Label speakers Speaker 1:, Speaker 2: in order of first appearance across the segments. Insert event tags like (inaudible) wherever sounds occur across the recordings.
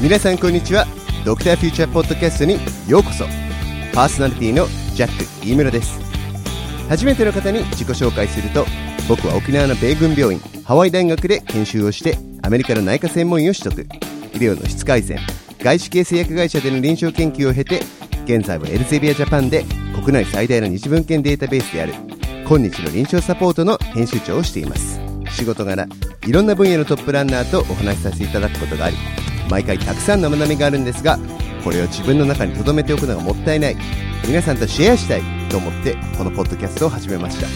Speaker 1: 皆さんこんにちはドクターフューチャーポッドキャストにようこそパーソナリティのジャック飯村です初めての方に自己紹介すると僕は沖縄の米軍病院ハワイ大学で研修をしてアメリカの内科専門医を取得医療の質改善外資系製薬会社での臨床研究を経て現在はエルゼビアジャパンで国内最大の日文献データベースである今日の臨床サポートの編集長をしています仕事柄いろんな分野のトップランナーとお話しさせていただくことがあり毎回たくさんの学びがあるんですがこれを自分の中に留めておくのがもったいない皆さんとシェアしたいと思ってこのポッドキャストを始めました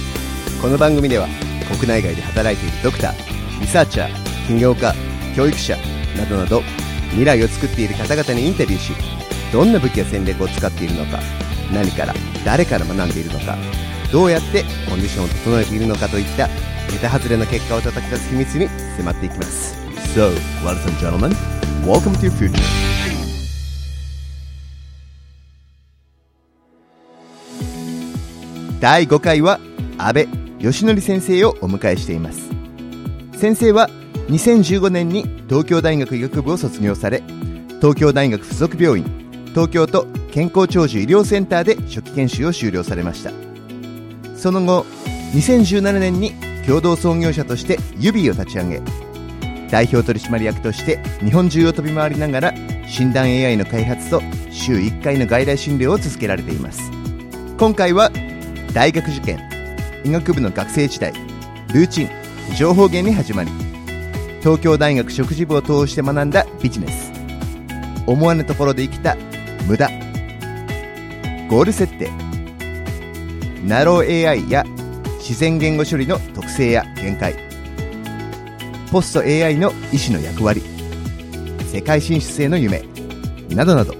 Speaker 1: この番組では国内外で働いているドクターリサーチャー起業家教育者などなど未来を作っている方々にインタビューしどんな武器や戦略を使っているのか何から誰から学んでいるのかどうやってコンディションを整えているのかといった桁外れの結果を叩き出す秘密に迫っていきます So, ladies and gentlemen, welcome to Future 第5回は安倍義則先生をお迎えしています先生は2015年に東京大学医学部を卒業され東京大学附属病院東京都健康長寿医療センターで初期研修を終了されましたその後2017年に共同創業者としてユビーを立ち上げ代表取締役として日本中を飛び回りながら診断 AI の開発と週1回の外来診療を続けられています今回は大学受験医学部の学生時代ルーチン情報源に始まり東京大学食事部を通して学んだビジネス思わぬところで生きた無駄ゴール設定ナロー AI や自然言語処理の特性や限界ポスト AI の医師の役割世界進出への夢などなど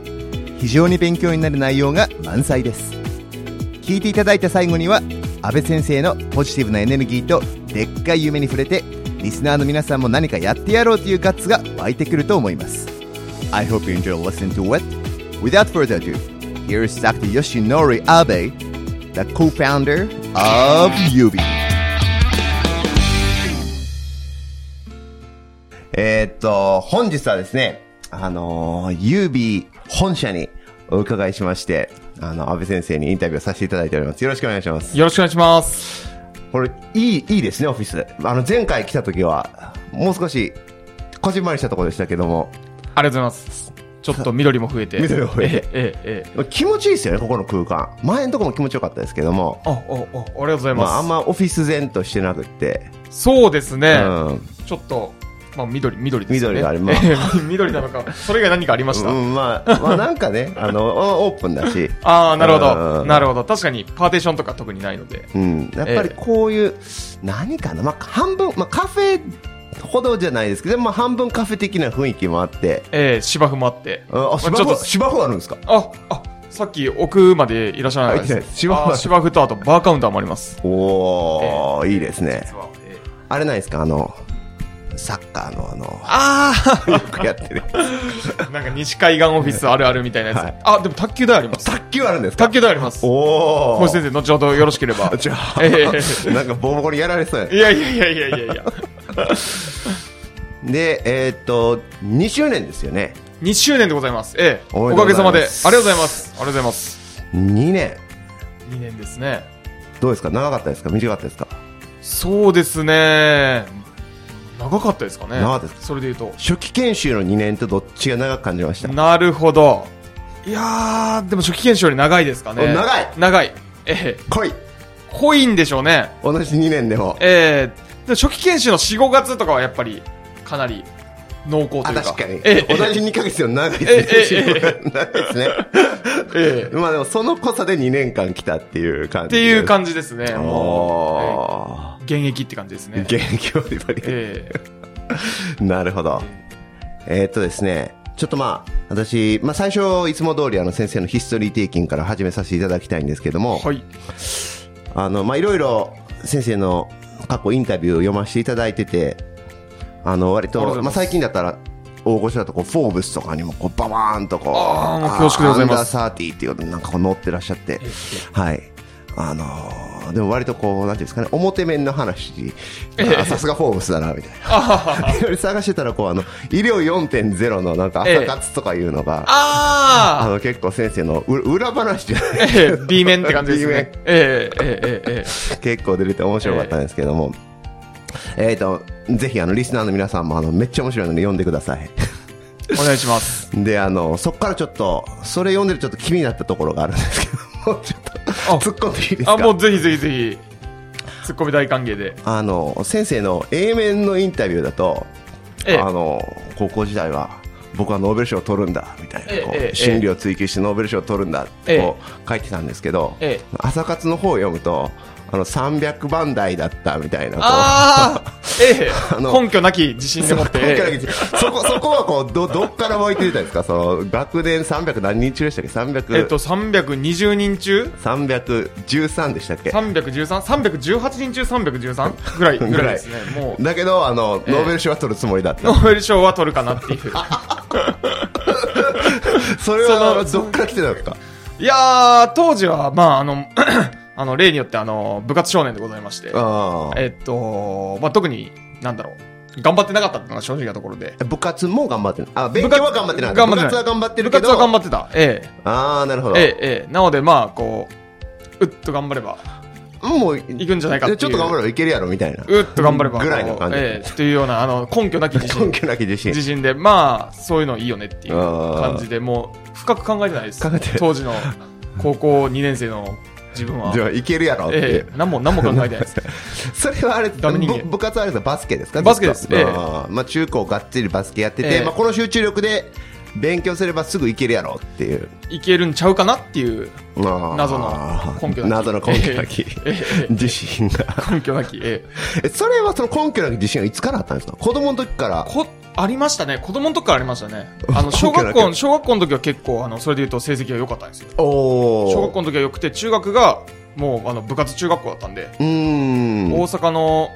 Speaker 1: 非常に勉強になる内容が満載です聞いていただいた最後には安倍先生のポジティブなエネルギーとでっかい夢に触れてリスナーの皆さんも何かやってやろうというガッツが湧いてくると思います I hope you enjoy listening to it Without further ado Here's Dr. Yoshinori Abe The co-founder of Yubi えーっと、本日はですね、あのー、ユービー本社にお伺いしまして、あの、安倍先生にインタビューをさせていただいております。よろしくお願いします。
Speaker 2: よろしくお願いします。
Speaker 1: これ、いい、いいですね、オフィス。あの、前回来た時は、もう少し、こじんまりしたところでしたけども、
Speaker 2: ありがとうございます。ちょっと緑も増えて。
Speaker 1: 緑も増えて
Speaker 2: ええええええ
Speaker 1: 気持ちいいですよね、ここの空間。前のとこも気持ちよかったですけども、
Speaker 2: あ、あ、あ、ありがとうござい
Speaker 1: ま
Speaker 2: ます。
Speaker 1: あ、あんまオフィス前としてなくって、
Speaker 2: そうですね。
Speaker 1: うん。
Speaker 2: ちょっと、まあ緑、緑ですよね。
Speaker 1: 緑がありまあ
Speaker 2: ええ (laughs) 緑なのか、それ以外何かありました。
Speaker 1: うん、ま
Speaker 2: (laughs)
Speaker 1: あ、まあなんかね、あの、オープンだし、
Speaker 2: ああ、なるほ
Speaker 1: う
Speaker 2: ど。
Speaker 1: ん
Speaker 2: なるほど。確かに、パーテーションとか特にないので。
Speaker 1: うん、やっぱり
Speaker 2: ええ
Speaker 1: こういう、何かな、まあ、半分、まあ、カフェほどじゃないですけど、まあ、半分カフェ的な雰囲気もあって、
Speaker 2: ええ芝生もあって。
Speaker 1: ああ
Speaker 2: まあ
Speaker 1: 芝
Speaker 2: ちょ
Speaker 1: 生
Speaker 2: っと
Speaker 1: 芝生あるんですか
Speaker 2: あ、あ、さっき奥までいらっしゃらない
Speaker 1: あい
Speaker 2: で
Speaker 1: いです
Speaker 2: す。
Speaker 1: ね芝生
Speaker 2: あー芝生とあとバーカウンターもあります。
Speaker 1: おー、いいですね
Speaker 2: 実。はええ
Speaker 1: あれないですか、あの、サッカーのあの、
Speaker 2: ああ
Speaker 1: よくやって
Speaker 2: (laughs)
Speaker 1: る。
Speaker 2: なんか西海岸オフィスあるあるみたいなやつ。
Speaker 1: はい
Speaker 2: あ、でも卓球台あります。
Speaker 1: 卓球あるんですか
Speaker 2: 卓球台あります。
Speaker 1: お
Speaker 2: 星
Speaker 1: ー。
Speaker 2: 先生、後ほどよろしけ
Speaker 1: (laughs)
Speaker 2: れば。
Speaker 1: じゃあ、
Speaker 2: ええ
Speaker 1: なんかボコボコにやられそうや
Speaker 2: いやいやいやいやいやいや。
Speaker 1: で、えーっと、2周年ですよね。
Speaker 2: 2周年でございます。ええ。
Speaker 1: おめ
Speaker 2: お
Speaker 1: でとう
Speaker 2: か
Speaker 1: ご
Speaker 2: げ
Speaker 1: ざい
Speaker 2: さ
Speaker 1: ま
Speaker 2: ますで。ありがとうございます。ありがとうございます。
Speaker 1: 2年。
Speaker 2: 2年ですね。
Speaker 1: どうですか長かったですか短かったですか
Speaker 2: そうですね。長かったですかね。
Speaker 1: 長かったです
Speaker 2: それで言う
Speaker 1: 初期研修の2年とどっちが長く感じました
Speaker 2: と。なるほど。いやー、でも初期研修より長いですかね。
Speaker 1: お長い
Speaker 2: 長い。ええ。
Speaker 1: 来い
Speaker 2: 濃いんでしょうね。
Speaker 1: 同じ2年でも。
Speaker 2: ええ。で初期研修の4、5月とかはやっぱり、かなり濃厚という
Speaker 1: あ
Speaker 2: か。
Speaker 1: 確かに。
Speaker 2: ええ。
Speaker 1: 同じ2ヶ月より長い
Speaker 3: (laughs)
Speaker 2: え
Speaker 1: ですね
Speaker 2: ええ。
Speaker 1: 長いですね。
Speaker 2: ええ。
Speaker 1: まあでもその濃さで2年間来たっていう感
Speaker 2: っ
Speaker 1: じ
Speaker 2: ていう感じですね。
Speaker 1: じ
Speaker 2: も
Speaker 1: お
Speaker 2: う、現役って感じです
Speaker 1: ー。
Speaker 2: ね。
Speaker 1: 現役バリバリ。
Speaker 2: え
Speaker 1: なるほど。えーっとですね、ちょっとまあ、私、まあ最初、いつも通りあの先生のヒストリーテイキングから始めさせていただきたいんですけども、
Speaker 2: えはい。
Speaker 1: あの、まあいろいろ先生の過去インタビューを読ませていただいてて、あの、割
Speaker 2: あり
Speaker 1: と、
Speaker 2: がとうござい
Speaker 1: ま
Speaker 2: ま
Speaker 1: あ
Speaker 2: す
Speaker 1: 最近だったら、大御所だとこう、フォーブスとかにもこう、ババーンとこう、
Speaker 2: あーもう恐縮でございます
Speaker 1: アンダーサーティーっていうのなんかこう載ってらっしゃって、はい。あのー
Speaker 3: あでも割とこうなんていうんですかね表面の話
Speaker 2: え
Speaker 3: あ
Speaker 2: え
Speaker 3: さすがフォーブスだなみたいな (laughs) いろいろ探してたらこうあの医療4.0のなんか
Speaker 2: ええ
Speaker 3: 朝活とかいうの (laughs) が、あ
Speaker 2: あ
Speaker 3: の結構先生のう裏話じゃない
Speaker 2: あええ B 面って感じです
Speaker 3: B 面
Speaker 2: ね。えええええええ
Speaker 3: 結構出れて面白かったんですけども、えーとぜひあのリスナーの皆さんもあのめっちゃ面白いので読んでください
Speaker 2: えお願いします。
Speaker 3: であのそこからちょっとそれ読んでるちょっと気になったところがあるんですけど (laughs) もうちょっ
Speaker 2: あ
Speaker 3: と突っ込んでいいですか
Speaker 2: あ、もうぜひぜひぜひ、ツッコミ大歓迎で。
Speaker 3: あの先生の A 面のインタビューだと、
Speaker 2: ええ
Speaker 3: あの高校時代は僕はノーベル賞を取るんだみたいな、
Speaker 2: ええ
Speaker 3: こう
Speaker 2: ええ
Speaker 3: 真理を追求してノーベル賞を取るんだってこう書いてたんですけど、
Speaker 2: ええ
Speaker 3: 朝活の方を読むとあの300番台だったみたいなこう
Speaker 2: ああええ
Speaker 3: あの
Speaker 2: 根拠なき自信で
Speaker 3: そ
Speaker 2: も
Speaker 3: こ
Speaker 2: って。
Speaker 3: から
Speaker 2: え
Speaker 3: そこそこはこうどどっから湧いてたんですかその学年300何人中でしたっけ
Speaker 2: ええっ
Speaker 3: 300、
Speaker 2: と、320人中
Speaker 3: 313でしたっけ
Speaker 2: 313?318 人中 313? ぐ
Speaker 3: (laughs)
Speaker 2: らい、ぐらいですね。もう、
Speaker 3: だけどあの、
Speaker 2: ええ
Speaker 3: ノーベル賞は取るつもりだった
Speaker 2: ノーベル賞は取るかな
Speaker 3: (laughs)
Speaker 2: っていう。
Speaker 3: それは
Speaker 2: その
Speaker 3: どっから来てたんですか
Speaker 2: いやー、当時は、まあ、あの、 (clears throat) あの、例によって、あの、部活少年でございまして、
Speaker 3: あー
Speaker 2: えっと、まあ、特に、なんだろう、頑張ってなかったっていうのが正直なところで。
Speaker 3: 部活も頑張ってるあ勉強は頑張ってない
Speaker 2: 部活
Speaker 3: 部活は頑張ってる
Speaker 2: 部
Speaker 3: けど
Speaker 2: 活は頑張ってた。え
Speaker 3: ああなるほ
Speaker 2: え、
Speaker 3: ど、
Speaker 2: ええ、ええ。なので、まあ、こう、うっと頑張れば、
Speaker 3: もうい
Speaker 2: いくんじゃないかっていう
Speaker 3: ちょっと頑張ればいけるやろみたいな
Speaker 2: うっと頑張れば、
Speaker 3: ぐらいの感じ
Speaker 2: こうええ、というような、あの、根拠なき自
Speaker 3: (laughs)
Speaker 2: 信。
Speaker 3: 根拠なき自信
Speaker 2: 自信で、まあ、そういうのいいよねっていう
Speaker 3: あー
Speaker 2: 感じで、もう、深く考えてないです
Speaker 3: 考えてない。
Speaker 2: 当時の、高校2年生の自分は
Speaker 3: じ。ゃあいけるやろって、
Speaker 2: ええ、何も、何も考えてない
Speaker 3: (laughs)
Speaker 2: です。
Speaker 3: それはあれ
Speaker 2: ダメ人間
Speaker 3: ぶ部活はあれですかバスケですか
Speaker 2: バスケです
Speaker 3: ずっと
Speaker 2: ええ
Speaker 3: あーまあ、中高がっつりバスケやってて、
Speaker 2: ええ
Speaker 3: まあ、この集中力で勉強すればすぐいけるやろっていう
Speaker 2: いけるんちゃうかなっていう
Speaker 3: あー
Speaker 2: 謎の根拠なき
Speaker 3: 謎の根拠なき、
Speaker 2: え
Speaker 3: (laughs)
Speaker 2: え
Speaker 3: 自信が
Speaker 2: 根拠なき、ええ
Speaker 3: えそれはその根拠なき自信はいつからあったんですか子供の時から
Speaker 2: こありましたね子供の時からありましたねあの
Speaker 3: 根拠
Speaker 2: 小
Speaker 3: なき
Speaker 2: 学校小学校の時は結構あのそれで言うと成績が良かったんですよ
Speaker 3: おお
Speaker 2: 小学校の時は良くて中学がもうあの部活中学校だったんで、
Speaker 3: うーん
Speaker 2: 大阪の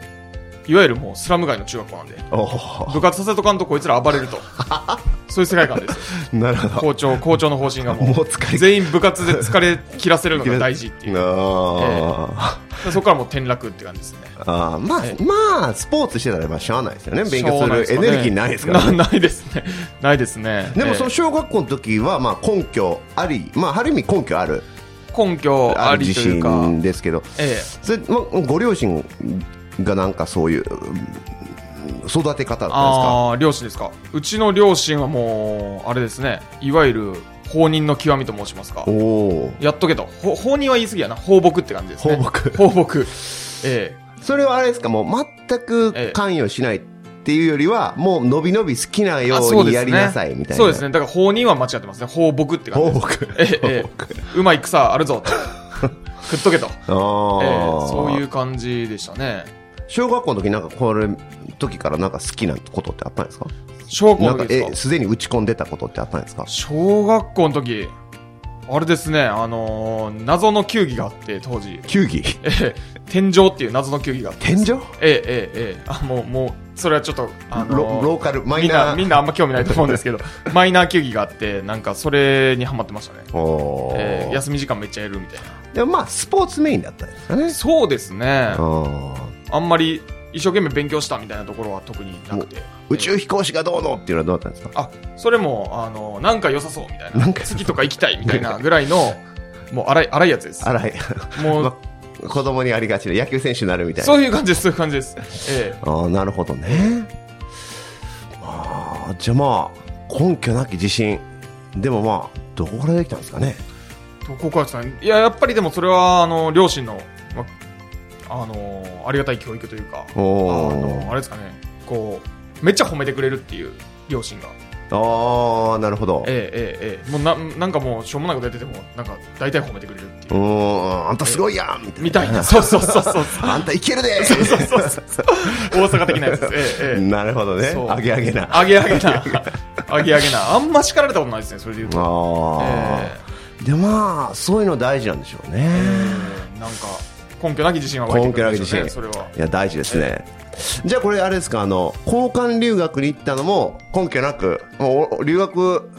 Speaker 2: いわゆるもうスラム街の中学校なんで
Speaker 3: おー
Speaker 2: 部活させとかんとこいつら暴れると
Speaker 3: (laughs)
Speaker 2: そういう世界観ですよ
Speaker 3: なるほど
Speaker 2: 校長校長の方針がもう
Speaker 3: もう疲れ
Speaker 2: 全員部活で疲れ切らせるのが大事っていう
Speaker 3: あー、
Speaker 2: そこからもう転落って感じですね
Speaker 3: あーまあ、
Speaker 2: え
Speaker 3: まあスポーツしてたらまあしゃあ (laughs) ないですよね勉強
Speaker 2: そうなんです
Speaker 3: るエ
Speaker 2: かね
Speaker 3: ネルギーないですから、ね
Speaker 2: なないです (laughs) ねないですね
Speaker 3: でもそ
Speaker 2: え
Speaker 3: の小学校の時はまあ根拠あり、まあ、ある意味根拠ある
Speaker 2: え根拠ありと
Speaker 3: 自
Speaker 2: いうか
Speaker 3: 信ですけど
Speaker 2: え
Speaker 3: それ、まあ、ご両親がなんかそういううん育て方だったんですか
Speaker 2: ああー両親ですかうちの両親はもうあれですねいわゆる放任の極みと申しますか
Speaker 3: おお
Speaker 2: やっとけとほ放任は言い過ぎやな放牧って感じですね (laughs)
Speaker 3: 放牧
Speaker 2: 放牧え
Speaker 3: それはあれですかもう全く関与しないっていうよりはもうのびのび好きな
Speaker 2: え
Speaker 3: よ
Speaker 2: あ
Speaker 3: う
Speaker 2: そう
Speaker 3: に
Speaker 2: で
Speaker 3: や
Speaker 2: す
Speaker 3: り
Speaker 2: ね
Speaker 3: なさいみたいな
Speaker 2: そうですねだから放任は間違ってますね放牧って感じ
Speaker 3: 放
Speaker 2: です
Speaker 3: 牧
Speaker 2: ええええうまい草ある
Speaker 3: (laughs)
Speaker 2: ぞと食っとけと、
Speaker 3: あー
Speaker 2: ええそういう感じでしたね
Speaker 3: 小学校の時なんかこれ時からなんか好きなことってあったんですか
Speaker 2: 小学校
Speaker 3: な
Speaker 2: の
Speaker 3: んか
Speaker 2: 時ですか
Speaker 3: えすでに打ち込んでたことってあったんですか
Speaker 2: 小学校の時あれですねあのー謎の球技があって当時
Speaker 3: 球技
Speaker 2: ええ天井っていう謎の球技があって
Speaker 3: 天井
Speaker 2: ええええええあもうもうそれはちょっとあの
Speaker 3: ロ
Speaker 2: ー
Speaker 3: ローカルマイ
Speaker 2: みん
Speaker 3: ナ
Speaker 2: なみ
Speaker 3: ー
Speaker 2: んなあんま興味ないと思うんです
Speaker 3: (laughs)
Speaker 2: けどマイナー球技があってなんかそれにハマってましたね、
Speaker 3: おー
Speaker 2: ええ休み時間めっちゃやるみたいな
Speaker 3: でもまあスポーツメインだったんですかね
Speaker 2: そうですね
Speaker 3: あ
Speaker 2: あんまり一生懸命勉強したみたいなところは特になくて
Speaker 3: 宇宙
Speaker 2: ええ
Speaker 3: 飛行士がどうのっていうのはどうだったんですか
Speaker 2: あそれもあのーなんか良さそうみたいな
Speaker 3: なんか良さそう
Speaker 2: 月とか行きたいみたいなぐらい
Speaker 3: (laughs)
Speaker 2: のもう荒い荒いやつです
Speaker 3: あら (laughs) い
Speaker 2: もう、
Speaker 3: ま子供にありがちで野球選手になるみたいな
Speaker 2: そういう感じです、そういう感じです。ええ
Speaker 3: ああなるほどねあーじゃあまあ根拠なき自信でもまあどこからできたんですかね
Speaker 2: とここはですねいや、やっぱりでもそれは、あの、両親の、ま、あのー、ありがたい教育というか、あ
Speaker 3: お
Speaker 2: の、あ
Speaker 3: お
Speaker 2: れですかね、こう、めっちゃ褒めてくれるっていう、両親が。
Speaker 3: ああなるほど
Speaker 2: ええええええもうな、なんかもう、しょうもないことやってても、なんか、大体褒めてくれるって
Speaker 3: う
Speaker 2: いう。
Speaker 3: ーん、あんたすごいやんみた
Speaker 2: みたい
Speaker 3: いな。
Speaker 2: な。そうそうそうそう。
Speaker 3: あんたいけるで
Speaker 2: (laughs) そうそうそうそう。大阪的なやつです。ええええ
Speaker 3: なるほどね。
Speaker 2: そう
Speaker 3: あげあげな。あ
Speaker 2: あげあげな。あげあげな。あんま叱られたことないですね、それで言うと。
Speaker 3: あ
Speaker 2: え
Speaker 3: ー。で、まあ、そういうの大事なんでしょうね。
Speaker 2: なんか根拠なき自信は湧いてくるんでしょうね
Speaker 3: 根
Speaker 2: そ
Speaker 3: 拠
Speaker 2: れはい
Speaker 3: や、大事ですね。じゃあこれあれですか、あの、交換留学に行ったのも根拠なく、もうお留学、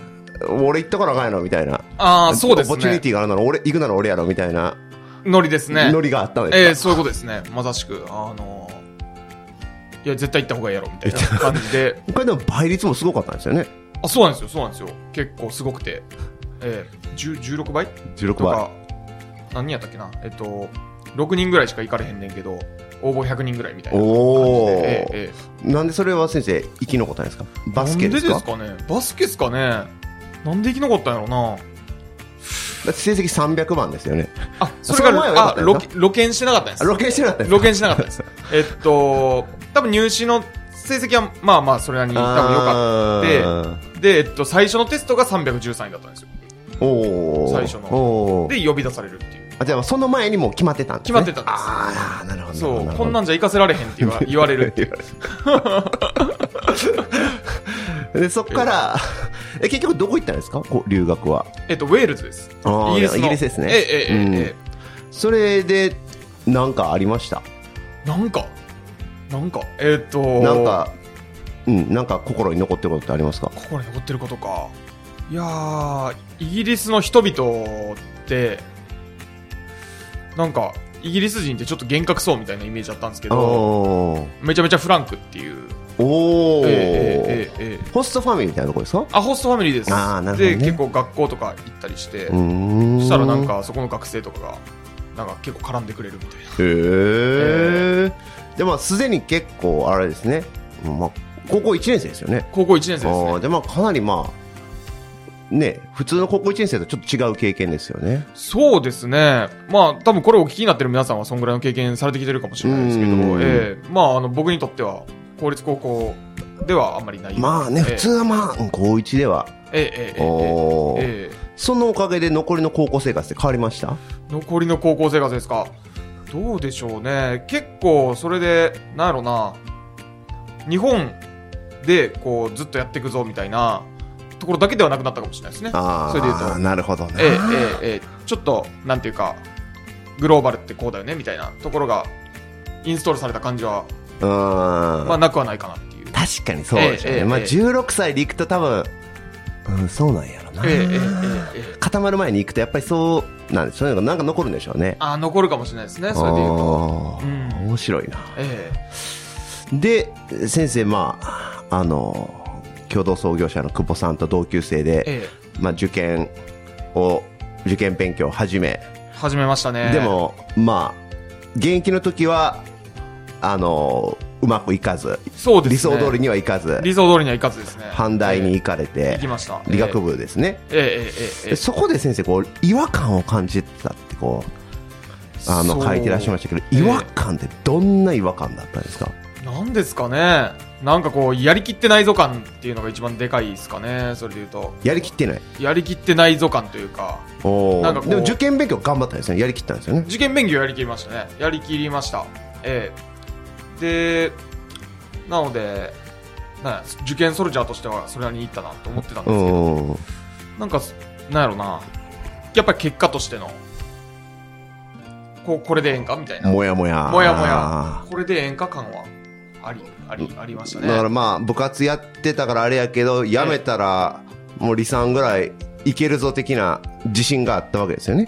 Speaker 3: 俺行ったからあかんやろみたいな。
Speaker 2: ああそうです
Speaker 3: オポチュニテ
Speaker 2: ね
Speaker 3: ィがあるなら俺、行くなら俺やろみたいな。
Speaker 2: ノリですね。
Speaker 3: ノリがあったの
Speaker 2: ええ
Speaker 3: です
Speaker 2: そ
Speaker 3: か
Speaker 2: ういうことですね。まさしく、あのいや、絶対行った方がいいやろ、みたいな感じで。
Speaker 3: これでも倍率もすごかったんですよね
Speaker 2: あ、そうなんですよ、そうなんですよ。結構すごくて。ええ10 16倍
Speaker 3: 16
Speaker 2: と
Speaker 3: 倍
Speaker 2: か、何人やったっけな。えっと、6人ぐらいしか行かれへんねんけど、応募100人ぐらいみたいな感じで。
Speaker 3: おー
Speaker 2: ええええ
Speaker 3: なんでそれは先生生き残ったんですかバスケですか
Speaker 2: なんでですかねバスケですかねなんで生き残ったんやろうな
Speaker 3: だって成績300番ですよ
Speaker 2: (laughs)
Speaker 3: ね
Speaker 2: あ、そ
Speaker 3: そ
Speaker 2: れが、
Speaker 3: の前は良かっ
Speaker 2: あ、
Speaker 3: たよな
Speaker 2: ロケ、露見してなかったんで
Speaker 3: あ
Speaker 2: す。
Speaker 3: ロケしてなかったんです
Speaker 2: 露見してなかった
Speaker 3: (laughs)
Speaker 2: です。えっと、多分入試の成績は、まあまあ、それなりに多分良かっ
Speaker 3: か
Speaker 2: た。で、えっと、最初のテストが313位だったんですよ。
Speaker 3: たおお
Speaker 2: 最初の
Speaker 3: おー
Speaker 2: で、呼び出されるっていう。
Speaker 3: あじゃあその前にもう決まってたんで
Speaker 2: 決
Speaker 3: す、ね、
Speaker 2: まってたんです
Speaker 3: ああなるほど
Speaker 2: そ
Speaker 3: る
Speaker 2: う、
Speaker 3: ほど
Speaker 2: こんなんじゃ行かせられへんって言
Speaker 3: (laughs)
Speaker 2: わ言われるっていう。
Speaker 3: でそっからえ結局どこ行ったんですかこう留学は
Speaker 2: えっと、ウェールズです。
Speaker 3: あー
Speaker 2: イギリスの。
Speaker 3: イギリスですね
Speaker 2: ええええ
Speaker 3: うん
Speaker 2: ええ
Speaker 3: それでなんかありました
Speaker 2: なんか、なんか、えっと、
Speaker 3: なんかうんなんか心に残ってることってありますか
Speaker 2: 心に残ってることかいやーイギリスの人々ってなんかイギリス人ってちょっと厳格そうみたいなイメージだったんですけど
Speaker 3: おー
Speaker 2: めちゃめちゃフランクっていう
Speaker 3: おー、
Speaker 2: ええええええ
Speaker 3: ホストファミリーみたいなとこですか
Speaker 2: あホストファミリーです
Speaker 3: あーなるほどね
Speaker 2: で結構学校とか行ったりして、
Speaker 3: うーん
Speaker 2: そしたらなんかそこの学生とかがなんか結構絡んでくれるみたいな
Speaker 3: へえでまあすでに結構あれですね、まあ、高校1年生ですよね
Speaker 2: 高校1年生です
Speaker 3: あ
Speaker 2: ね
Speaker 3: ーでまあかなりまあね普通の高校1年生とちょっと違う経験ですよね
Speaker 2: そうですね。まあ、多分これをお聞きになってる皆さんはそんぐらいの経験されてきてるかもしれないですけど
Speaker 3: う、ん
Speaker 2: ええまあ、あの、僕にとっては、公立高校ではあんまりない。
Speaker 3: まあね
Speaker 2: ええ
Speaker 3: 普通、はまあうん高1では
Speaker 2: ええええ
Speaker 3: おー
Speaker 2: えええ
Speaker 3: そのおかげで残りの高校生活って変わりました
Speaker 2: え残りの高校生活ですか。どうでしょうね。結構、それで、なんやろな、日本で、こう、ずっとやっていくぞ、みたいな、ところだけではなくなったかもしれないですね。
Speaker 3: ああ
Speaker 2: それで言うと
Speaker 3: なるほどね、
Speaker 2: ええええええちょっとなんていうかグローバルってこうだよねみたいなところがインストールされた感じは、
Speaker 3: うん
Speaker 2: まあ、なくはないかなっていう
Speaker 3: 確かにそうでしょうね、
Speaker 2: ええええ
Speaker 3: まあ、
Speaker 2: ええ
Speaker 3: 16歳で行くと多分、うん、そうなんやろな、
Speaker 2: ええええええええ
Speaker 3: 固まる前に行くとやっぱりそうなんでしょうねなんか残るんでしょうね
Speaker 2: あ残るかもしれないですねそれで言うと
Speaker 3: あー
Speaker 2: うん
Speaker 3: 面白いな
Speaker 2: ええ
Speaker 3: で先生まああの共同創業者の久保さんと同級生で、
Speaker 2: え
Speaker 3: まあ、受験を受験勉強を始め、
Speaker 2: え始めましたね
Speaker 3: でもまあ現役の時はあのうまくいかず
Speaker 2: そうです、ね、
Speaker 3: 理想通りにはいかず、
Speaker 2: 理想通りにはいかずですね
Speaker 3: 阪大に
Speaker 2: え
Speaker 3: 行かれ
Speaker 2: え
Speaker 3: て
Speaker 2: 行き、ました
Speaker 3: 理学
Speaker 2: 部
Speaker 3: 部ですね、
Speaker 2: えええええええ
Speaker 3: でそこで先生こう違和感を感じてたってこうあの
Speaker 2: そう
Speaker 3: 書いてらっしゃいましたけど
Speaker 2: ええ
Speaker 3: 違和感ってどんな違和感だったんですか、
Speaker 2: えなんですかねなんかこうやりきってないぞ感っていうのが一番でかいですかねそれで言うと
Speaker 3: やりきってない
Speaker 2: やりきってないぞ感というか
Speaker 3: おー
Speaker 2: なんかこう
Speaker 3: でも受験勉強頑張ったんですよねやりきったんですよね
Speaker 2: 受験勉強やりきりましたねやりきりましたええでなのでなんや受験ソルジャーとしてはそれなりにいったなと思ってたん
Speaker 3: う
Speaker 2: ですけど
Speaker 3: ん
Speaker 2: なんかなんやろなやっぱり結果としてのこうこれでええんかみたいな
Speaker 3: もやもや
Speaker 2: もやもやこれでええんか感はありありありました
Speaker 3: だから
Speaker 2: ね
Speaker 3: まあ部活やってたからあれやけどやめたらもう離散ぐらいいけるぞ的な自信があったわけですよね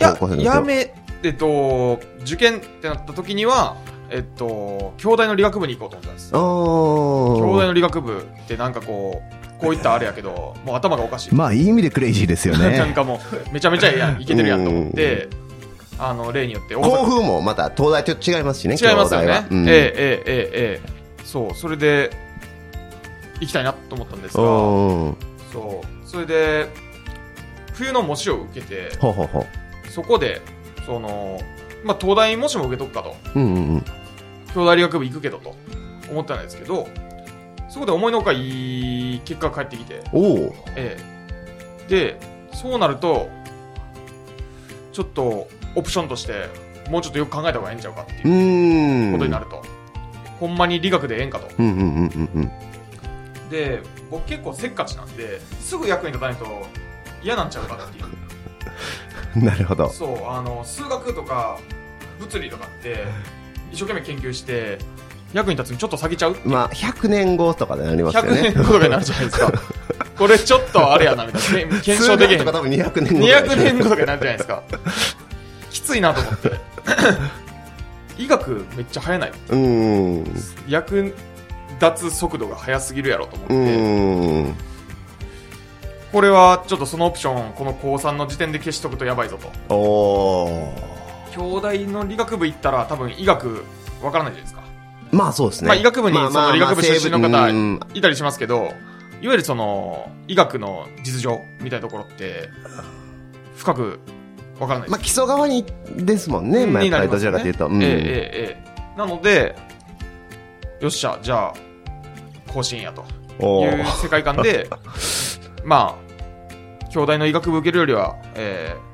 Speaker 2: いや
Speaker 3: 高校生の時は
Speaker 2: やめえっと受験ってなった時にはえっと兄弟の理学部に行こうと思ったんです
Speaker 3: お
Speaker 2: 兄弟
Speaker 3: ー
Speaker 2: の理学部ってなんかこうこういったあれやけどもう頭がおかしい、
Speaker 3: まあいい意味でクレイジーですよ
Speaker 2: なん
Speaker 3: ね
Speaker 2: かもう (laughs) めちゃめちゃええやんいけてるやんと思ってあの例によって大
Speaker 3: 校
Speaker 2: 阪
Speaker 3: 風もまた東大と違いますしね
Speaker 2: 違いますよ
Speaker 3: 京大は
Speaker 2: ね、
Speaker 3: うん
Speaker 2: ええええええええそうそれで行きたいなと思ったんですが
Speaker 3: おー
Speaker 2: そうそれで冬の模試を受けて
Speaker 3: ほうほうほ
Speaker 2: そこでその、まあ、東大模試も受けとくかと
Speaker 3: ううんうんうん
Speaker 2: 兄弟理学部行くけどと思ったんですけどそこで思いのほかいい結果が返ってきて
Speaker 3: おお
Speaker 2: ええ、でそうなるとちょっとオプションとしてもうちょっとよく考えた方がええんちゃうかって
Speaker 3: う
Speaker 2: いう
Speaker 3: ーん
Speaker 2: ことになると、ほんまに理学でええんかと
Speaker 3: うんうんうんうんうん
Speaker 2: で僕結構せっかちなんですぐ役に立たないと嫌なんちゃうかっていう
Speaker 3: なるほど。
Speaker 2: そうあの数学とか物理とかって一生懸命研究して役に立つにちょっと下げちゃうっていう
Speaker 3: まあ、100年後とかでなりますよ
Speaker 2: (laughs) 100
Speaker 3: ね
Speaker 2: 年。後とかになるじゃないですかこれちょっ
Speaker 3: (laughs)
Speaker 2: とあれやなみたいな検証できへ
Speaker 3: 数
Speaker 2: ん
Speaker 3: 学とか多分200年後。
Speaker 2: 200年後とかになるじゃないですか。きついなと思って医学めっちゃ早ない
Speaker 3: うん
Speaker 2: 役立つ速度が速すぎるやろと思っ
Speaker 3: う
Speaker 2: て、
Speaker 3: ん
Speaker 2: これはちょっとそのオプションこの高3の時点で消しとくとやばいぞと
Speaker 3: おお
Speaker 2: 京大の理学部行ったら多分医学わからないじゃないですか
Speaker 3: まあそうですね
Speaker 2: まあ医学部にその理学部出身の
Speaker 3: まあ
Speaker 2: 方
Speaker 3: うん
Speaker 2: いたりしますけどいわゆるその医学の実情みたいなところって深くわからないです
Speaker 3: まあ基礎側にですもんねまあ
Speaker 2: に
Speaker 3: やっ
Speaker 2: なりま
Speaker 3: ぱりど
Speaker 2: す
Speaker 3: ち
Speaker 2: よ
Speaker 3: ら
Speaker 2: ね
Speaker 3: かというと
Speaker 2: ええええええなのでよっしゃじゃあ甲子園やと
Speaker 3: お
Speaker 2: い
Speaker 3: お
Speaker 2: う世界観
Speaker 3: (laughs)
Speaker 2: でまあ京大の医学部受けるよりは、ええ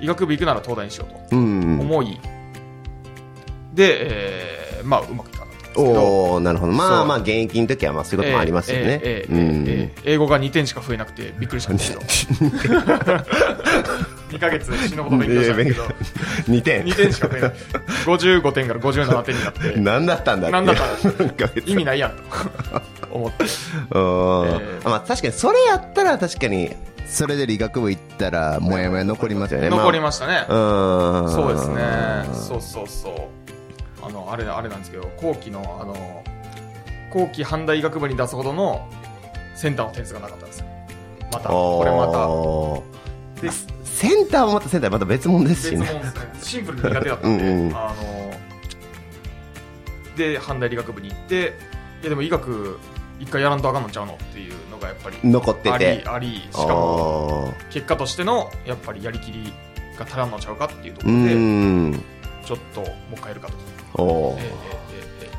Speaker 2: 医学部行くなら東大にしよう
Speaker 3: うん
Speaker 2: と思い、で、ええまあうまくいかなかったんですけど
Speaker 3: おおなるほどま
Speaker 2: そ
Speaker 3: あ
Speaker 2: う
Speaker 3: まあ現役の時はまあそういうこともありますよね
Speaker 2: ええ
Speaker 3: う
Speaker 2: えええええ
Speaker 3: ん
Speaker 2: え英語が2点しか増えなくてびっくりしたんですけど
Speaker 3: (laughs)
Speaker 2: 2ヶ月死ぬほど勉強したんですけど
Speaker 3: 2点
Speaker 2: 2点しか増えない55点から57点になって
Speaker 3: (laughs) 何だったんだ
Speaker 2: 何だった
Speaker 3: んだ
Speaker 2: 意味ないやんと思っ
Speaker 3: (laughs)
Speaker 2: てええ
Speaker 3: まあ確かにそれやったら確かにそれで理学部行ったらもやもや残りますよね
Speaker 2: 残り
Speaker 3: ま
Speaker 2: ましたね、
Speaker 3: あうん
Speaker 2: そうですねそうそうそうあのあれあれなんですけど後期のあの後期半大医学部に出すほどのセンターの点数がなかったんですよまた
Speaker 3: おー
Speaker 2: これまたで
Speaker 3: センターもまたセンターまた別物です
Speaker 2: 別
Speaker 3: し
Speaker 2: 物で
Speaker 3: ね
Speaker 2: すねシンプルに苦手だったんで
Speaker 3: うんうん
Speaker 2: あので半大理学部に行っていやでも医学一回やらんとあかんのちゃうのっていうのがやっぱり
Speaker 3: 残って
Speaker 2: あり
Speaker 3: て
Speaker 2: ありし
Speaker 3: あ
Speaker 2: かも
Speaker 3: ー
Speaker 2: 結果としてのやっぱりやりきりが足らんのちゃうかっていうとこ
Speaker 3: う
Speaker 2: ろで、
Speaker 3: ん
Speaker 2: ちょっともう一回やるかと、
Speaker 3: お
Speaker 2: え
Speaker 3: ー
Speaker 2: えええええ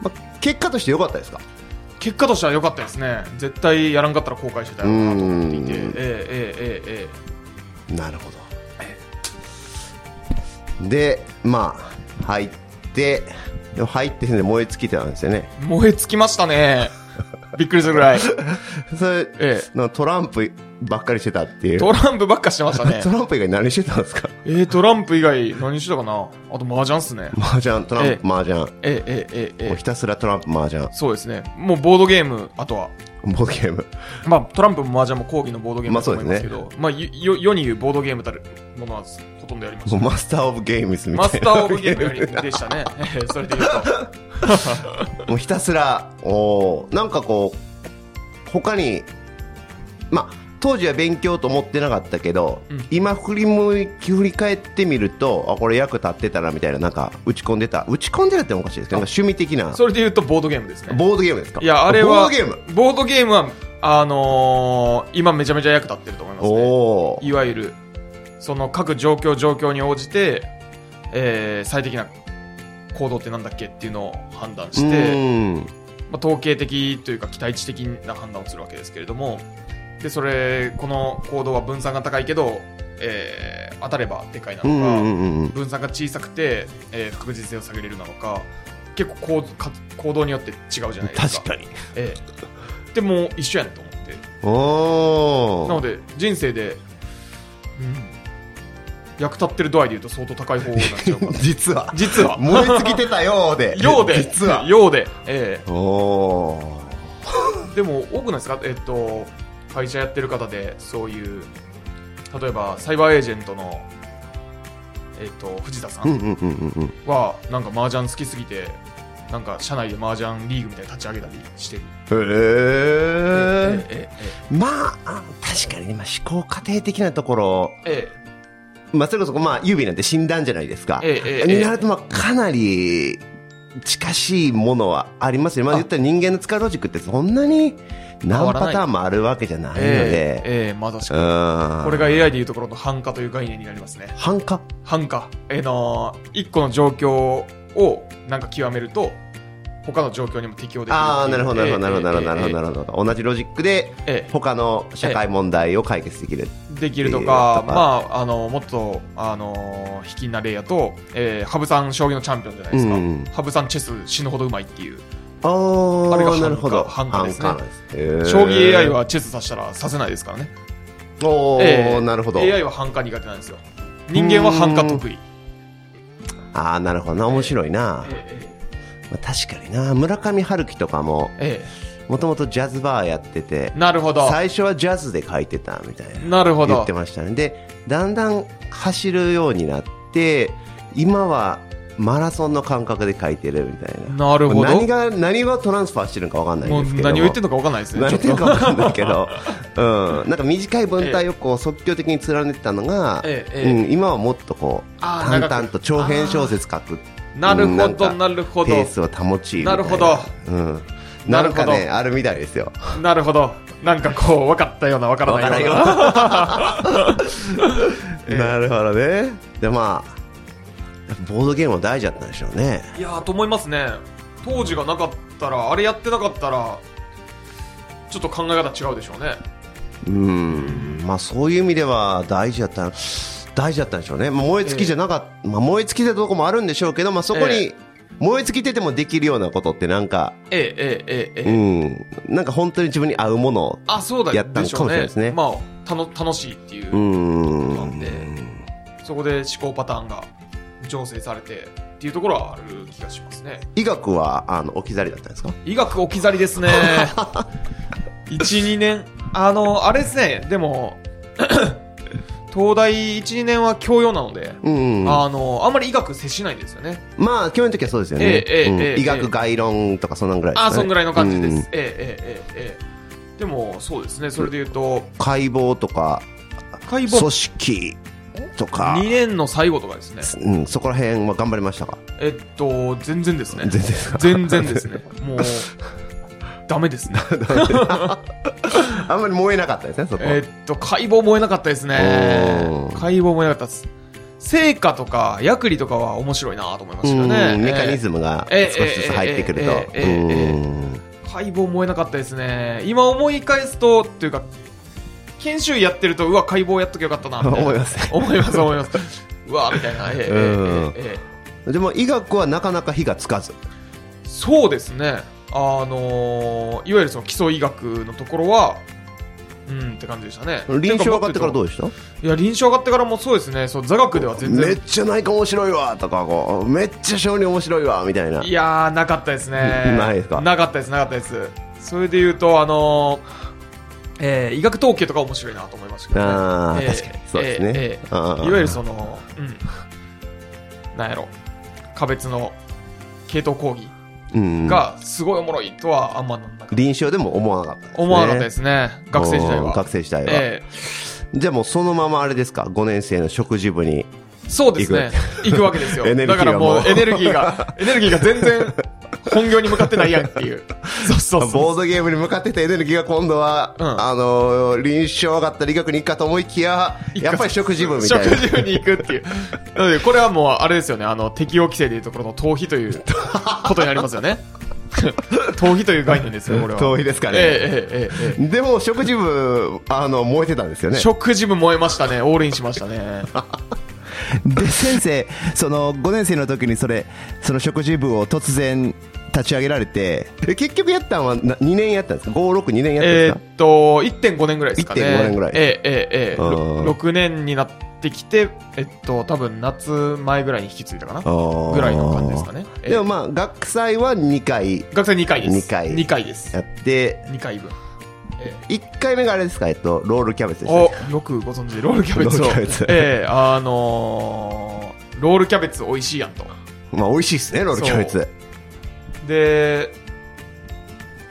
Speaker 3: まあ結果として良かったですか
Speaker 2: 結果としては良かったですね絶対やらんかったら後悔してたよなと思っていて、え
Speaker 3: う
Speaker 2: え
Speaker 3: ん
Speaker 2: えええ
Speaker 3: なるほどでまあ入ってでも入ってで燃え尽きてたんですよ
Speaker 2: (laughs)
Speaker 3: ね
Speaker 2: えええ燃え尽きました
Speaker 3: (laughs)
Speaker 2: ねびっくりするぐらい、
Speaker 3: それ
Speaker 2: え
Speaker 3: (laughs) のトランプばっかりしてたってい
Speaker 2: え、
Speaker 3: う
Speaker 2: トランプばっかしてましたね
Speaker 3: (laughs) トランプ以外何してたんですか
Speaker 2: ええトランプ以外何してたかなあと (laughs) 麻雀っすね
Speaker 3: 麻雀トラン
Speaker 2: え
Speaker 3: プ麻雀も
Speaker 2: ええええええ
Speaker 3: うひたすらトランプ麻雀
Speaker 2: そうですねもうボードゲームあとは
Speaker 3: ボードゲーム
Speaker 2: まあ、トランプも麻雀も講義のボードゲームだと思いますけど、まあよ世に言うボードゲームたるものはほとんどやりまし
Speaker 3: もう
Speaker 2: た。
Speaker 3: マスター・オブ・ゲームズみた
Speaker 2: マ
Speaker 3: いな
Speaker 2: スター・オブ・ゲームよりでしたね。 (laughs) ええそれで言うと。
Speaker 3: もうひたすらおーなんかこう他にまあ当時は勉強と思ってなかったけど、
Speaker 2: うん
Speaker 3: 今振り向き振り返ってみるとあこれ役立ってたなみたいななんか打ち込んでた打ち込んでたってのもおかしいですけどなんか趣味的 (laughs) な
Speaker 2: それで言うとボードゲームですね。
Speaker 3: (laughs) ボードゲームですか
Speaker 2: いや、あれは、
Speaker 3: ボードゲーム、
Speaker 2: ボードゲームは、あのー今めちゃめちゃ役立ってると思いますね。
Speaker 3: おー
Speaker 2: いわゆる、その各状況状況に応じて、えー最適な行動ってなんだっけっていうのを判断し
Speaker 3: う
Speaker 2: て、
Speaker 3: ーん
Speaker 2: まあ、統計的というか期待値的な判断をするわけですけれどもでそれこの行動は分散が高いけど、えー当たればでかいな
Speaker 3: う
Speaker 2: の
Speaker 3: んう
Speaker 2: か、
Speaker 3: んうんうん
Speaker 2: 分散が小さくて、えー不確実性を下げれるなのか結構こうか行動によって違うじゃないですか
Speaker 3: 確かに
Speaker 2: ええでも一緒やんと思って
Speaker 3: お
Speaker 2: なの
Speaker 3: ー
Speaker 2: で人生で、うん、役立ってる度合いでいうと相当高い方になっちゃう
Speaker 3: (laughs)
Speaker 2: から
Speaker 3: 実は
Speaker 2: 実は
Speaker 3: 燃え尽きてたようで
Speaker 2: (laughs) ようで
Speaker 3: 実は
Speaker 2: ようでええ
Speaker 3: おー
Speaker 2: でも多くないですか、えっと、会社やってる方でそういう例えばサイバーエージェントの、えっと、藤田さ
Speaker 3: うん
Speaker 2: ん
Speaker 3: うんうんうんうん
Speaker 2: は、なんか麻雀好きすぎてなんか社内で麻雀リーグみたいなの立ち上げたりしてる、
Speaker 3: へー
Speaker 2: え
Speaker 3: まああ、確かにね、まあ、思考過程的なところ、
Speaker 2: ええ
Speaker 3: まあ、それこそ、まあ、指なんて診断じゃないですか。
Speaker 2: ええええ
Speaker 3: になると、まあ、かなり近しいものはありますよ。まあ、
Speaker 2: あ
Speaker 3: 言ったら人間の使うロジックってそんなに何パターンもあるわけじゃないの
Speaker 2: えええ
Speaker 3: で。
Speaker 2: ええまさし
Speaker 3: う
Speaker 2: く
Speaker 3: ん。
Speaker 2: これが、AI でいうところの繁華という概念になりますね
Speaker 3: 繁華
Speaker 2: 繁華えーのー一個の状況をなんか極めると他の状況にも適応できるっていう
Speaker 3: ああ、なるほど、なるほど、なるほど、なるほど、
Speaker 2: え
Speaker 3: なるほど。同じロジックで、
Speaker 2: ええええええ
Speaker 3: 他の社会問題を解決できる。
Speaker 2: できると
Speaker 3: っ
Speaker 2: か、
Speaker 3: ていう
Speaker 2: まあ、あのもっと、あの卑近な例やと、えー、羽生さん将棋のチャンピオンじゃないですか、
Speaker 3: うん
Speaker 2: 羽生さんチェス死ぬほどうまいっていう、
Speaker 3: あ
Speaker 2: あれが
Speaker 3: あ、
Speaker 2: 繁華
Speaker 3: なるほど。
Speaker 2: 繁華ですね
Speaker 3: 繁華ですへー
Speaker 2: 将棋 AI。はチェス指したら指せないですからね、
Speaker 3: お
Speaker 2: え
Speaker 3: ー、
Speaker 2: ー
Speaker 3: なるほど。
Speaker 2: AI は繁華苦手なんですよ、人間は繁華得意、
Speaker 3: ああ、なるほどな。面白いな。
Speaker 2: え
Speaker 3: まあ、確かにな村上春樹とかも
Speaker 2: ーえ
Speaker 3: もともとジャズバーやってて
Speaker 2: ーなるほど、
Speaker 3: 最初はジャズで書いてたみたいな
Speaker 2: なるほ
Speaker 3: 言
Speaker 2: ど
Speaker 3: って、ましたねでだんだん走るようになって今はマラソンの感覚で書いてるみたいな
Speaker 2: なるほど
Speaker 3: 何が何がトランスファーしてるのか分かんない
Speaker 2: も
Speaker 3: ん
Speaker 2: う
Speaker 3: ですけど
Speaker 2: 何を言ってんのか分かんないですね
Speaker 3: 何
Speaker 2: ちょ
Speaker 3: 言
Speaker 2: っ
Speaker 3: ってる
Speaker 2: と
Speaker 3: か分かんない
Speaker 2: (laughs)
Speaker 3: けど、うん、なんか短い文体をこう即興的に貫いてたのが、
Speaker 2: ええええ
Speaker 3: うん、今はもっとこう
Speaker 2: あー
Speaker 3: 淡
Speaker 2: 長
Speaker 3: 々と長編小説書く
Speaker 2: なる
Speaker 3: な
Speaker 2: ほ
Speaker 3: んか
Speaker 2: どなるほど
Speaker 3: ペースを保ちみたい
Speaker 2: なるほど
Speaker 3: うん、
Speaker 2: な
Speaker 3: な
Speaker 2: る
Speaker 3: ん
Speaker 2: ほど
Speaker 3: かねあるみたいですよ
Speaker 2: なるほどなんかこう分かったような分からないようなええ
Speaker 3: なるほどねでまあボードゲームも大事だったんでしょうね
Speaker 2: (laughs) いやーと思いますね当時がなかったらあれやってなかったらちょっと考え方違うでしょうね
Speaker 3: うんまあそういう意味では大事だった大事だったんでしょうね、まあ、燃え尽きじゃなかった、まあ、燃え尽きたとこもあるんでしょうけど、まあ、そこ
Speaker 2: え
Speaker 3: に燃え尽きててもできるようなことってなんか、
Speaker 2: ええええええええ
Speaker 3: うんなんか本当に自分に合うもの
Speaker 2: あそうだ
Speaker 3: やったのかもしれないですね
Speaker 2: まあたの楽しいっていうう、
Speaker 3: ん
Speaker 2: でそこで思考パターンが醸成されてっていうところはある気がしますね
Speaker 3: 医学はあの置き去りだったんですか
Speaker 2: 医学置き去り
Speaker 3: (laughs)
Speaker 2: ですね12年あのあれですねでも (coughs) 東大12年は教養なので、
Speaker 3: うん
Speaker 2: あのあんまり医学接しないんですよね
Speaker 3: まあ、去年の時はそうですよね。
Speaker 2: ええええ
Speaker 3: うん
Speaker 2: ええ
Speaker 3: 医学概論とかそんなんぐらいですか
Speaker 2: あ
Speaker 3: ね。
Speaker 2: そんぐらいの感じです、え
Speaker 3: う
Speaker 2: え
Speaker 3: ん
Speaker 2: ええええでもそうですねそれで言うと
Speaker 3: 解剖とか、
Speaker 2: 解剖
Speaker 3: 組織とか
Speaker 2: 2、年の最後とかですね
Speaker 3: うん、そこら辺は頑張りましたか
Speaker 2: えっと全然ですね
Speaker 3: 全然ですか
Speaker 2: 全然ですねもうダメですね
Speaker 3: あんまり燃えなかったですね、そこは。
Speaker 2: えっと解剖燃えなかったですね
Speaker 3: おー
Speaker 2: 解剖燃えなかったです成果とか薬理とかは面白いなと思いましたよね、
Speaker 3: うんメカニズ
Speaker 2: ム
Speaker 3: ムが
Speaker 2: ええ
Speaker 3: 少しずつ入ってくると。
Speaker 2: ええええええええ
Speaker 3: うん
Speaker 2: 解剖燃えなかったですね今思い返すとというか研修医やってるとうわ解剖やっときゃよかったなみたいな
Speaker 3: (laughs) 思いますね
Speaker 2: 思います思いますうわみたいな、ええええ
Speaker 3: うん
Speaker 2: えええ
Speaker 3: でも医学はなかなか火がつかず。
Speaker 2: えそうですねあのーいわゆるその基礎医学のところはうんって感じでしたね
Speaker 3: 臨床上がってからど
Speaker 2: う
Speaker 3: うでした
Speaker 2: いや臨床上がってからもそうですねそう座学では全
Speaker 3: めっ
Speaker 2: 然
Speaker 3: ちゃ内科面白いわとかこう、めっちゃ小児面白いわみたいな。
Speaker 2: いやーなかったですね
Speaker 3: ないですか
Speaker 2: なかったですなかったですそれで言うとあのーえー医学統計とか面白いなと思いましたけど、ね、
Speaker 3: ああ、
Speaker 2: ええ
Speaker 3: 確かに。そうですね。
Speaker 2: ええええ
Speaker 3: ああ
Speaker 2: いわゆるその、うん、なんやろ、個別の系統講義
Speaker 3: うん
Speaker 2: がすごいおもろいとはあんまなんなかった
Speaker 3: 臨床でも思わなかったですね
Speaker 2: 思わなかったですね、学生時代
Speaker 3: うん
Speaker 2: は。
Speaker 3: 学生時代は、
Speaker 2: え
Speaker 3: じゃあもうそのままあれですか5年生の食事部に
Speaker 2: えそうですね、行くわけですよ
Speaker 3: エネルギ
Speaker 2: だ
Speaker 3: ーが
Speaker 2: からも
Speaker 3: も
Speaker 2: う
Speaker 3: う
Speaker 2: エネルギーが、エネルギーが全然本業に向かってないやんって
Speaker 3: (laughs)
Speaker 2: いう。そうそう
Speaker 3: ボ
Speaker 2: そ
Speaker 3: ー
Speaker 2: う。
Speaker 3: ドゲームに向かってたエネルギーが今度は、
Speaker 2: うん
Speaker 3: あのー臨床上がったり医学に行くかと思いきややっぱり食事部みたいな
Speaker 2: 食事部に行くっていう。なので、これはもう、あれですよね。あの、適用規制でいうところの逃避という
Speaker 3: (laughs)
Speaker 2: ことになりますよね。 (laughs) 逃避という概念ですよ、これは。
Speaker 3: (laughs) 逃避ですかね
Speaker 2: ええええええええ
Speaker 3: でも食事部あの燃えてたんですよね
Speaker 2: 食事部燃えましたね。オールインしま
Speaker 3: (laughs)
Speaker 2: したね。
Speaker 1: で先生その5年生の時にそれその食事部を突然立ち上げられて
Speaker 3: え結局やったんはな2年やったんですか562年やったんで
Speaker 2: え
Speaker 3: すか、
Speaker 2: ーっと、1.5年ぐらいですかね。
Speaker 3: 1.5年ぐらい
Speaker 2: ええええええ
Speaker 3: うん
Speaker 2: ろ6年になってきて、えっと、多分夏前ぐらいに引き継いだかな。
Speaker 3: ー
Speaker 2: ぐらいの感じですかね。ええ
Speaker 3: でもまあ学祭は2回
Speaker 2: 学生2回です。
Speaker 3: 二回
Speaker 2: 二回です
Speaker 3: や。って
Speaker 2: 2回分。ええ
Speaker 3: 1回目があれですかえっとロールキャベツでしたっ
Speaker 2: お
Speaker 3: け、
Speaker 2: よくご存知で、ロールキャベツを。
Speaker 3: ロールキャベツ
Speaker 2: ええあのーロールキャベツ美味しいやんと。
Speaker 3: まあ美味しいですねロールキャベ
Speaker 2: そ
Speaker 3: ツ
Speaker 2: うで、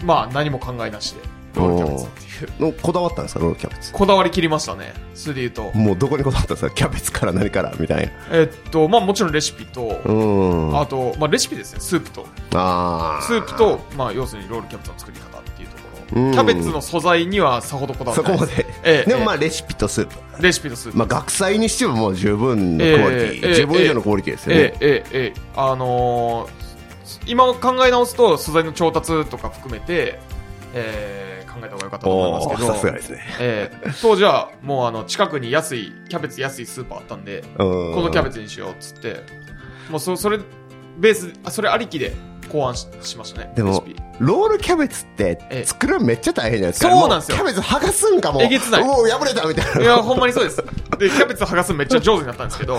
Speaker 2: まあ、何も考えなしで、ロールキャベツっていう。
Speaker 3: のこだわったんですかロールキャベツ
Speaker 2: こだわり切りましたね。それで言うと。
Speaker 3: もうどこにこだわったんですかキャベツから何からみたいな
Speaker 2: えっと、まあもちろんレシピと、
Speaker 3: うん
Speaker 2: あと、まあレシピですね、スープと。
Speaker 3: あー
Speaker 2: スープと、まあ要するにロールキャベツの作り方っていうところ。
Speaker 3: うん
Speaker 2: キャベツの素材にはさほどこだわっ
Speaker 3: そ
Speaker 2: てな
Speaker 3: こ
Speaker 2: い
Speaker 3: ま
Speaker 2: です。
Speaker 3: で、
Speaker 2: ええ
Speaker 3: でもまあ
Speaker 2: え
Speaker 3: レシピとスープ、
Speaker 2: えレシピとスープ。
Speaker 3: まあ、学祭にしてももう十分のクオリティ、
Speaker 2: ええええ
Speaker 3: 十分以上のクオリティですよね
Speaker 2: え、えええええあのー今考え直すと素材の調達とか含めて、えー考えた方が良かったと思い
Speaker 3: お
Speaker 2: ます
Speaker 3: ー
Speaker 2: けど
Speaker 3: さすがですね、
Speaker 2: ええ当時はもうあの近くに安いキャベツ安いスーパーあったんで
Speaker 3: こ
Speaker 2: このキャベ
Speaker 3: ツ
Speaker 2: ツにしようっつってもうそそれベースあそれありきで考案ししましたね
Speaker 3: で
Speaker 2: レシ
Speaker 3: も
Speaker 2: ピ
Speaker 3: ロールキャベツって
Speaker 2: ええ
Speaker 3: 作るのめっちゃ大変じゃないですか
Speaker 2: そうなんですよ
Speaker 3: もキャベツ剥がすんかもう
Speaker 2: えげつないう
Speaker 3: お破れたみたい
Speaker 2: い
Speaker 3: な
Speaker 2: やほんまにそうですでキャベツ剥がすのめっちゃ上手になったんですけ
Speaker 3: (laughs)
Speaker 2: ど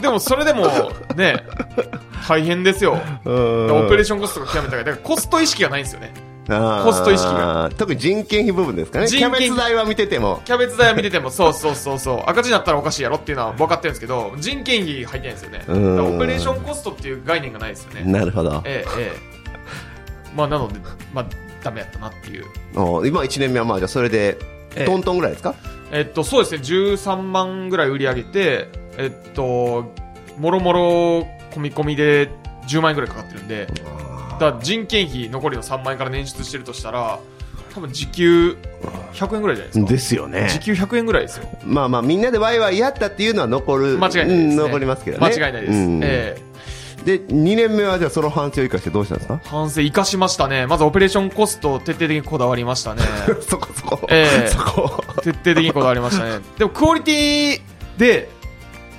Speaker 2: でもそれでもね大変ですよ
Speaker 3: うん
Speaker 2: オペレーションコストが極めたからだからコスト意識がないんですよね
Speaker 3: コ
Speaker 2: コスト意識が
Speaker 3: 特に人件費部分ですかね
Speaker 2: 人
Speaker 3: キ
Speaker 2: 件
Speaker 3: ャ
Speaker 2: 費
Speaker 3: ベツ代は見てても
Speaker 2: キャベツ代は見てても、そうそうそうそう、赤字になったらおかしいやろっていうのは分かってるんですけど、人件費入ってないんですよね。だか
Speaker 3: うん
Speaker 2: らオペレーションコストっていう概念がないですよね。
Speaker 3: なるほど
Speaker 2: ええ、ええ。まあ、なので、まあ、ダメやったなっていう。
Speaker 3: お今1年目はまあじゃあそれで
Speaker 2: ええ
Speaker 3: トントンぐらいですか、
Speaker 2: えっと、そうですね、13万ぐらい売り上げて、えっと、もろもろ込み込みで10万円ぐらいかかってるんで、だから人件費残りの3万円から捻出してるとしたら、多分時給100円ぐらいじゃないですか。
Speaker 3: すよね
Speaker 2: 時給100円ぐらいですよ。
Speaker 3: まあまあみんなでワイワイやったっていうのは残る
Speaker 2: 間違いないです、ね
Speaker 3: うん残りますけどね
Speaker 2: 間違いないです。
Speaker 3: うん
Speaker 2: ええ
Speaker 3: で2年目はじゃあその反省を生かしてどうしたんですか
Speaker 2: 反省生かしましたね。まずオペレーションコストを徹底的にこだわりま
Speaker 3: (laughs)
Speaker 2: したね。
Speaker 3: そこそこ、
Speaker 2: ええ
Speaker 3: そこ
Speaker 2: 徹底的にこだわりました
Speaker 3: (laughs)
Speaker 2: ね。でもクオリティで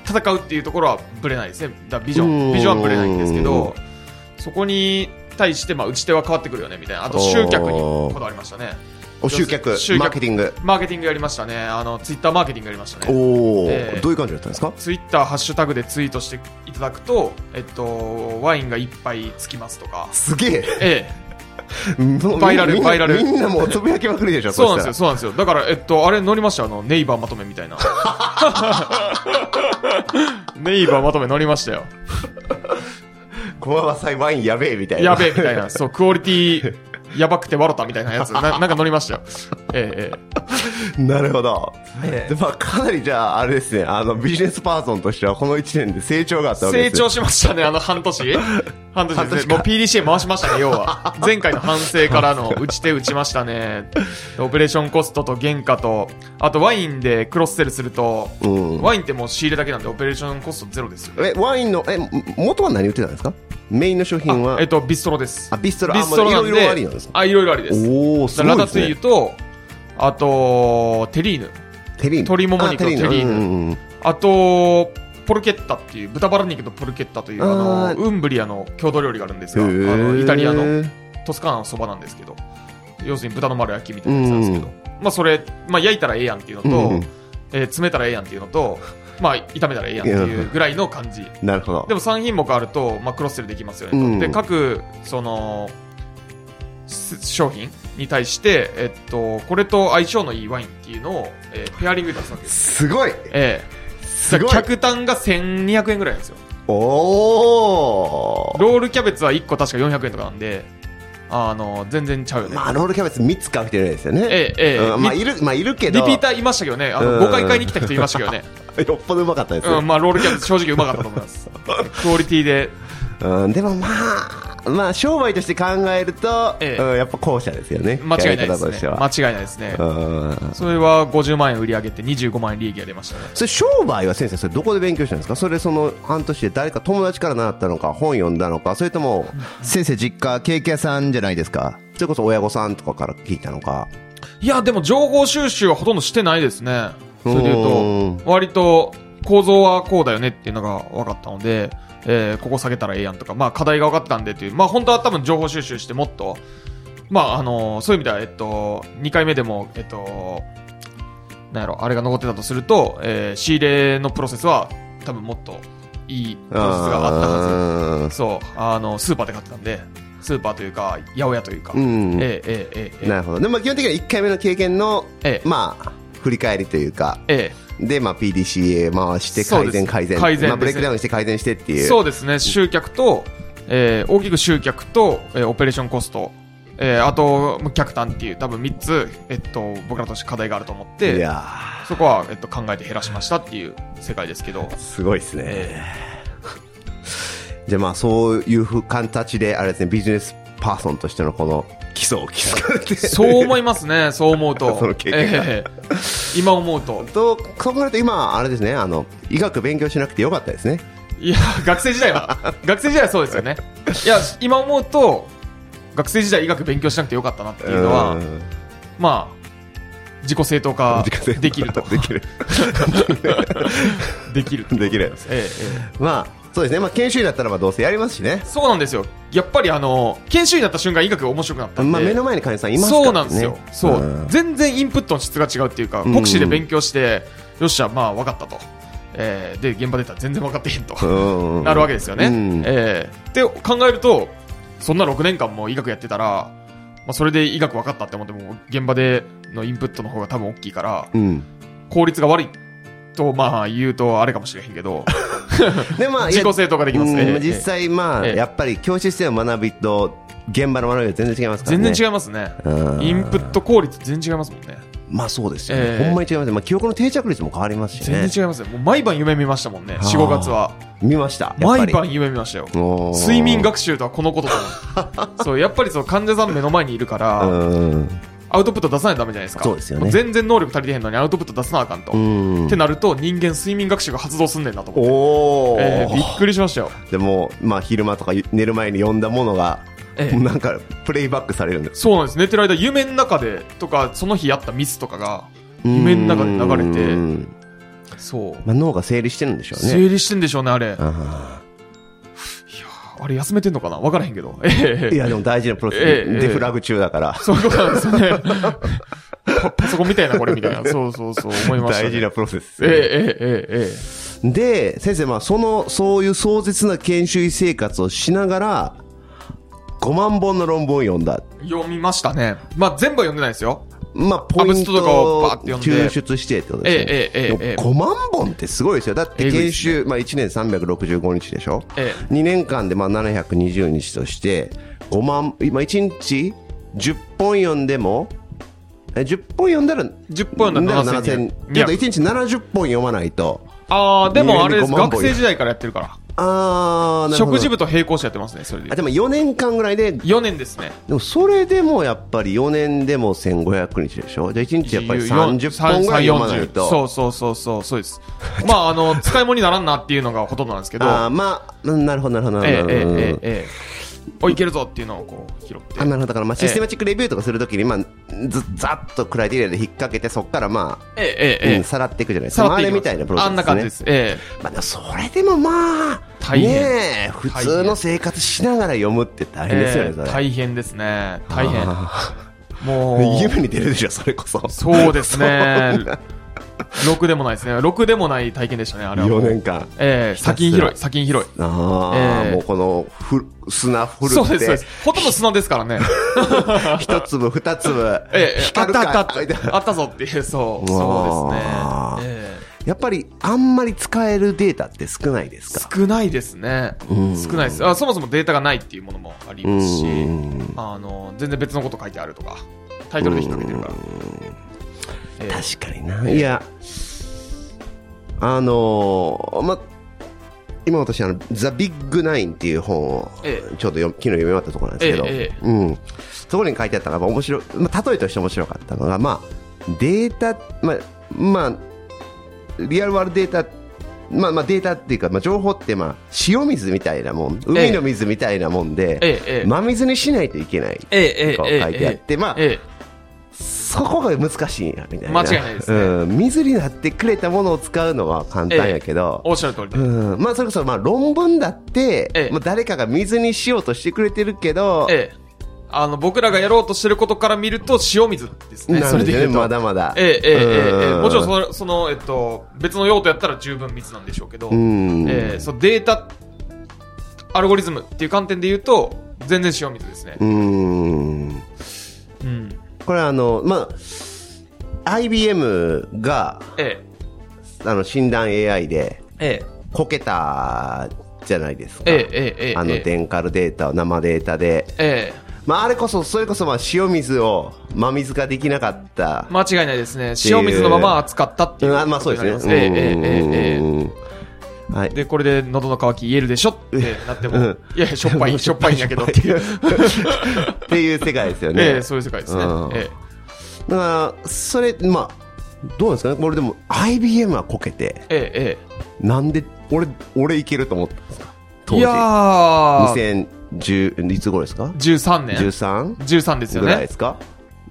Speaker 2: 戦うっていうところはブレないですね。だからビジョ
Speaker 3: うーん
Speaker 2: ン、ビジョンはブレないんですけど、そこに対して、まあ、打ち手は変わってくるよね、みたいな。あと集客にこだわりましたね。
Speaker 3: お集客
Speaker 2: 集客
Speaker 3: マーケティング
Speaker 2: マーケティングやりましたね。あの、ツイッターマーケティングやりましたね。
Speaker 3: おお、
Speaker 2: ええ
Speaker 3: どういう感じだったんですか。
Speaker 2: ツイッターハッシュタグでツイートしていただくと、えっと、ワインが一杯つきますとか
Speaker 3: (laughs) すげえ
Speaker 2: ええ、
Speaker 3: バ
Speaker 2: バイラルバイラル
Speaker 3: みんなもうつぶやきまくりでしょ
Speaker 2: そうなんですよ、
Speaker 3: し
Speaker 2: そうなんですよ。だから、えっと、あれ乗りましたよ、あの、ネイバーまとめみたい
Speaker 3: (laughs)
Speaker 2: な。ネイバーまとめ乗りましたよ。
Speaker 3: たらこのままワインやべえみたいな
Speaker 2: やべえ、みたいな。そう、クオリティ、やばくて笑ったみたいなやつ。ななんか乗りましたよ。ええ、
Speaker 3: なるほど、
Speaker 2: え
Speaker 3: でまあ、かなりじゃああれですねあのビジネスパーソンとしてはこの1年で成長があっ
Speaker 2: ええ。
Speaker 3: たわけ
Speaker 2: 成
Speaker 3: です
Speaker 2: 長
Speaker 3: ね
Speaker 2: しましたね、あの半年。半年
Speaker 3: 半
Speaker 2: で
Speaker 3: 年
Speaker 2: す
Speaker 3: か
Speaker 2: ね。もう PDCA 回しましたね、要は。前回の反省から
Speaker 3: (laughs)
Speaker 2: の打ち手打ちましたね。オペレーションコストと原価と、あとワインでクロスセルすると、
Speaker 3: うん
Speaker 2: ワインってもう仕入れだけなんでオペレーションコストゼロですよ。
Speaker 3: えワインのえも元は何売ってたんですかメインの商品は
Speaker 2: あえっと、ビストロです。
Speaker 3: あビストロ
Speaker 2: ビストロなん
Speaker 3: あ
Speaker 2: で。
Speaker 3: もういろいろありなんですか
Speaker 2: あ、いろいろありです。
Speaker 3: おおすご
Speaker 2: ラ
Speaker 3: いで
Speaker 2: タ
Speaker 3: す
Speaker 2: トゥイユ
Speaker 3: ね
Speaker 2: と、あと、テリーヌ。
Speaker 3: テリーヌ
Speaker 2: 鶏もも肉
Speaker 3: あテリーヌ
Speaker 2: テリーヌ
Speaker 3: うんうんうん
Speaker 2: あと、ポルケッタっていう、豚バラ肉とポルケッタという、あ
Speaker 3: あー
Speaker 2: の、ウンブリアの郷土料理があるんですが、あ
Speaker 3: へー
Speaker 2: のイタリアのトスカーナのそばなんですけど、要するに豚の丸焼きみたいなやつなんですけど、まあそれ、まあ焼いたらええやんっていうのと、
Speaker 3: うんうん
Speaker 2: えー詰めたらええやんっていうのと、まあ炒めたらええやんっていうぐらいの感じ。
Speaker 3: なるほど
Speaker 2: でも3品目あると、まあ、クロスセルできますよねと、
Speaker 3: うん
Speaker 2: で各そのす商品に対して、えっと、これと相性のいいワインっていうのを、えーペアリングで出すわけです、
Speaker 3: すごい
Speaker 2: ええ
Speaker 3: すごい
Speaker 2: だから客単が1200円ぐらいなんですよ
Speaker 3: おお
Speaker 2: ロールキャベツは1個確か400円とかなんであの全然ちゃうよね、
Speaker 3: まあロールキャベツ3つ買う人いないですよね
Speaker 2: ええええ
Speaker 3: うんまあいるまあいるけ
Speaker 2: リ
Speaker 3: ど
Speaker 2: ピーターいましたけどねあの
Speaker 3: うん
Speaker 2: 5回買いに来た人いましたけどね、
Speaker 3: よっぽどうまかったですね
Speaker 2: うんまあ、ロールキャベツ正直うまかったと思いますクオリティで
Speaker 3: うんでもまあまあ商売として考えると
Speaker 2: ええ
Speaker 3: うんやっぱ後者ですよね
Speaker 2: 間違いないで
Speaker 3: やり方
Speaker 2: す
Speaker 3: として
Speaker 2: ね
Speaker 3: は
Speaker 2: 間違いないですね
Speaker 3: うん
Speaker 2: それは50万円売り上げて25万円利益が出ましたね
Speaker 3: それ商売は先生それどこで勉強したんですかそれその半年で誰か友達から習ったのか本読んだのかそれとも
Speaker 1: 先生実家ケーキ屋さんじゃないですか
Speaker 3: それこそ親御さんとかから聞いたのか
Speaker 2: いや、でも情報収集はほとんどしてないですね。それで言うと、割と構造はこうだよねっていうのが分かったので、えーここ下げたらええやんとか、まあ課題が分かったんでっていう、まあ本当は多分情報収集してもっと、まああのそういう意味では、えっと、2回目でも、えっと、なんやろ、あれが残ってたとすると、えー仕入れのプロセスは多分もっといいプロセスがあったはず。
Speaker 3: は
Speaker 2: そう、あの、スーパーで買ってたんで、スーパーというか、八百屋というか、
Speaker 3: うん
Speaker 2: ええええええ
Speaker 3: なるほどでも基本的には1回目の経験の
Speaker 2: ええ
Speaker 3: まあ振り返りというか
Speaker 2: え
Speaker 3: で、まあ、PDCA 回して
Speaker 2: そう
Speaker 3: 改
Speaker 2: です
Speaker 3: 善改善
Speaker 2: 改善
Speaker 3: まあ、ブレイ
Speaker 2: です
Speaker 3: ク
Speaker 2: ね
Speaker 3: ダウンして改善してって
Speaker 2: え
Speaker 3: いう
Speaker 2: そうですね、集客と、えー大きく集客と、えーオペレーションコスト、えーあと、客単っていう、多分3つ、えっと、僕らとして課題があると思っ
Speaker 3: い
Speaker 2: て、
Speaker 3: や
Speaker 2: そこは、えっと、考えて減らしましたっていう世界ですけど
Speaker 3: ー、すごいですね、
Speaker 2: え
Speaker 3: じゃあまあそういうふう形であれですねビジネスパーソンとしてのこの基礎を築かれて
Speaker 2: えそう思いますね、そう思うと。
Speaker 3: (laughs) その経験が
Speaker 2: ええ今思うと。
Speaker 3: とそう考えると今あれですねあの医学勉強しなくてよかったですね
Speaker 2: いや、学生時代は、学生時代はそうですよね。いや、今思うと、学生時代医学勉強しなくてよかったなっていうのは、
Speaker 3: ん
Speaker 2: まあ、自己正当化できると。
Speaker 3: できる
Speaker 2: できると。
Speaker 3: できる
Speaker 2: えええ
Speaker 3: まあそうですねまあ研修医だったらまあどうせやりますしね
Speaker 2: え、そうなんですよ。やっぱりあの、研修医になった瞬間医学が面白くなったんで。
Speaker 3: まあ目の前に患者さんいますからね
Speaker 2: そうなんですよ。そう、
Speaker 3: ん
Speaker 2: 全然インプットの質が違うっていうか、国試で勉強して、よっしゃ、まあ分かったと。ええで、現場出たら全然分かってへんと。
Speaker 3: うん
Speaker 2: なるわけですよね。
Speaker 3: うん
Speaker 2: ええって考えると、そんな6年間も医学やってたら、まあ、それで医学分かったって思っても現場でのインプットの方が多分大きいから
Speaker 3: うん。
Speaker 2: 効率が悪いとまあ言うとあれかもしれへんけど
Speaker 3: で、 (laughs) まあ、いや
Speaker 2: 自己正当化できますね、
Speaker 3: うん
Speaker 2: ええ
Speaker 3: 実際、まあ、
Speaker 2: ええ
Speaker 3: やっぱり教師生の学びと現場の学びは全然違いますから
Speaker 2: 全
Speaker 3: ね。
Speaker 2: 然違いますね
Speaker 3: うん
Speaker 2: インプット効率全然違いますもんね
Speaker 3: まあそうですよね、
Speaker 2: ええ
Speaker 3: ほんまに違いますね、まあ、記憶の定着率も変わりますしね
Speaker 2: 全、然違いますねもう毎晩夢見ましたもんね
Speaker 3: あー
Speaker 2: 45月は
Speaker 3: 見ました、やっぱ
Speaker 2: 毎
Speaker 3: り
Speaker 2: 晩夢見ましたよ
Speaker 3: おー
Speaker 2: 睡眠学習とはこのことだなそうやっぱりそう患者さん目の前にいるから、
Speaker 3: うん
Speaker 2: アウトプット出さないとダメじゃないですか
Speaker 3: そうですよね
Speaker 2: も全然能力足りてへんのにアウトプット出さなあかんと、
Speaker 3: うん
Speaker 2: ってなると人間睡眠学習が発動すんねんなと思って、
Speaker 3: おお、
Speaker 2: えーびっくりしましたよ、
Speaker 3: でも、まあ、昼間とか寝る前に読んだものが、
Speaker 2: ええ
Speaker 3: なんかプレイバックされるんです
Speaker 2: そうなんです寝てる間夢の中でとかその日やったミスとかが夢の中で流れて
Speaker 3: うん
Speaker 2: そう、
Speaker 3: まあ、脳が整理してるんでしょうね
Speaker 2: 整理してんでしょうねあれ
Speaker 3: あ
Speaker 2: あれ休めてんのかな分からへんけど、え
Speaker 3: ーいやでも大事なプロセス、
Speaker 2: ええええ
Speaker 3: デフラグ中だから、
Speaker 2: そういうことなんですよねパパソコンみたいなこれみたいなそうそうそう思いました、ね、
Speaker 3: 大事なプロセス
Speaker 2: ええ
Speaker 3: です
Speaker 2: えええ
Speaker 3: ね、
Speaker 2: え
Speaker 3: で先生、まあ、そのそういう壮絶な研修医生活をしながら5万本の論文を読んだ
Speaker 2: 読みましたね。まあ、全部は読んでないですよ。
Speaker 3: まあ、
Speaker 2: ア
Speaker 3: ポイント
Speaker 2: ブストとかをバーって
Speaker 3: を
Speaker 2: 読んで
Speaker 3: 抽出してってことですね。
Speaker 2: ええええええ
Speaker 3: でも5万本ってすごいですよ。だって
Speaker 2: えぐいで
Speaker 3: 研
Speaker 2: すね
Speaker 3: 修、まあ、1年365日でしょ、
Speaker 2: ええ
Speaker 3: ?2 年間でまあ720日として、5万、今1日10本読んでも、え10本読んだら、
Speaker 2: 10本読んだら
Speaker 3: 7000
Speaker 2: 7200
Speaker 3: だから1日70本読まないと。
Speaker 2: ああ、でもあれです。
Speaker 3: 二年に五万
Speaker 2: 学
Speaker 3: 本
Speaker 2: 生時代からやってるか
Speaker 3: あー、
Speaker 2: ら。
Speaker 3: なるほど。
Speaker 2: 食事部と並行してやってますね、それ
Speaker 3: あ、
Speaker 2: で。
Speaker 3: でも4年間ぐらいで、で
Speaker 2: 4年ですね。
Speaker 3: もそれでもやっぱり4年でも1500日でしょじゃあ1日やっぱり30
Speaker 2: 30
Speaker 3: 本ぐらい読まないと。
Speaker 2: そうそうそうそう、そうです。まあ、あの、使い物にならんなっていうのがほとんどなんですけど、
Speaker 3: あーまあ、うんなるほど、なるほど、な
Speaker 2: ええ
Speaker 3: るほど
Speaker 2: ええ
Speaker 3: なるほど。
Speaker 2: ええええお、いけるぞっていうのをこう、拾って
Speaker 3: あ。なるほどだからまあ
Speaker 2: ええ
Speaker 3: システマチックレビューとかするときに、まあ、ずざっとクライテリアで引っ掛けてそこからまあ、
Speaker 2: えええええ
Speaker 3: う
Speaker 2: え
Speaker 3: んさらっていくじゃないですか、ま
Speaker 2: 触
Speaker 3: あ、
Speaker 2: っ
Speaker 3: あ
Speaker 2: てい
Speaker 3: れ
Speaker 2: きます
Speaker 3: みたいなプロセスですね
Speaker 2: あんな感じです。え
Speaker 3: まあ、でもそれでもまあ
Speaker 2: 大変
Speaker 3: ねえ普通の生活しながら読むって大
Speaker 2: え
Speaker 3: 変ですよね、
Speaker 2: ええ
Speaker 3: それ
Speaker 2: 大変ですね。大変。
Speaker 3: あ
Speaker 2: も
Speaker 3: ー
Speaker 2: う。
Speaker 3: 夢に出るでしょそれこそ
Speaker 2: そうですね。ろくでもないですね。ろくでもない体験でしたね、あれはも
Speaker 3: 4
Speaker 2: う。
Speaker 3: 年間
Speaker 2: ええ砂
Speaker 3: たすら
Speaker 2: 金拾い、砂金拾い。
Speaker 3: ああ、
Speaker 2: ええ
Speaker 3: もうこのふ砂降る
Speaker 2: そう
Speaker 3: っ
Speaker 2: です、そうで
Speaker 3: て
Speaker 2: す。ほとんど砂です
Speaker 3: (laughs)
Speaker 2: からね。
Speaker 3: 一粒二粒
Speaker 2: (laughs) ええ、あっ
Speaker 3: 光る
Speaker 2: たあった
Speaker 3: か
Speaker 2: あった。あったぞっていう、そう。そ
Speaker 3: う
Speaker 2: うですね
Speaker 3: わー。
Speaker 2: ええ
Speaker 3: (laughs) やっぱりあんまり使えるデータって少ないですか
Speaker 2: 少ないですね。
Speaker 3: うん
Speaker 2: 少ないですあ。そもそもデータがないっていうものもありますし、
Speaker 3: うん
Speaker 2: あの、全然別のこと書いてあるとか、タイトルで引っ掛けてるから。ええ
Speaker 3: 確かにな、いやあのーま今私あの「ザ・ビッグ・ナイン」っていう本をち
Speaker 2: え
Speaker 3: ょうど読昨日読み終わったところなんですけど、
Speaker 2: ええええ
Speaker 3: うん、そこに書いてあったのが面白い、まあ、例えとして面白かったのが、まあ、データ、まあまあ、リアルワールドデータまあ、まあデータっていうか、まあ、情報ってまあ塩水みたいなもん海の水みたいなもんで、
Speaker 2: ええええ
Speaker 3: 真水にしないといけない
Speaker 2: ええええ
Speaker 3: とかを
Speaker 2: ええ
Speaker 3: 書いてあって、まあ、
Speaker 2: え
Speaker 3: そこが難しいんやみたいな
Speaker 2: 間違いないですね
Speaker 3: うん、水になってくれたものを使うのは簡単やけ
Speaker 2: え
Speaker 3: ど、
Speaker 2: おっしゃる通りで。
Speaker 3: うんまあ、それこそまあ論文だって、
Speaker 2: ええ
Speaker 3: まあ、誰かが水にしようとしてくれてるけど、
Speaker 2: ええ。あの、僕らがやろうとしてることから見ると、塩水ですね。
Speaker 3: な
Speaker 2: そ
Speaker 3: ん
Speaker 2: れ
Speaker 3: で
Speaker 2: で
Speaker 3: ね
Speaker 2: 言うと。
Speaker 3: まだまだ、
Speaker 2: ええええええええ
Speaker 3: う
Speaker 2: もちろんその、その、えっと、別の用途やったら十分水なんでしょうけど、
Speaker 3: うん
Speaker 2: ええそのデータ、アルゴリズムっていう観点で言うと、全然塩水ですね。
Speaker 3: うん
Speaker 2: うん。
Speaker 3: これはあの、まあ、IBM が
Speaker 2: え
Speaker 3: あの診断 AI で
Speaker 2: ええ
Speaker 3: こけたじゃないですか、
Speaker 2: ええええええ
Speaker 3: あの電カルデータを生データで。
Speaker 2: ええ
Speaker 3: まあ、あれこそ、それこそまあ塩水を真水化できなかった
Speaker 2: え。間違いないですね。塩水のまま扱ったっていうう。
Speaker 3: んあまあそうですね。
Speaker 2: ええええええええ
Speaker 3: え。はい。
Speaker 2: で、これで喉の渇き言えるでしょってなっても、
Speaker 3: うん
Speaker 2: いやいや、しょっぱい、しょっぱいんやけどって
Speaker 3: (laughs)
Speaker 2: いう。
Speaker 3: (laughs) っていう世界ですよね。
Speaker 2: ええそういう世界ですね。
Speaker 3: うん
Speaker 2: え
Speaker 3: だから、それ、まあ、どうなんですかね。これでも、IBM はこけて、
Speaker 2: えええええ
Speaker 3: なんで、俺、俺いけると思ったんですか当
Speaker 2: い
Speaker 3: 時。
Speaker 2: やー、
Speaker 3: 2010、いつ頃ですか
Speaker 2: 13年。
Speaker 3: ?13?
Speaker 2: 13ですよ
Speaker 3: ぐらい
Speaker 2: ね
Speaker 3: で。すか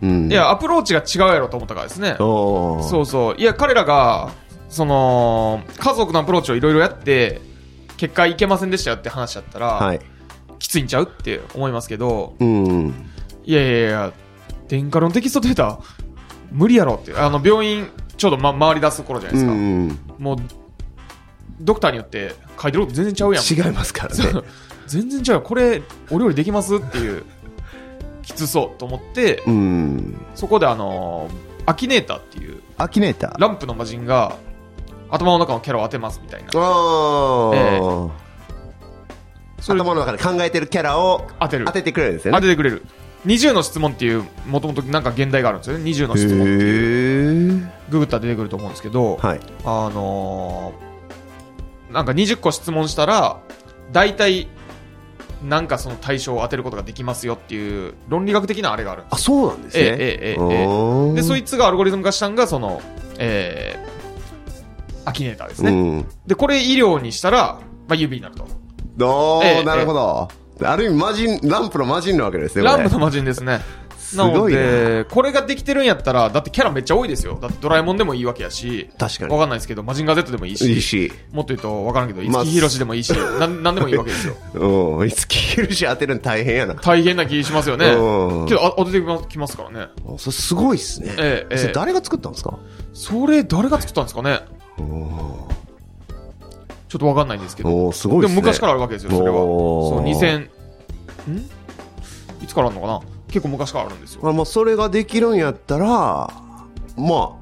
Speaker 3: うん。
Speaker 2: いや、アプローチが違うやろと思ったからですね。
Speaker 3: おー、
Speaker 2: そうそう。いや、彼らが、その、家族のアプローチをいろいろやって、結果いけませんでしたよって話だったら、
Speaker 3: はい。
Speaker 2: きついんちゃうって思いますけど、
Speaker 3: うん。
Speaker 2: いやいやいや、電カルのテキストデータ、無理やろって。あの、病院、ちょうど、ま、回り出す頃じゃないうですか。
Speaker 3: ん。
Speaker 2: もう、ドクターによって書いてること全然ちゃうやん。 (laughs)
Speaker 3: 違いますからね。
Speaker 2: 全然ちゃう。これ、お料理できますっていう。きつそうと思って、
Speaker 3: うん。
Speaker 2: そこであのーアキネーターっていう、
Speaker 1: アキネーター
Speaker 2: ランプの魔人が、頭の中のキャラを当てますみたいな。
Speaker 3: ああ、
Speaker 2: えそれ
Speaker 3: 頭の中で考えてるキャラを
Speaker 2: 当てる。
Speaker 3: 当ててくれるんですよ
Speaker 2: 当
Speaker 3: ね。
Speaker 2: ててくれる。20の質問っていう、もともとなんか現代があるんですよね。20の質問。
Speaker 3: へ
Speaker 2: ググったら出てくると思うんですけど、
Speaker 3: え。はい。
Speaker 2: あのーなんか20個質問したら、大体、なんかその対象を当てることができますよっていう論理学的なあれがあるんです
Speaker 3: あ、そうなんですね。
Speaker 2: ええええええ
Speaker 3: おー
Speaker 2: で、そいつがアルゴリズム化したんが、その、えー、アキネーターですね。
Speaker 3: うん。
Speaker 2: で、これ医療にしたら、まあ、指になると。
Speaker 3: おー
Speaker 2: ええ
Speaker 3: なるほど。ある意味、魔人、ランプの魔人なわけですね。こ
Speaker 2: ラ
Speaker 3: れ
Speaker 2: ンプの魔人ですね。
Speaker 3: す
Speaker 2: なの
Speaker 3: ごいね。
Speaker 2: で、これができてるんやったら、だってキャラめっちゃ多いですよ。だってドラえもんでもいいわけやし、
Speaker 3: 確か
Speaker 2: わかんないですけど、マジンガー Z でもいい
Speaker 3: に。い
Speaker 2: し、
Speaker 3: いし。
Speaker 2: もっと言うとわからんけど、
Speaker 3: まあ
Speaker 2: 五木ひろしで
Speaker 3: (laughs)
Speaker 2: もいいし、なんなんでもいいわけですよ。
Speaker 3: うん。いつ切るし当てるの大変やな。
Speaker 2: 大変な気しますよね。
Speaker 3: うん
Speaker 2: けど、あ当ててきますきますからね。
Speaker 3: あそれすごいっすね。
Speaker 2: ええええ
Speaker 3: それ誰が作ったんですか
Speaker 2: それ、誰が作ったんですかね
Speaker 3: おー
Speaker 2: ちょっとわかんないんですけど。
Speaker 3: おーすごい
Speaker 2: で
Speaker 3: っす
Speaker 2: も
Speaker 3: ね。
Speaker 2: 昔からあるわけですよ、それは。
Speaker 3: おー
Speaker 2: そう、2000、んいつからあるのかな結構昔からあるんですよ。
Speaker 3: あもうそれができるんやったら、まあ、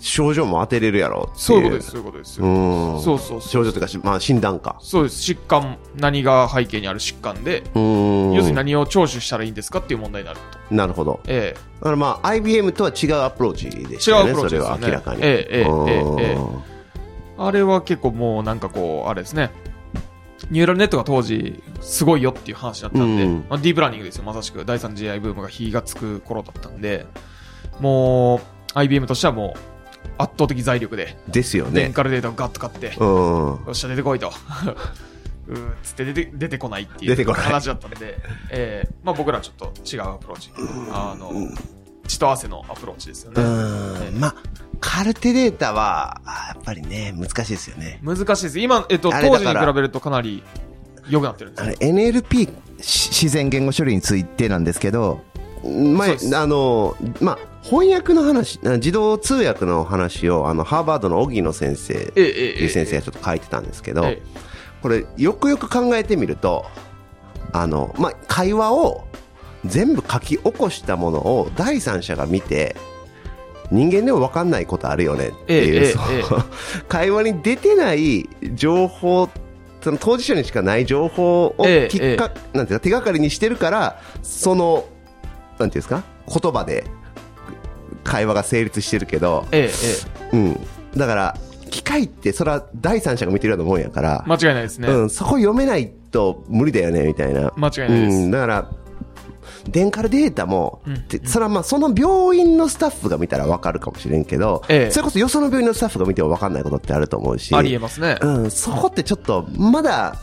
Speaker 3: 症状も当てれるやろっていう。
Speaker 2: そういうことです、そういうことです。
Speaker 3: うん。
Speaker 2: そうそうそう。
Speaker 3: 症状というかし、まあ、診断か。
Speaker 2: そうです。疾患、何が背景にある疾患で、
Speaker 3: うん。
Speaker 2: 要するに何を聴取したらいいんですかっていう問題になると。
Speaker 3: なるほど。
Speaker 2: ええ
Speaker 3: だからまあ、IBM とは違うアプローチでしたよね、
Speaker 2: 違うアプローチですよね
Speaker 3: それは明らかに。
Speaker 2: ええええ
Speaker 3: うん
Speaker 2: えええあれは結構もうなんかこう、あれですね。ニューラルネットが当時すごいよっていう話だったんで、
Speaker 3: うん
Speaker 2: まあ、ディープラーニングですよ、まさしく。第 3GI ブームが火がつく頃だったんで、もう IBM としてはもう圧倒的財力で、
Speaker 3: ですよ
Speaker 2: 電
Speaker 3: ね。
Speaker 2: カルデータをガッと買って、
Speaker 3: うん。
Speaker 2: よっしゃ出てこいと。 (laughs) うーつって出て出てこないってい
Speaker 3: 出て
Speaker 2: う
Speaker 3: こない
Speaker 2: 話だったんで、えーまあ、僕らはちょっと違うアプローチ。あの、血と汗のアプローチですよね。
Speaker 3: うん。まあ、カルテデータは、あやっぱりね、難しいですよね。
Speaker 2: 難しいです。今、えっと、
Speaker 3: あれだ
Speaker 2: 当
Speaker 3: か
Speaker 2: 時
Speaker 3: ら
Speaker 2: に比べるとかなり良くなってるんです
Speaker 3: あ
Speaker 2: よ
Speaker 3: れ、NLP、
Speaker 1: し自然言語処理についてなんですけど
Speaker 2: そう
Speaker 3: 前
Speaker 2: です、
Speaker 3: あの、まあ、翻訳の話、あ自動通訳の話を、あの、ハーバードの荻野先生って
Speaker 2: えええええ
Speaker 3: いう
Speaker 2: え
Speaker 3: 先生がちょっと書いてたんですけど、
Speaker 2: え
Speaker 3: これ、よくよく考えてみると、あの、まあ、会話を全部書き起こしたものを第三者が見て、人間でも分かんないことあるよねっていう、
Speaker 2: ええ
Speaker 3: その
Speaker 2: えええ
Speaker 3: (laughs) 会話に出てない情報、その当事者にしかない情報を
Speaker 2: ええ
Speaker 3: きっか、なんていうか手がかりにしてるから、その、なんていうんですか、言葉で会話が成立してるけど、
Speaker 2: えええ
Speaker 3: うん。だから、機械ってそれは第三者が見てるようなもんやから、
Speaker 2: 間違いないですね。
Speaker 3: うん、そこ読めないと無理だよねみたいな。
Speaker 2: 間違いないです
Speaker 3: うん、だから、電カルデータも、
Speaker 2: うん
Speaker 3: てそれはまあその病院のスタッフが見たらわかるかもしれんけど、
Speaker 2: ええ
Speaker 3: それこそよその病院のスタッフが見てもわかんないことってあると思うし、
Speaker 2: ありえますね。
Speaker 3: うん、そこってちょっとまだ、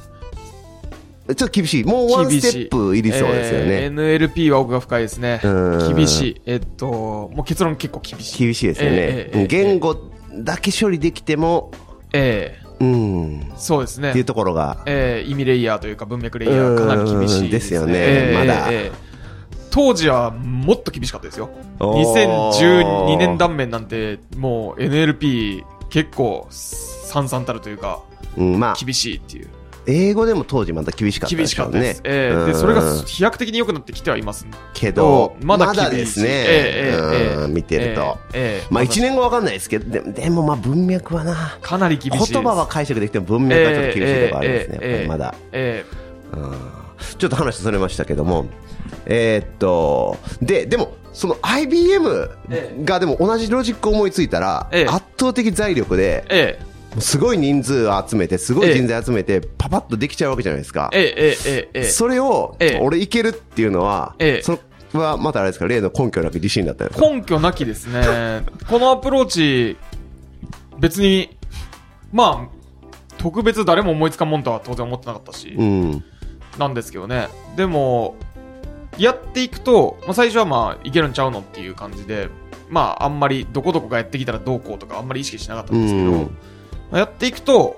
Speaker 3: ちょっと厳しい。もうワン
Speaker 2: 厳しい
Speaker 3: ステップいりそうですよね。
Speaker 2: えー NLP は奥が深いですね
Speaker 3: う。ん
Speaker 2: 厳しい。えっと、もう結論結構厳しい。
Speaker 3: 厳しいですよね。
Speaker 2: ええええ
Speaker 3: 言語だけ処理できても、
Speaker 2: ええ
Speaker 3: うん、っ
Speaker 2: そうですね
Speaker 3: ていう。ところが、
Speaker 2: ええ意味レイヤーというか文脈レイヤーかなり厳しいですね。
Speaker 3: うんですよね
Speaker 2: ええ
Speaker 3: まだ
Speaker 2: ええ当時はもっと厳しかったですよ。
Speaker 3: おー
Speaker 2: 2012年断面なんて、もう NLP 結構散々たるというか、
Speaker 3: うん、まあ、
Speaker 2: 厳しいっていう。
Speaker 3: 英語でも当時また厳しかった
Speaker 2: 厳
Speaker 3: で
Speaker 2: し
Speaker 3: しょ
Speaker 2: かっ
Speaker 3: う
Speaker 2: た
Speaker 3: ね。
Speaker 2: です。ええ
Speaker 3: う
Speaker 2: で、
Speaker 3: ん
Speaker 2: それが飛躍的に良くなってきてはいます
Speaker 3: けど、
Speaker 2: ま
Speaker 3: ま
Speaker 2: だ
Speaker 3: だ
Speaker 2: 厳しい
Speaker 3: ですね、
Speaker 2: ええええええ
Speaker 3: うん見てると。
Speaker 2: ええええ
Speaker 3: まあ1年後わかんないですけど、ででもまあ文脈はな、
Speaker 2: かなり厳しいです
Speaker 3: 言葉は解釈できても文脈はちょっと厳しいところあります
Speaker 2: えええ
Speaker 3: ね、
Speaker 2: え
Speaker 3: やっぱりまだ。
Speaker 2: え
Speaker 3: うんちょっと話それましたけども、えーっと、で、でも、その IBM
Speaker 2: え
Speaker 3: がでも同じロジックを思いついたら、
Speaker 2: ええ
Speaker 3: 圧倒的財力で、
Speaker 2: ええ
Speaker 3: すごい人数を集めて、すごい人材集めて、パパッとできちゃうわけじゃないですか。
Speaker 2: ええええええ
Speaker 3: それを、
Speaker 2: ええ
Speaker 3: 俺いけるっていうのは、
Speaker 2: ええ
Speaker 3: それはまたあれですか、例の根拠なく自信だったんですか
Speaker 2: 根拠なきですね。 (laughs) このアプローチ、別に、まあ、特別誰も思いつかんもんとは当然思ってなかったし、
Speaker 3: うん。
Speaker 2: なんですけどね。でも、やっていくと、まあ、最初はまあ、いけるんちゃうのっていう感じで、まあ、あんまり、どこどこがやってきたらどうこうとか、あんまり意識しなかったんですけど、
Speaker 3: うん
Speaker 2: まあやっていくと、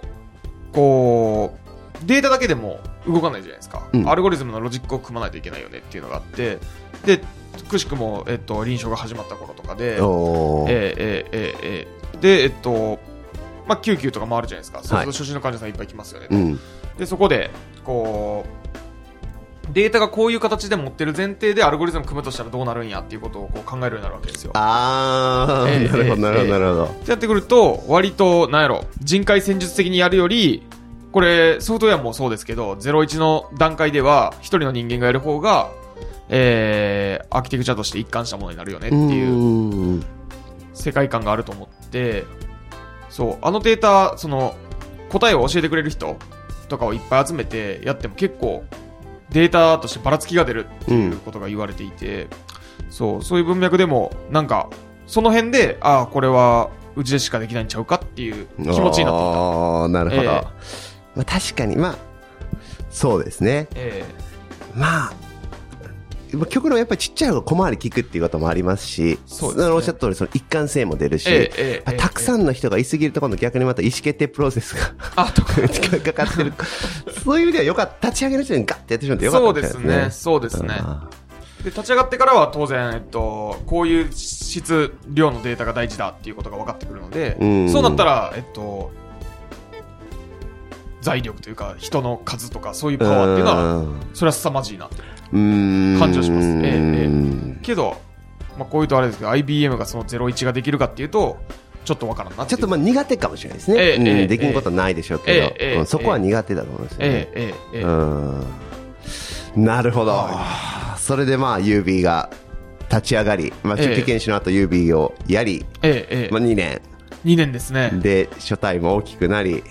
Speaker 2: こう、データだけでも動かないじゃないですか。
Speaker 3: うん
Speaker 2: アルゴリズムのロジックを組まないといけないよねっていうのがあって、で、くしくも、えっと、臨床が始まった頃とかで、
Speaker 3: おー
Speaker 2: ええええええで、えっと、まあ、救急とかもあるじゃないですか。そうすると初診の患者さんいっぱい来ますよね。
Speaker 3: うん。
Speaker 2: でそこでこうデータがこういう形で持ってる前提でアルゴリズム組むとしたらどうなるんやっていうことをこう考えるようになるわけですよ。
Speaker 3: あー、
Speaker 2: ええ
Speaker 3: なるほど、なるほど、なるほど。
Speaker 2: ってやってくると、割と、なんやろ、人海戦術的にやるより、これ、ソフトウェアもそうですけど、01の段階では、一人の人間がやる方が、えー、アーキテクチャとして一貫したものになるよねっていう
Speaker 3: うん。
Speaker 2: 世界観があると思って、そう、あのデータ、その、答えを教えてくれる人とかをいっぱい集めてやっても結構、データとしてばらつきが出るっていうことが言われていて、そう、そういう文脈でも、なんか、その辺で、ああ、これは、うちでしかできないんちゃうかっていう気持ちになってた。
Speaker 3: あーなるほど。
Speaker 2: ええ
Speaker 3: まあ、確かに、まあ、そうですね。
Speaker 2: え
Speaker 3: まあ、まあ極論やっぱりちっちゃい方が小回り聞くっていうこともありますし、
Speaker 2: そうですね
Speaker 3: あのおっしゃった通りその一貫性も出るし、
Speaker 2: ええええええ
Speaker 3: たくさんの人がいすぎると今度逆にまた意思決定プロセス
Speaker 2: (laughs)
Speaker 3: が
Speaker 2: えあ、とか。
Speaker 3: かかってる。そういう意味ではよかった。立ち上げの人にガッてやってしま (laughs) ってよか
Speaker 2: そ
Speaker 3: っ
Speaker 2: う
Speaker 3: たみ
Speaker 2: で
Speaker 3: たい
Speaker 2: すね、そうですね。で、立ち上がってからは当然、えっと、こういう質、量のデータが大事だっていうことが分かってくるので
Speaker 3: うん、
Speaker 2: そうなったら、えっと、財力というか、人の数とか、そういうパワーっていうのは、それは凄まじいなって。
Speaker 3: うん
Speaker 2: 感じはしますええ
Speaker 3: うん
Speaker 2: けど、まあ、こういうとあれですけど、IBM がその01ができるかっていうと、ちょっとわからんなって
Speaker 3: ち
Speaker 2: い
Speaker 3: ょ
Speaker 2: う
Speaker 3: っとまあ苦手かもしれないですね。
Speaker 2: ええ
Speaker 3: うん
Speaker 2: ええ
Speaker 3: できんことはないでしょうけど、
Speaker 2: ええええ
Speaker 3: うんそこは苦手だと思いますよね。
Speaker 2: ええ、ええ、ええ。
Speaker 3: うんなるほど、それでまあ UB が立ち上がり、まあ、
Speaker 2: ええ
Speaker 3: 中期研修の後 UB をやり、
Speaker 2: ええ、ええ
Speaker 3: まあ、2年
Speaker 2: 2年ですね。
Speaker 3: で初体も大きくなり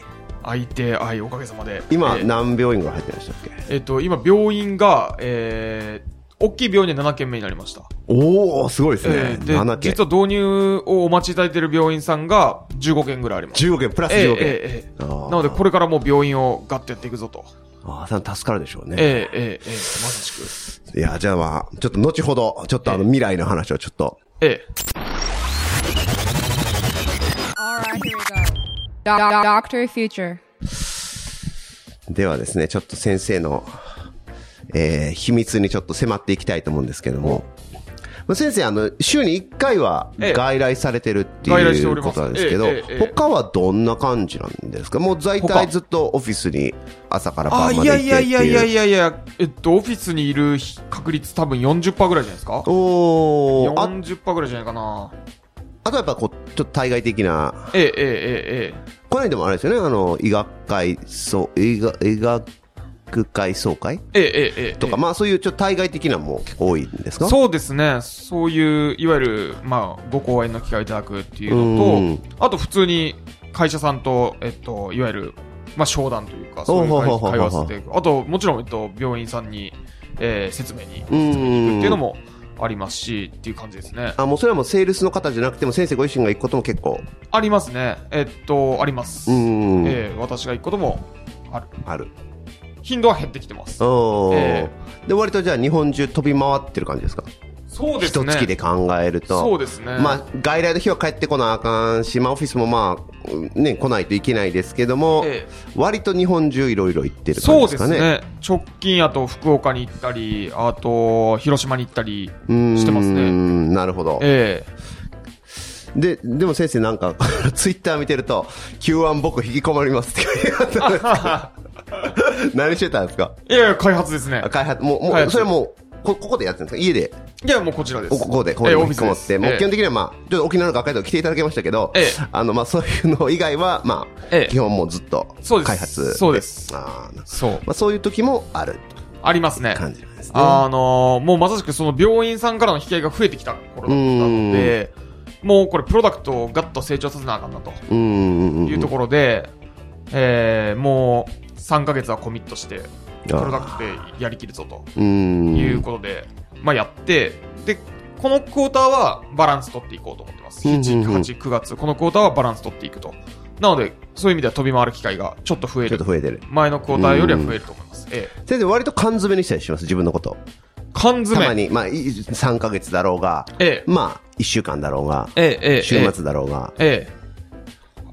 Speaker 2: 相手、愛、おかげさまで。
Speaker 3: 今
Speaker 2: ええ
Speaker 3: 何病院が入ってましたっけ
Speaker 2: えっと、今、病院が、えー、大きい病院で7件目になりました。
Speaker 3: おおすごいですね
Speaker 2: え、ーで
Speaker 3: 7件
Speaker 2: 実は導入をお待ちいただいている病院さんが15件ぐらいあります。
Speaker 3: 15件プラス
Speaker 2: ええ
Speaker 3: 15
Speaker 2: え
Speaker 3: 件、
Speaker 2: えええ
Speaker 3: あー
Speaker 2: なので、これからもう病院をガッとやっていくぞと。
Speaker 3: ああ助かるでしょうね、
Speaker 2: ええええええまさしく。
Speaker 3: いやじゃあまあちょっと後ほどちょっとあの未来の話をちょっと
Speaker 2: ええ
Speaker 4: All right, here we go. Doc- doc- Doctor Future.
Speaker 3: ではですねちょっと先生の、えー秘密にちょっと迫っていきたいと思うんですけどもまあ先生あの週に1回は
Speaker 2: ええ
Speaker 3: 外来されてるって
Speaker 2: 外来し
Speaker 3: い
Speaker 2: てお
Speaker 3: う
Speaker 2: り
Speaker 3: こ
Speaker 2: ます
Speaker 3: となんですけど、
Speaker 2: ええええええ
Speaker 3: 他はどんな感じなんですかもう在
Speaker 2: 他
Speaker 3: 体ずっとオフィスに朝から
Speaker 2: あ、
Speaker 3: 晩ま
Speaker 2: い
Speaker 3: で行
Speaker 2: や
Speaker 3: ってって
Speaker 2: い
Speaker 3: いう
Speaker 2: やいやいやいやいや、えっと、オフィスにいる確率多分40%ぐらいじゃないですか
Speaker 3: おーあ
Speaker 2: ?40% ぐらいじゃないかな。
Speaker 3: あとやっぱこうちょっと対外的な
Speaker 2: えええええ
Speaker 3: この間もあれですよねあの医学会そう医学医学会総会
Speaker 2: ええええええええ
Speaker 3: とか、まあそういうちょっと対外的なのも結構多いんですか
Speaker 2: そうですね、そういういわゆる、まあ、ご講演の機会をいただくっていうのと、あと普通に会社さんと、えっと、いわゆる、まあ、商談というか、そういう
Speaker 3: ほうほう
Speaker 2: 会
Speaker 3: ほうほう
Speaker 2: 会話をしていく、あともちろん、えっと、病院さんに、えー説明に行く
Speaker 3: うん
Speaker 2: っていうのもありますし、っていう感じですね。
Speaker 3: あ、もうそれはもうセールスの方じゃなくても先生ご自身が行くことも結構
Speaker 2: ありますね、えっと、あります、
Speaker 3: うん
Speaker 2: えー私が行くこともある、
Speaker 3: ある。
Speaker 2: 頻度は減ってきてます。
Speaker 3: おー
Speaker 2: え
Speaker 3: で、割とじゃあ日本中飛び回ってる感じですか
Speaker 2: そうです
Speaker 3: 一、
Speaker 2: ね
Speaker 3: 月で考えると。
Speaker 2: そうですね
Speaker 3: まあ、外来の日は帰ってこなあかんし、まあ、オフィスもまあ、うんね、来ないといけないですけども、
Speaker 2: え
Speaker 3: 割と日本中いろいろ行ってる感じ
Speaker 2: そう
Speaker 3: です
Speaker 2: で
Speaker 3: か
Speaker 2: す
Speaker 3: ね。
Speaker 2: ね。直近やと福岡に行ったり、あと広島に行ったり
Speaker 3: うん
Speaker 2: してますね。
Speaker 3: なるほど。
Speaker 2: え
Speaker 3: で、でも先生なんか、 (laughs) ツイッター見てると、Q1 僕引きこもりますって書いて
Speaker 2: (laughs)
Speaker 3: あったんですけど何してたんですか
Speaker 2: えいやいや、開発ですね
Speaker 3: あ。開発、もう、も
Speaker 2: 開
Speaker 3: う、
Speaker 2: 発
Speaker 3: それはもう、こここでやってるんですか家で
Speaker 2: いや、もうこちらです。
Speaker 3: ここで、ここで
Speaker 2: ええ
Speaker 3: 引きこもって、もう基
Speaker 2: で
Speaker 3: 本的にはまあ、ちょっと沖縄の学会とか来ていただきましたけど、
Speaker 2: ええ
Speaker 3: あの、まあそういうの以外は、まあ、
Speaker 2: ええ
Speaker 3: 基本もうずっと
Speaker 2: そうです
Speaker 3: 開発
Speaker 2: そうです
Speaker 3: あーな
Speaker 2: すそう。
Speaker 3: まあそういう時もある
Speaker 2: ありますね。
Speaker 3: 感じなんですね。
Speaker 2: あのーもうまさしくその病院さんからの引き合いが増えてきた頃だったので、もうこれプロダクトをガッと成長させなあかんなと
Speaker 3: うんうんうんうん。
Speaker 2: いうところで、えーもう3ヶ月はコミットして、プロダクトでやりきるぞと。
Speaker 3: うん。
Speaker 2: いうことで、まあやって、で、このクォーターはバランス取っていこうと思ってます。
Speaker 3: うんうん
Speaker 2: 7、
Speaker 3: うん
Speaker 2: 8、9月、このクォーターはバランス取っていくと。なので、そういう意味では飛び回る機会がちょっと増え
Speaker 3: ちょっ
Speaker 2: る
Speaker 3: と。増えてる。
Speaker 2: 前のクォーターよりは増えると思います。ええ。
Speaker 3: 先生、割と缶詰にしたりします自分のこと。
Speaker 2: 缶
Speaker 3: たま
Speaker 2: 詰。
Speaker 3: に、まあ、い3ヶ月だろうが、
Speaker 2: ええ。
Speaker 3: まあ、1週間だろうが、
Speaker 2: ええ、ええ。
Speaker 3: 週末だろうが。
Speaker 2: ええ。ええ。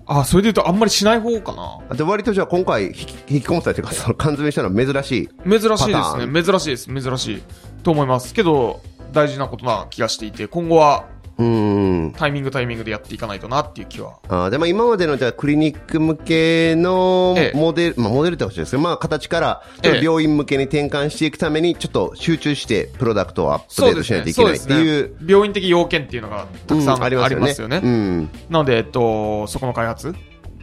Speaker 2: あ、それで言うとあんまりしない方かな。
Speaker 3: で割とじゃあ今回引き引きこもったりというか、その缶詰にしたのは珍しい。
Speaker 2: 珍しいで
Speaker 3: パタ
Speaker 2: す
Speaker 3: ー
Speaker 2: ね。珍しいです。珍しい。と思います。けど、大事なことな気がしていて、今後は
Speaker 3: うん
Speaker 2: タイミングタイミングでやっていかないとなっていう気は
Speaker 3: あーでも今までのじゃあクリニック向けの
Speaker 2: ええ
Speaker 3: モデル、まあ、モデルってほしいですけど、まあ、形からちょっと
Speaker 2: ええ
Speaker 3: 病院向けに転換していくためにちょっと集中してプロダクトをアップデートしないといけないっていう
Speaker 2: ね病院的要件っていうのがたくさ
Speaker 3: うん
Speaker 2: ありますよね
Speaker 3: うん
Speaker 2: なので、えっと、そこの開発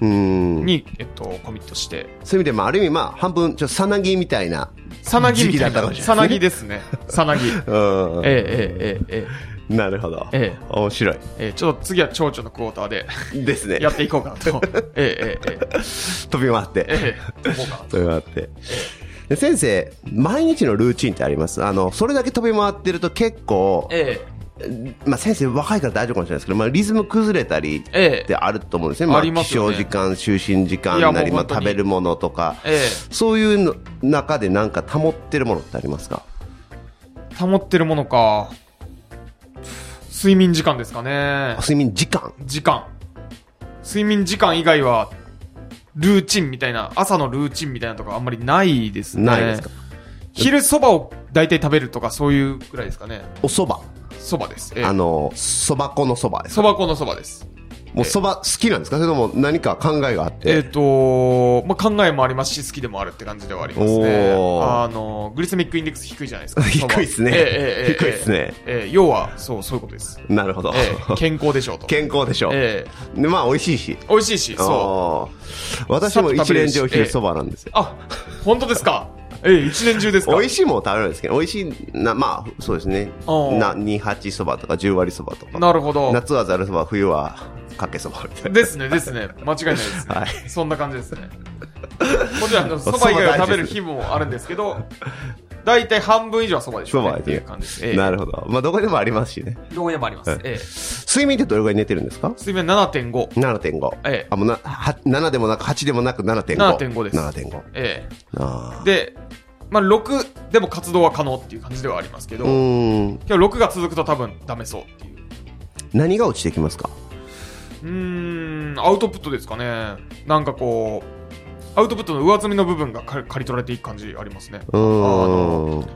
Speaker 3: うん
Speaker 2: に、えっと、コミットして
Speaker 3: そういう意味で、まあ、ある意味、まあ、半分、ちょっとさなぎみたいな。
Speaker 2: さなぎみたい
Speaker 3: 時期だったか
Speaker 2: な
Speaker 3: もしれない
Speaker 2: さなぎですねさなぎ
Speaker 3: (laughs) うん
Speaker 2: えええええ
Speaker 3: なるほど。
Speaker 2: ええ
Speaker 3: 面白い。
Speaker 2: えええちょっと次は蝶々のクォーターで (laughs)
Speaker 3: ですね。
Speaker 2: やっていこうかなとええええ
Speaker 3: 飛び回って。
Speaker 2: ええええ思うかなと
Speaker 3: 飛び回って。で先生、毎日のルーチンってありますあの、それだけ飛び回ってると結構、
Speaker 2: え
Speaker 3: まあ先生若いから大丈夫かもしれないですけど、まあリズム崩れたり
Speaker 2: ええ
Speaker 3: っ
Speaker 2: え
Speaker 3: てあると思うんですね。ま
Speaker 2: あります
Speaker 3: 起
Speaker 2: よ
Speaker 3: 床
Speaker 2: ね
Speaker 3: 時間、就寝時間
Speaker 2: いや
Speaker 3: なり、
Speaker 2: もう
Speaker 3: まあ
Speaker 2: 本当に
Speaker 3: 食べるものとか、
Speaker 2: え
Speaker 3: そういうの中でなんか保ってるものってありますか
Speaker 2: え保ってるものか睡眠時間ですかね
Speaker 3: 睡眠時間
Speaker 2: 時間睡眠時間以外はルーチンみたいな朝のルーチンみたいなのとかあんまりないですね
Speaker 3: ないですか、
Speaker 2: 昼そばを大体食べるとかそういうぐらいですかね
Speaker 3: お蕎麦
Speaker 2: そばです
Speaker 3: あの、蕎麦粉の蕎麦です
Speaker 2: そば粉のそばです
Speaker 3: もうそば好きなんですかそれとも何か考えがあっ、、
Speaker 2: えってとーまあ、考えもありますし好きでもあるって感じではありますね
Speaker 3: おー
Speaker 2: あのーグリセミックインデックス低いじゃないですか
Speaker 3: (laughs) 低いっすね
Speaker 2: そばええええええ
Speaker 3: 低いっすね
Speaker 2: ええ要はそうそういうことです、
Speaker 3: なるほど、
Speaker 2: え
Speaker 3: (laughs)
Speaker 2: え健康でしょうと
Speaker 3: 健康でしょう、
Speaker 2: え
Speaker 3: でまあ美味しいし
Speaker 2: え美味しいしそう
Speaker 3: う私も一年中
Speaker 2: さっと食べれる
Speaker 3: 昼
Speaker 2: し
Speaker 3: そばなんですよ、
Speaker 2: あ本当ですかええ一年中ですか
Speaker 3: 美味しいもの食べるんですけど美味しいなまあそうですね
Speaker 2: おー
Speaker 3: な二八そばとか十割そばとか
Speaker 2: なるほど
Speaker 3: 夏はざるそば冬はかけそばみたいな
Speaker 2: ですね、ですね。間違いないですね。
Speaker 3: (laughs) はい
Speaker 2: そんな感じですね。もちろんあの、そば以外を食べる日もあるんですけど、大体半分以上はそばでしょ、
Speaker 3: そう
Speaker 2: ね。
Speaker 3: ば
Speaker 2: っていう感じです。ええ
Speaker 3: なるほどまあどこでもありますしね
Speaker 2: どこでもあります。
Speaker 3: はい
Speaker 2: ええ
Speaker 3: 睡眠ってどれぐらい寝てるんですか
Speaker 2: 睡眠7.5。
Speaker 3: 7.5、
Speaker 2: ええ
Speaker 3: あもうなは7でもなく8でもなく7.5
Speaker 2: 7.5です
Speaker 3: 7.5
Speaker 2: え
Speaker 3: あ
Speaker 2: えで、まあ、6でも活動は可能っていう感じではありますけど、
Speaker 3: ーうーん
Speaker 2: 今日6が続くと多分ダメそうっていう。
Speaker 3: 何が落ちてきますか
Speaker 2: うーん、アウトプットですかね。なんかこう、アウトプットの上積みの部分が刈り刈り取られていく感じありますね。
Speaker 3: うーん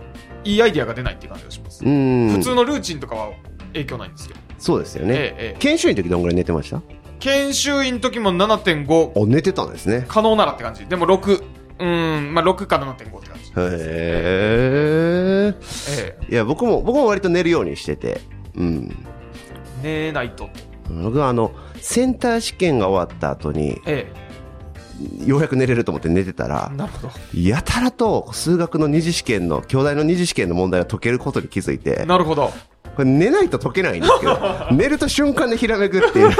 Speaker 2: いいアイデアが出ないっていう感じがします。
Speaker 3: うーん
Speaker 2: 普通のルーチンとかは影響ないんですよ。
Speaker 3: そうですよ
Speaker 2: え
Speaker 3: ね、
Speaker 2: えええ
Speaker 3: 研修医の時どんぐらい寝てました
Speaker 2: 研修員の時も7.5
Speaker 3: お寝てたんですね
Speaker 2: 可能ならって感じでも6うーんまあ6か7.5って感じ
Speaker 3: へえ
Speaker 2: ええ
Speaker 3: いや僕も僕も割と寝るようにしててうん
Speaker 2: 寝ないと
Speaker 3: 僕はあのセンター試験が終わった後に
Speaker 2: え
Speaker 3: ようやく寝れると思って寝てた
Speaker 2: え
Speaker 3: ら
Speaker 2: なるほ
Speaker 3: やたらと数学の二次試験の京大の二次試験の問題が解けることに気づいて
Speaker 2: どなるほど
Speaker 3: これ寝ないと解けないんです
Speaker 2: (laughs)
Speaker 3: けど寝ると瞬間でひらめくっていう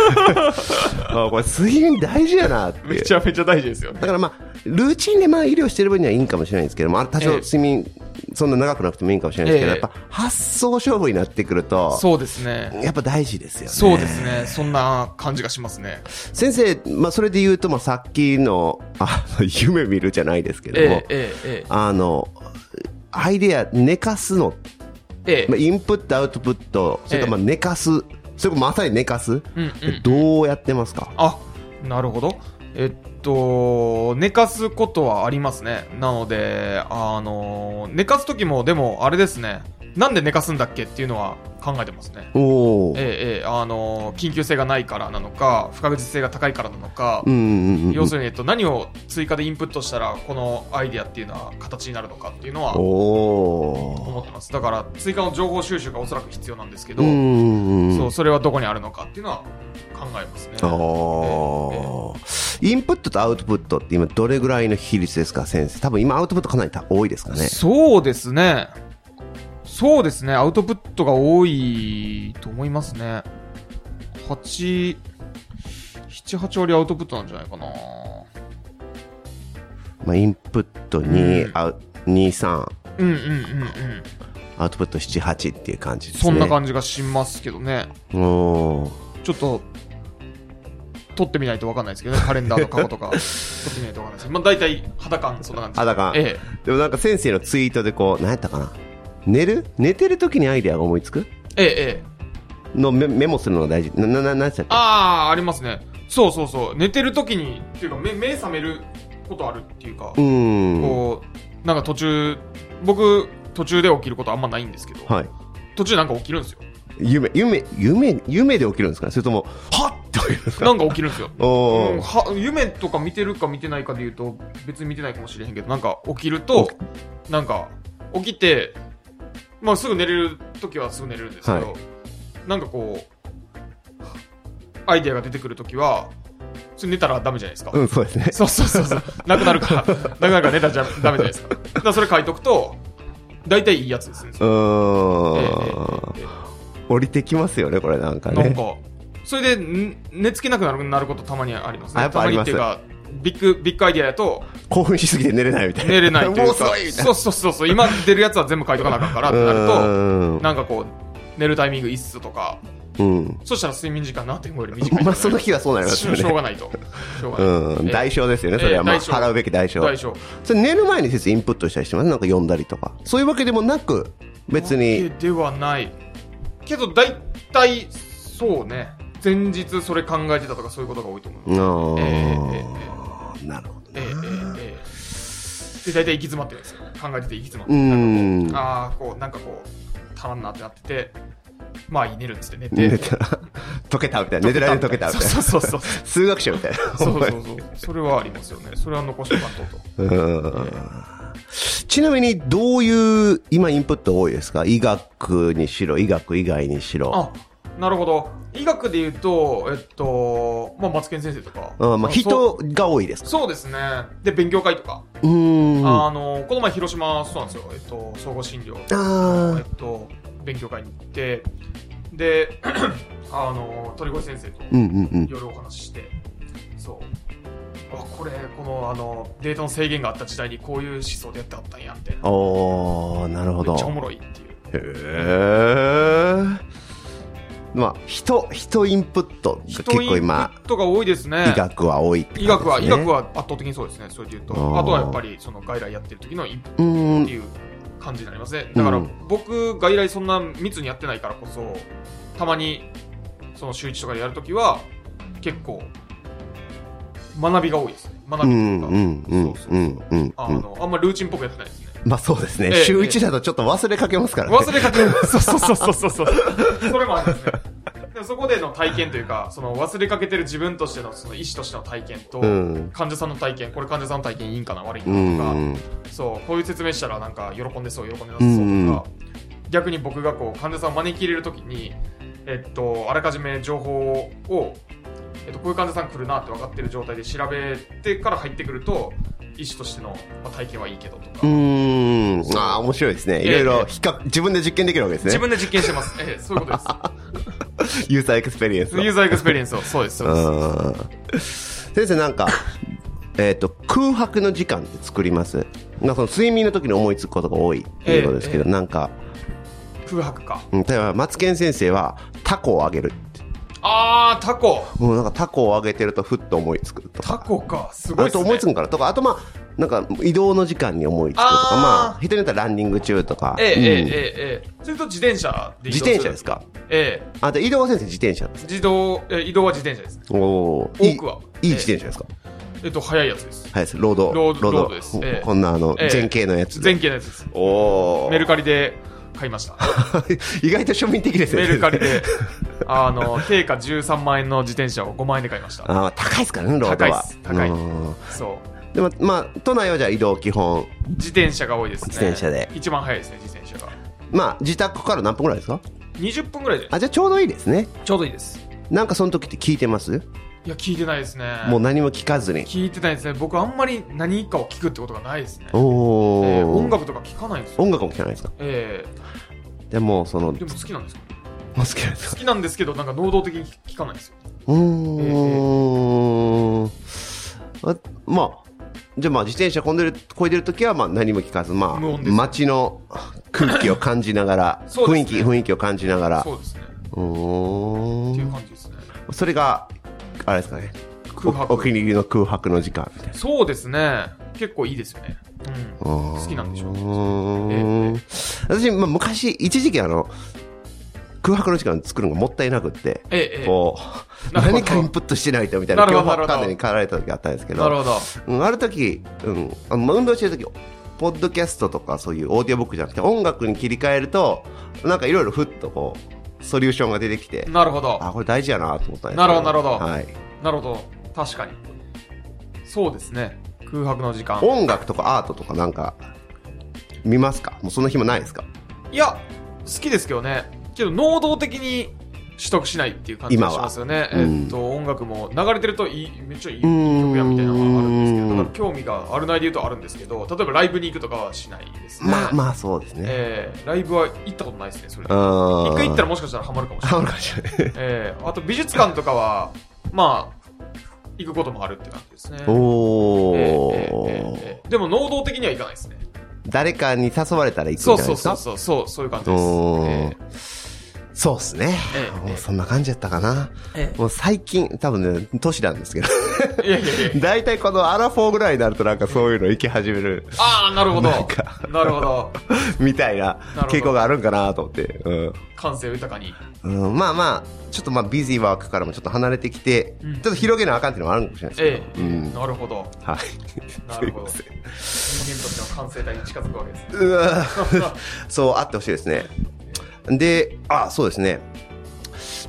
Speaker 3: あこれ睡眠大事やなってい
Speaker 2: め
Speaker 3: う
Speaker 2: ちゃめちゃ大事ですよね
Speaker 3: だからまあ、ルーチンでまあ医療してる分にはいいんかもしれないんですけども、あ多少
Speaker 2: ええ
Speaker 3: 睡眠、そんな長くなくてもいいんかもしれないですけど、
Speaker 2: ええ
Speaker 3: やっぱ発想勝負になってくると、
Speaker 2: そうですね
Speaker 3: やっぱ大事ですよね。
Speaker 2: そうですねそんな感じがしますね
Speaker 3: 先生、まあそれで言うと、まあさっきの、あ (laughs) の、夢見るじゃないですけども、
Speaker 2: ええええ
Speaker 3: あの、アイデア寝かすの、
Speaker 2: ええ
Speaker 3: まあ、インプット、アウトプット、それからまあ寝かす、それこそまさに寝かす、
Speaker 2: うんうん
Speaker 3: どうやってますか
Speaker 2: あなるほどえっと寝かすことはありますねなのであの寝かす時もでもあれですねなんで寝かすんだっけっていうのは考えてますね
Speaker 3: おお。
Speaker 2: ええええあの緊急性がないからなのか不確実性が高いからなのか、
Speaker 3: うんうんうん。
Speaker 2: 要するに、えっと、何を追加でインプットしたらこのアイディアっていうのは形になるのかっていうのは
Speaker 3: お
Speaker 2: 思っ
Speaker 3: お
Speaker 2: てますだから追加の情報収集がおそらく必要なんですけ
Speaker 3: ー。
Speaker 2: ど、
Speaker 3: うんうんうん。
Speaker 2: そうそれはどこにあるのかっていうのは考えますね
Speaker 3: あーインプットとアウトプットって今どれぐらいの比率ですか先生多分今アウトプットかなりた多いですかね
Speaker 2: そうですねそうですねアウトプットが多いと思いますね878割アウトプットなんじゃないかな
Speaker 3: まあインプットに、
Speaker 2: うん
Speaker 3: あ23
Speaker 2: うんうんうんうん
Speaker 3: アウトプット78っていう感じですね
Speaker 2: そんな感じがしますけどね。
Speaker 3: じおー
Speaker 2: ちょっと、撮ってみないと分かんないですけどね。カレンダーの過去
Speaker 3: (laughs)
Speaker 2: とか、撮ってみないと分かんないですけど、まあ大体肌感、そんな感じ。
Speaker 3: 肌感
Speaker 2: え
Speaker 3: でもなんか先生のツイートでこう何やったかな寝る寝てる時にアイデアが思いつく
Speaker 2: え、ええ、ええ。
Speaker 3: のメメモするのが大事ななな何でしたっけ
Speaker 2: あー、ありますね。そうそうそう。寝てる時に、っていうか目、目覚めることあるっていうか、
Speaker 3: うーん
Speaker 2: こう、なんか途中、僕、途中で起きることあんまないんですけど、
Speaker 3: はい
Speaker 2: 途中なんか起きるんですよ。
Speaker 3: 夢夢夢夢で起きるんですかねそれともは (laughs) っって起きるんですか
Speaker 2: なんか起きるんです
Speaker 3: (laughs)
Speaker 2: よ。
Speaker 3: お
Speaker 2: うん
Speaker 3: ー
Speaker 2: は夢とか見てるか見てないかで言うと別に見てないかもしれへんけどなんか起きるとなんか起きて、まあ、すぐ寝れる時はすぐ寝れるんですけど、
Speaker 3: は
Speaker 2: なんかこうアイデアが出てくる時はそれ寝たらダメじゃないですか、
Speaker 3: うんそうですね
Speaker 2: そうそうそうそうなくなるからなくなるから寝たらじゃダメじゃないですかだからそれ書いとくと大体いいやつにするんです
Speaker 3: う
Speaker 2: よ、ええ
Speaker 3: ーん
Speaker 2: えええ
Speaker 3: 降りてきますよねこれなんか
Speaker 2: えなん
Speaker 3: ね
Speaker 2: かそれでん寝つけなくなるなることたまにありますね
Speaker 3: あやっぱ
Speaker 2: たまに
Speaker 3: あ
Speaker 2: って
Speaker 3: り
Speaker 2: いう
Speaker 3: ま
Speaker 2: かビッグビッグアイデアやと
Speaker 3: 興奮しすぎて寝れないみたいな
Speaker 2: 寝れないというか
Speaker 3: もう遅いみたいな
Speaker 2: そうそうそうそう今出るやつは全部書いとかなあかんからってなる
Speaker 3: う
Speaker 2: と
Speaker 3: ー
Speaker 2: なんかこう寝るタイミング一数とか
Speaker 3: んうん
Speaker 2: そしたら睡眠時間7.5より短い
Speaker 3: まあその日はそうなります
Speaker 2: し
Speaker 3: よ
Speaker 2: ょしょう
Speaker 3: ね
Speaker 2: がないとしょうがない、
Speaker 3: うん代償ですよねそれはま
Speaker 2: え
Speaker 3: あ
Speaker 2: え代償
Speaker 3: 払うべき代償
Speaker 2: 大丈
Speaker 3: それ寝る前に先生インプットしたりしてますなんか読んだりとかそういうわけでもなく別に
Speaker 2: ではないけど大体そうね前日それ考えてたとかそういうことが多いと思い
Speaker 3: あ
Speaker 2: ます
Speaker 3: ー
Speaker 2: ええ
Speaker 3: なるほど
Speaker 2: ええええええええで大体行き詰まってるんですよ考えてて行き詰まって
Speaker 3: うーん
Speaker 2: ああこうなんかこう足らんなってなっててまあいい寝るっつって寝て
Speaker 3: 寝た (laughs) 溶けたみたいな寝てられる溶けたみたいな
Speaker 2: そうそうそうそう
Speaker 3: 数学者みたいな
Speaker 2: そうそうそう。それはありますよね。それは残しとかんとと。
Speaker 3: うんちなみにどういう今インプット多いですか医学にしろ医学以外にしろ
Speaker 2: あ、なるほど。医学で言うと、えっと、まあ、マツケン先生とか。
Speaker 3: あ、まあ、
Speaker 2: そう。
Speaker 3: 人が多いですか
Speaker 2: そうですね。で、勉強会とか。
Speaker 3: うーんあ
Speaker 2: あの、この前広島、そうなんですよ。えっと、総合診療。え
Speaker 3: ー
Speaker 2: っと、勉強会に行って、で、 (clears throat) あの、鳥越先生と
Speaker 3: うんうんうん
Speaker 2: 夜お話しして、そう。あこれこのあのデータの制限があった時代にこういう思想でやってあったんやみたいな
Speaker 3: おーなるほ
Speaker 2: め
Speaker 3: ど
Speaker 2: っちゃおもろいっていう
Speaker 3: へえまあ人人インプットが結構今
Speaker 2: 人インプットが多いですね
Speaker 3: 医学は多いって
Speaker 2: 医学は、
Speaker 3: 感じ
Speaker 2: 医
Speaker 3: ですね
Speaker 2: 学は圧倒的にそうですね、それで言うと、
Speaker 3: あー
Speaker 2: あとはやっぱりその外来やってる時のインプ
Speaker 3: うー
Speaker 2: って
Speaker 3: ん
Speaker 2: いう感じになりますね、だから
Speaker 3: うん
Speaker 2: 僕、外来そんな密にやってないからこそ、たまにその週一とかでやるときは、結構、学びが多いですね、学
Speaker 3: う
Speaker 2: びとい
Speaker 3: ん
Speaker 2: うか、
Speaker 3: うんうん
Speaker 2: そうそう
Speaker 3: う
Speaker 2: そうん
Speaker 3: うん
Speaker 2: あのあんまルーチンっぽくやってないですね。
Speaker 3: まあそうです
Speaker 2: え
Speaker 3: ね
Speaker 2: え
Speaker 3: 週1だとちょっと忘れかけますからね
Speaker 2: 忘れかける。 (laughs) そうそうそうそうそうそう。それもあるんですね。でもそこでの体験というか、その忘れかけてる自分としての、その医師としての体験と、
Speaker 3: うん
Speaker 2: 患者さんの体験、これ患者さんの体験いいんかな、悪いんか
Speaker 3: (laughs) う
Speaker 2: なとか、
Speaker 3: ん
Speaker 2: そう、こういう説明したらなんか喜んでそう、喜んでなさそうとか、
Speaker 3: うんうん
Speaker 2: 逆に僕がこう患者さんを招き入れるときに、えっと、あらかじめ情報を、えっと、こういう患者さん来るなって分かってる状態で調べてから入ってくると、医師としての、まあ、体験はいいけどとか、
Speaker 3: うーんああ面白いですねいろいろ比較自分で実験できるわけです
Speaker 2: 自
Speaker 3: ね
Speaker 2: 分で実験してます。ええ、そういうことです。
Speaker 3: ユーザーエクスペリエンスの
Speaker 2: ユーザーエクスペリエンスを、そうです、そうです。
Speaker 3: うん先生
Speaker 2: (laughs)
Speaker 3: なんかえーと空白の時間って作りますなんかその睡眠の時に思いつくことが多いっていうことですけど、
Speaker 2: ええ
Speaker 3: なんか
Speaker 2: 空白か。
Speaker 3: うん例えばマツケン先生はタコをあげるって
Speaker 2: あー、タコ。
Speaker 3: もうなんかタコをあげてるとふっと思いつくと
Speaker 2: タ
Speaker 3: か
Speaker 2: コか。すごい
Speaker 3: あ
Speaker 2: っす
Speaker 3: と
Speaker 2: ね。
Speaker 3: 思いつくんからとかあとまあなんか移動の時間に思いつくとか
Speaker 2: あー
Speaker 3: まあ人によってはランニング中とか、
Speaker 2: ええ、ええ
Speaker 3: うん、
Speaker 2: ええ、ええ。それと自転車で移動
Speaker 3: 自
Speaker 2: る
Speaker 3: 転車ですか
Speaker 2: ええ。
Speaker 3: あと移動は先生自転車です
Speaker 2: 自動、え移動は自転車です。
Speaker 3: おおーいい
Speaker 2: 多くはい
Speaker 3: い自転車ですか、
Speaker 2: えっと、速いやつです。
Speaker 3: はいですロード
Speaker 2: ロードロードですええ
Speaker 3: こんなあの
Speaker 2: ええ
Speaker 3: 前傾のやつで、
Speaker 2: 前傾のやつです。
Speaker 3: おお
Speaker 2: メルカリで買いました。
Speaker 3: (laughs) 意外と庶民的ですね
Speaker 2: メルカリで、あの、定価13万円の自転車を5万円で買いました。
Speaker 3: (laughs) あー高いですからねロードは
Speaker 2: 高いっす高い
Speaker 3: うん
Speaker 2: そ
Speaker 3: でもまあ都内はじゃあ移動基本
Speaker 2: う。自転車が多いですね。
Speaker 3: 自転車で
Speaker 2: 一番速いですね、自転車が。
Speaker 3: まあ自宅から何分ぐらいですか
Speaker 2: 20分ぐらいで。
Speaker 3: あじゃあちょうどいいですね
Speaker 2: ちょうどいいです。
Speaker 3: なんかその時って聞いてます
Speaker 2: いや、聞いてないですね。
Speaker 3: もう何も聞かずに
Speaker 2: 聞いてないですね。僕、あんまり何かを聞くってことがないですね。
Speaker 3: おお
Speaker 2: えー、音楽とか聞かないんですよ。
Speaker 3: 音楽も聞かないですか
Speaker 2: え
Speaker 3: でもその
Speaker 2: ー、でも好きなんですよ。
Speaker 3: もう好きなんです
Speaker 2: 好
Speaker 3: か
Speaker 2: きなんですけど、なんか能動的に聞かないんですよ。
Speaker 3: うーんあまあじゃあまあ自転車こんでるこいでる時はまあ何も聞かずまあ
Speaker 2: 無音です
Speaker 3: 街の空気を感じながら、
Speaker 2: そう
Speaker 3: 雰
Speaker 2: で
Speaker 3: 囲
Speaker 2: す
Speaker 3: 気
Speaker 2: ね
Speaker 3: 雰囲気を感じながら
Speaker 2: そうですね。
Speaker 3: う
Speaker 2: っていう
Speaker 3: ーん
Speaker 2: 感じですね。
Speaker 3: それがあれですかね
Speaker 2: 空
Speaker 3: お
Speaker 2: 白
Speaker 3: お気に入りの空白の時間みたいな
Speaker 2: そうですね。結構いいですよね。うん。
Speaker 3: 好
Speaker 2: 好きなんでしょうねえ
Speaker 3: 私、まあ、昔一時期あの空白の時間作るのがもったいなくって
Speaker 2: ええ、え
Speaker 3: こう
Speaker 2: なるほど
Speaker 3: 何かインプットしてないとみたいな
Speaker 2: なる
Speaker 3: 恐
Speaker 2: ほど
Speaker 3: 怖感に駆られた時があったんですけ
Speaker 2: え。
Speaker 3: ど
Speaker 2: なるほど。
Speaker 3: うん、ある時、うん、あのまあ運動してる時ポッドキャストとかそういうオーディオブックじゃなくて音楽に切り替えるとなんかいろいろふっとこうソリューションが出てきて、
Speaker 2: なるほど。
Speaker 3: あ、これ大事やなと思ったんです
Speaker 2: なるほどなるほど
Speaker 3: はい。
Speaker 2: なるほど。確かに。そうですね。空白の時間。
Speaker 3: 音楽とかアートとかなんか、見ますかもうその暇ないですか
Speaker 2: いや、好きですけどね。けど、能動的に取得しないっていう感じがしますよね。
Speaker 3: 今はうん
Speaker 2: えっと、音楽も流れてるといい、めっちゃいい
Speaker 3: ーん
Speaker 2: 曲やみたいなのがあるんですけど、だから興味があるないで言うとあるんですけど、例えばライブに行くとかはしないですね。
Speaker 3: まあまあそうですね。
Speaker 2: えーライブは行ったことないですね、それで。
Speaker 3: あ
Speaker 2: 一回行ったら
Speaker 3: も
Speaker 2: もしかしたらハマるかもしれ
Speaker 3: あ
Speaker 2: ない。
Speaker 3: るかもしれない。
Speaker 2: えーあと美術館とかは、まあ、行くこともあるって感じですね。
Speaker 3: お
Speaker 2: えーえーえー
Speaker 3: ー
Speaker 2: え。ーでも、能動的には行かないですね。
Speaker 3: 誰かに誘われたら行く
Speaker 2: そ
Speaker 3: ん
Speaker 2: う
Speaker 3: じゃない
Speaker 2: そう
Speaker 3: です
Speaker 2: そうそう、
Speaker 3: か
Speaker 2: そうそういう感じです。
Speaker 3: おー
Speaker 2: え
Speaker 3: そうっすね
Speaker 2: ええ。
Speaker 3: もうそんな感じやったかな
Speaker 2: え。
Speaker 3: もう最近、多分ね、年なんですけど。 (laughs)
Speaker 2: ーいやいやいや。
Speaker 3: 大体このアラフォーぐらいになるとなんかそういうの行き始める
Speaker 2: ああ、なるほど。
Speaker 3: な
Speaker 2: なん
Speaker 3: か
Speaker 2: るほど。
Speaker 3: みたいな
Speaker 2: なるほど
Speaker 3: 傾向があるんかなと思って。うん
Speaker 2: 感性豊かに。
Speaker 3: うん、まあまあ、ちょっとまあビジーワークからもちょっと離れてきて、
Speaker 2: うん
Speaker 3: ちょっと広げなあかんっていうのもあるんかもしれないです
Speaker 2: え
Speaker 3: け
Speaker 2: え、
Speaker 3: ど。うん。
Speaker 2: なるほど。
Speaker 3: はい。
Speaker 2: な
Speaker 3: すい
Speaker 2: るほど。
Speaker 3: ま
Speaker 2: 人
Speaker 3: せん
Speaker 2: 間としての感性体に近づくわけですね。
Speaker 3: うわーそうあってほしいですね。で、あ、そうですね。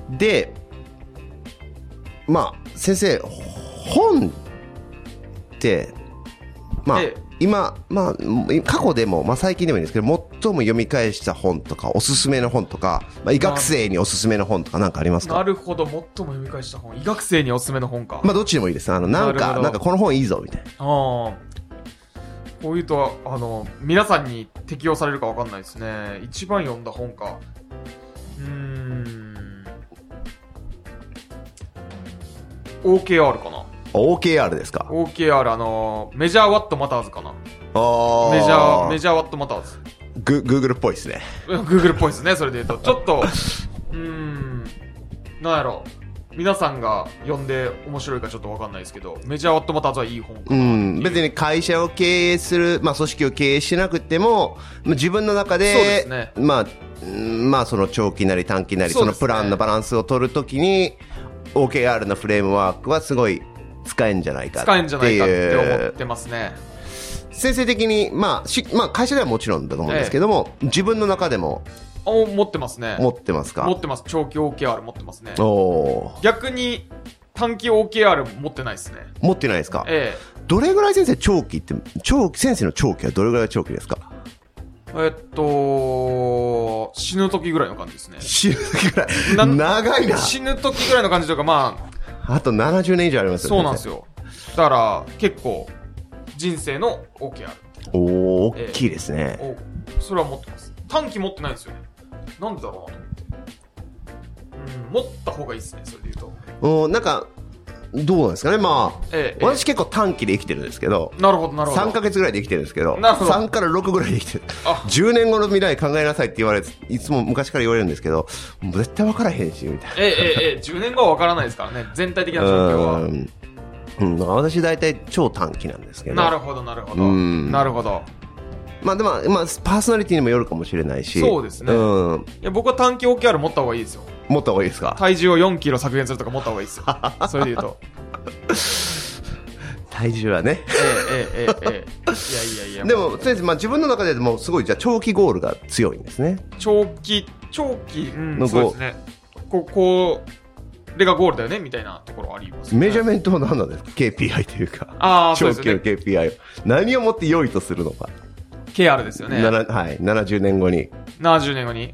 Speaker 3: で、まあ、先生、本って、まあ
Speaker 2: ええ、
Speaker 3: 今、まあ、過去でも、まあ最近でもいいんですけど、最も読み返した本とか、おすすめの本とか、まあ、医学生におすすめの本とかなんかあります
Speaker 2: な
Speaker 3: か
Speaker 2: るほど、最も読み返した本。医学生におすすめの本か。
Speaker 3: まあ、どっちでもいいです。あの、なん
Speaker 2: なるほ
Speaker 3: か、
Speaker 2: ど
Speaker 3: なんかこの本いいぞ、みたいな。
Speaker 2: ああ。こういうと、あの、皆さんに適用されるかわかんないですね。一番読んだ本か。うーん。OKR かな。
Speaker 3: OKR ですか
Speaker 2: OKR、あの、メジャーワットマターズかな。
Speaker 3: あ
Speaker 2: メジャー、メ
Speaker 3: ジ
Speaker 2: ジャーワットマターズ。
Speaker 3: ャー。グ Google っぽいですね。
Speaker 2: Google っぽいですね、それで言うと。ちょっと、うーん、なんやろ。皆さんが読んで面白いかちょっとわかんないですけど、メジャーワットマターズはいい本か
Speaker 3: う
Speaker 2: な。
Speaker 3: ん、別に会社を経営する、まあ、組織を経営しなくても、まあ自分の中
Speaker 2: そう
Speaker 3: で
Speaker 2: ですね
Speaker 3: まあうんまあ、その長期なり短期なり
Speaker 2: そ
Speaker 3: そ
Speaker 2: で
Speaker 3: うの
Speaker 2: すね
Speaker 3: プランのバランスを取るときに OKR のフレームワークはすごい使えんじゃないか
Speaker 2: 使えんじゃないかって思っ
Speaker 3: いう
Speaker 2: てますね。
Speaker 3: 先生的に、まあしまあ、会社ではもちろんだと思うんですけども、自分の中でも
Speaker 2: お持ってますね。
Speaker 3: 持ってますか
Speaker 2: 持ってます。長期 OKR 持ってますね。
Speaker 3: おー
Speaker 2: 逆に、短期 OKR 持ってないですね。
Speaker 3: 持ってないですか
Speaker 2: え
Speaker 3: どれぐらい先生長期って長期先生の長期はどれぐらい長期ですか
Speaker 2: え。えっと、死ぬ時ぐらいの感じ
Speaker 3: (laughs)
Speaker 2: ですね。
Speaker 3: 週ぐらい
Speaker 2: な
Speaker 3: 長いな
Speaker 2: 死ぬ時ぐらいの感じというか、まあ、
Speaker 3: あと70年以上ありますよね
Speaker 2: そうなんですよ。だから、結構、人生の OKR。
Speaker 3: おー、大きいですね。
Speaker 2: おそれは持ってます。短期持ってないんですよね。なんでだろうなと思って。うん、持った方がいいですね、それで言うと。
Speaker 3: うん、なんか、どうなんですかね、まあ、
Speaker 2: ええ
Speaker 3: 私結構短期で生きてるんですけど、
Speaker 2: なるほど、なるほど。
Speaker 3: 3ヶ月ぐらいで生きてるんですけど、
Speaker 2: なるほど
Speaker 3: 3から6ぐらいで生きてる。
Speaker 2: あ
Speaker 3: 10年後の未来考えなさいって言われて、いつも昔から言われるんですけど、もう絶対分からへんし、みたいな。
Speaker 2: ええええええ、10年後は分からないですからね、全体的な状況
Speaker 3: う
Speaker 2: は。
Speaker 3: ん。うん、私大体超短期なんですけど。
Speaker 2: なるほど、なるほど。
Speaker 3: うん
Speaker 2: なるほど。
Speaker 3: まあでも、まあ、パーソナリティにもよるかもしれないし。
Speaker 2: そうですね
Speaker 3: うん。
Speaker 2: いや、僕は短期 OKR 持った方がいいですよ。
Speaker 3: もっと多いですか
Speaker 2: 体重を4キロ削減するとか持った方がいいですよ。それで言うと。
Speaker 3: 体重はね。
Speaker 2: ええええええええ。いやいやいや。
Speaker 3: でも、先生、まあ自分の中でもすごい、じゃあ長期ゴールが強いんですね。
Speaker 2: 長期、長期、うん
Speaker 3: の
Speaker 2: そう
Speaker 3: ゴ
Speaker 2: ですね。ここれがゴールだよね、みたいなところあります、ね。
Speaker 3: メジャーメントは何なんですか ?KPI というか。
Speaker 2: ああ、そう
Speaker 3: 長
Speaker 2: です
Speaker 3: 期の
Speaker 2: よね。
Speaker 3: KPI を。何をもって良いとするのか。
Speaker 2: KR ですよね。
Speaker 3: ななはい、70年後に。
Speaker 2: 70年後に。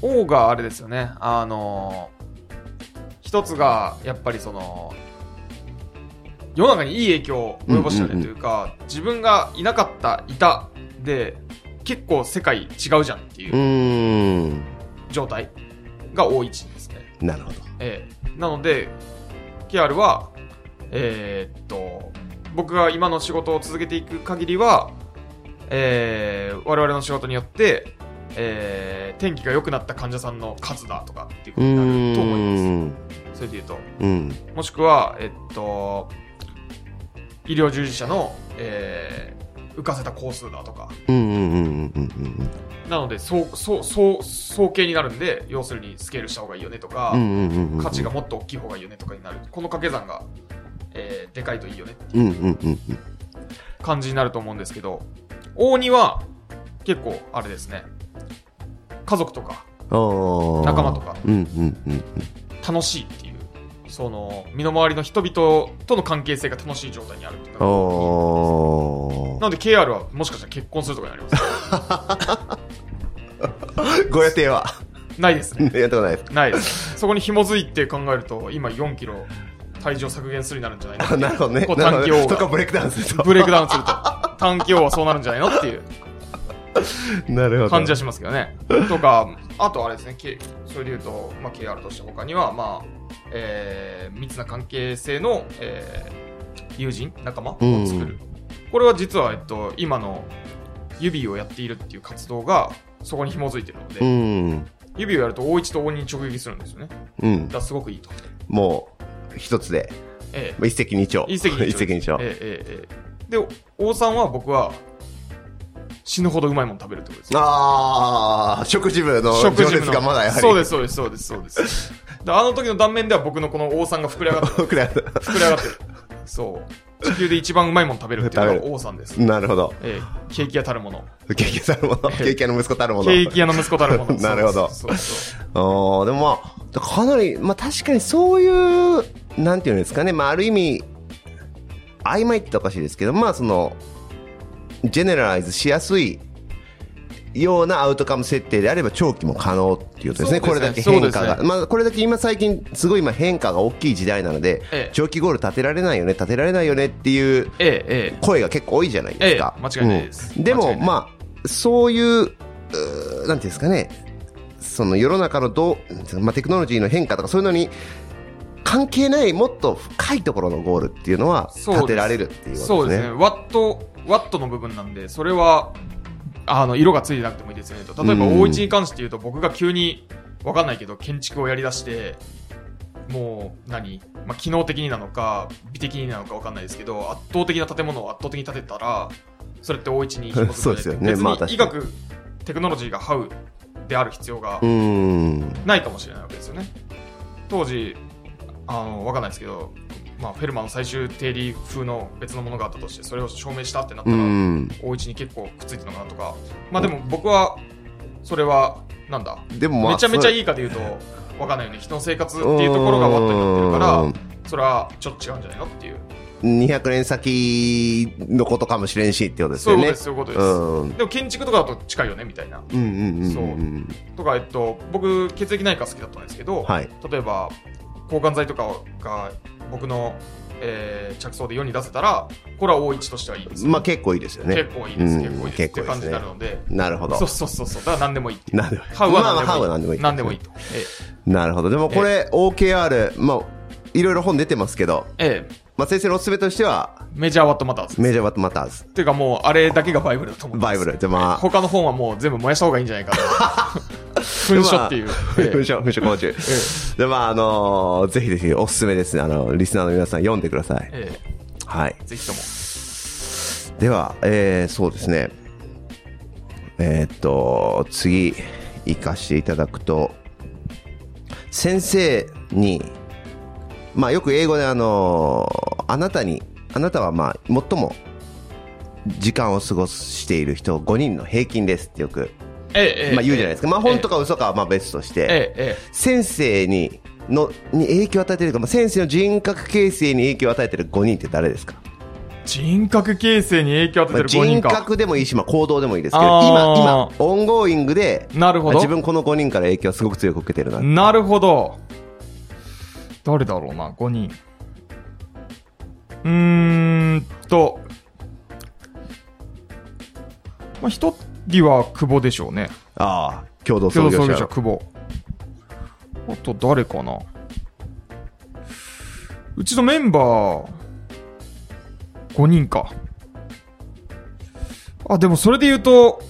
Speaker 2: O があれですよね。あのー一つが、やっぱりその、世の中にいい影響を及ぼしたよねというか、自分がいなかった、いた、で、結構世界違うじゃんっていうう
Speaker 3: ーん。
Speaker 2: 状態が O1 ですね。
Speaker 3: なるほど。
Speaker 2: ええ、なので KR はえーっと僕が今の仕事を続けていく限りは、えー、我々の仕事によって、えー、天気が良くなった患者さんの数だとかっていうこ
Speaker 3: う
Speaker 2: とにな
Speaker 3: ー
Speaker 2: ると思いま
Speaker 3: ん。
Speaker 2: すそれで言うと
Speaker 3: うん。
Speaker 2: もしくはえっと医療従事者の、えー、浮かせた工数だとか
Speaker 3: うんうんうんうんうんうん
Speaker 2: なのでそうそうそう総計になるんで要するにスケールした方がいいよねとか、
Speaker 3: うんうんうんうん。
Speaker 2: 価値がもっと大きい方がいいよねとかになるこの掛け算が、えーでかいといいよねって
Speaker 3: うんうんうんうん。
Speaker 2: 感じになると思うんですけど大には結構あれですね家族とか
Speaker 3: あー
Speaker 2: 仲間と。か
Speaker 3: うんうんうん
Speaker 2: 楽しいっていうその身の回りの人々との関係性が楽しい状態にあるっていう
Speaker 3: うん。
Speaker 2: か
Speaker 3: お
Speaker 2: なので KR はもしかしたら結婚するとかになります
Speaker 3: (laughs) ー。ご予定は
Speaker 2: ないですね
Speaker 3: やったことないです。
Speaker 2: ないですそこに紐づいて考えると今4キロ体重を削減するになるんじゃないの
Speaker 3: あ (laughs) なるほどね。
Speaker 2: こう
Speaker 3: なるほど
Speaker 2: 短期王
Speaker 3: とか
Speaker 2: が
Speaker 3: ブレイクダウンすると。
Speaker 2: ブレイクダウンすると短期王はそうなるんじゃないのっていう
Speaker 3: なるほど。
Speaker 2: 感じはしますけど
Speaker 3: (laughs)
Speaker 2: ね。とか、あとあれですね、K- それで言うと、まあ、KR として他には、まあ、えー密な関係性の、えー友人、仲間を作る。これは実は、えっと、今の指をやっているっていう活動が、そこに紐づいてるので、
Speaker 3: うん。
Speaker 2: 指をやると大一と大二に直撃するんですよね。だか
Speaker 3: うん。
Speaker 2: らすごくいいと。
Speaker 3: もう、一つで、 (laughs)
Speaker 2: ええ
Speaker 3: まあ一石二鳥。
Speaker 2: 一石二鳥。
Speaker 3: 一石二鳥。
Speaker 2: ええええええで、王さんは僕は、死ぬほどうまいもの食べるってことです。
Speaker 3: ああ、食事部の情
Speaker 2: 食事部
Speaker 3: 熱
Speaker 2: の
Speaker 3: がまだやはり。
Speaker 2: そうですそうですそうですそう
Speaker 3: (laughs)
Speaker 2: ですだからあの時の断面では僕のこの王さんが膨れ上がってる
Speaker 3: 僕ら
Speaker 2: 膨れ上がってるそう地球で一番うまいもの食べるっていうの
Speaker 3: 食べ
Speaker 2: が王さんです、
Speaker 3: (laughs) なるほど。
Speaker 2: ええケーキ屋たるもの
Speaker 3: ケーキたるもの。ケーキ屋の息子たるもの。
Speaker 2: ケーキ屋の息子たるもの
Speaker 3: (laughs) なるほど
Speaker 2: そうですそう
Speaker 3: おーでもまあ、かなり、まあ確かにそういう、なんていうんですかね、まあある意味、曖昧っておかしいですけど、まあその、ジェネラライズしやすいようなアウトカム設定であれば長期も可能っていうことです
Speaker 2: そ
Speaker 3: ね、
Speaker 2: う
Speaker 3: こ
Speaker 2: ですね
Speaker 3: れだけ変化
Speaker 2: そうで
Speaker 3: が。
Speaker 2: すね
Speaker 3: まあこれだけ今最近、すごい今変化が大きい時代なので、
Speaker 2: ええ
Speaker 3: 長期ゴール立てられないよね、立てられないよねっていう
Speaker 2: ええええ
Speaker 3: 声が結構多いじゃないですか。
Speaker 2: ええ間違いないです
Speaker 3: うんで
Speaker 2: 間違
Speaker 3: も、
Speaker 2: いない
Speaker 3: まあ、そういう、うーなんていうんですかね、その世の中のどう、まあ、テクノロジーの変化とかそういうのに関係ないもっと深いところのゴールっていうのは
Speaker 2: そうです
Speaker 3: 立てられるっていう
Speaker 2: そ
Speaker 3: こ
Speaker 2: う
Speaker 3: と
Speaker 2: で
Speaker 3: ですす
Speaker 2: ね
Speaker 3: ね。
Speaker 2: ワットワットの部分なんでそれはあの色がついてなくてもいいですよねと例えば
Speaker 3: うん
Speaker 2: 王一に関して言うと僕が急にわかんないけど建築をやりだしてもう何、まあ、機能的になのか美的になのかわかんないですけど圧倒的な建物を圧倒的に建てたらそれって王一に紐づくの
Speaker 3: (laughs) そうですよね
Speaker 2: 別
Speaker 3: まあ
Speaker 2: に
Speaker 3: 確
Speaker 2: 医
Speaker 3: かに
Speaker 2: 学テクノロジーがハウである必要が
Speaker 3: うーん。
Speaker 2: ないかもしれないわけですよね当時あのわかんないですけど、まあ、フェルマーの最終定理風の別のものがあったとしてそれを証明したってなった
Speaker 3: う
Speaker 2: ら、
Speaker 3: ん。
Speaker 2: 大一に結構くっついてるのかなとかまあでも僕はそれはなんだ
Speaker 3: でも、まあ、
Speaker 2: めちゃめちゃ
Speaker 3: い
Speaker 2: いいかで言うとわかんないよね人の生活っていうところがワットになってるからそれはちょっと違うんじゃないのっていう
Speaker 3: 200年先のことかもしれんしってことです
Speaker 2: そう
Speaker 3: よ
Speaker 2: いうことで
Speaker 3: ね
Speaker 2: す。そういうこと
Speaker 3: う
Speaker 2: で
Speaker 3: ん
Speaker 2: すでも建築とかだと近いよねみたいな
Speaker 3: うんうんうん
Speaker 2: そ
Speaker 3: うん。
Speaker 2: とかえっと僕血液内科好きだったんですけど
Speaker 3: はい。
Speaker 2: 例えば抗がん剤とかが僕の、えー着想で世に出せたらこれは大一としてはいいですよ、
Speaker 3: まあ結構いいですよね。
Speaker 2: 結構いいです、
Speaker 3: うん
Speaker 2: 結構いいです
Speaker 3: 結
Speaker 2: って
Speaker 3: 構
Speaker 2: いう感じに
Speaker 3: で
Speaker 2: な
Speaker 3: す
Speaker 2: る
Speaker 3: ね。
Speaker 2: ので
Speaker 3: なるほど。
Speaker 2: そうそうそうそうだから何でもいいっていう
Speaker 3: なんでもいい
Speaker 2: ハウ
Speaker 3: まあまあ
Speaker 2: は何でもいい、
Speaker 3: ハウは何
Speaker 2: 何で
Speaker 3: でもいい
Speaker 2: もいいと
Speaker 3: なるほど。でもこれ、OKR、まあ、いろいろ本出てますけど、
Speaker 2: ええええ
Speaker 3: まあ、先生のおすすめとしては、
Speaker 2: メジャーワットマターズ
Speaker 3: メジャーバットマターズ、
Speaker 2: っていうかもうあれだけがバイブルだと思う
Speaker 3: バイブル。で、まあ、
Speaker 2: 他の本はもう全部燃やした方がいいんじゃないかな
Speaker 3: (laughs)
Speaker 2: 噴書っていう、え
Speaker 3: 文章、文書講習。で、まあ、あのーぜひぜひおすすめですね。あの、リスナーの皆さん読んでください。
Speaker 2: ええ
Speaker 3: はい。
Speaker 2: えぜひとも
Speaker 3: では、えー、そうですね。えーっと、次、行かしていただくと、先生に、まあよく英語であの、あなたに、あなたはまあ、最も時間を過ごしている人5人の平均ですってよく、
Speaker 2: ええええ
Speaker 3: まあ言うじゃないですか。まあ本と
Speaker 2: か
Speaker 3: か嘘かはまあ別として、
Speaker 2: えええ
Speaker 3: 先生に、の、に影響を与えているか、まあ先生の人格形成に影響を与えている5人って誰ですか
Speaker 2: え人格形成に影響を与えてる5人
Speaker 3: 人
Speaker 2: か
Speaker 3: 格でもいいし、まあ、行動でもいいですけど、
Speaker 2: あー
Speaker 3: 今、今、オンゴーイングで、
Speaker 2: なるほど
Speaker 3: 自分この5人から影響をすごく強く受けてるな。
Speaker 2: なるほど。誰だろうな、5人。うーんと。まあ、一人は久保でしょうね。
Speaker 3: ああ、共同創
Speaker 2: 共同
Speaker 3: 業
Speaker 2: 創業
Speaker 3: 者
Speaker 2: 者、。久保。あと誰かな。うちのメンバー、5人か。あ、でもそれで言うと、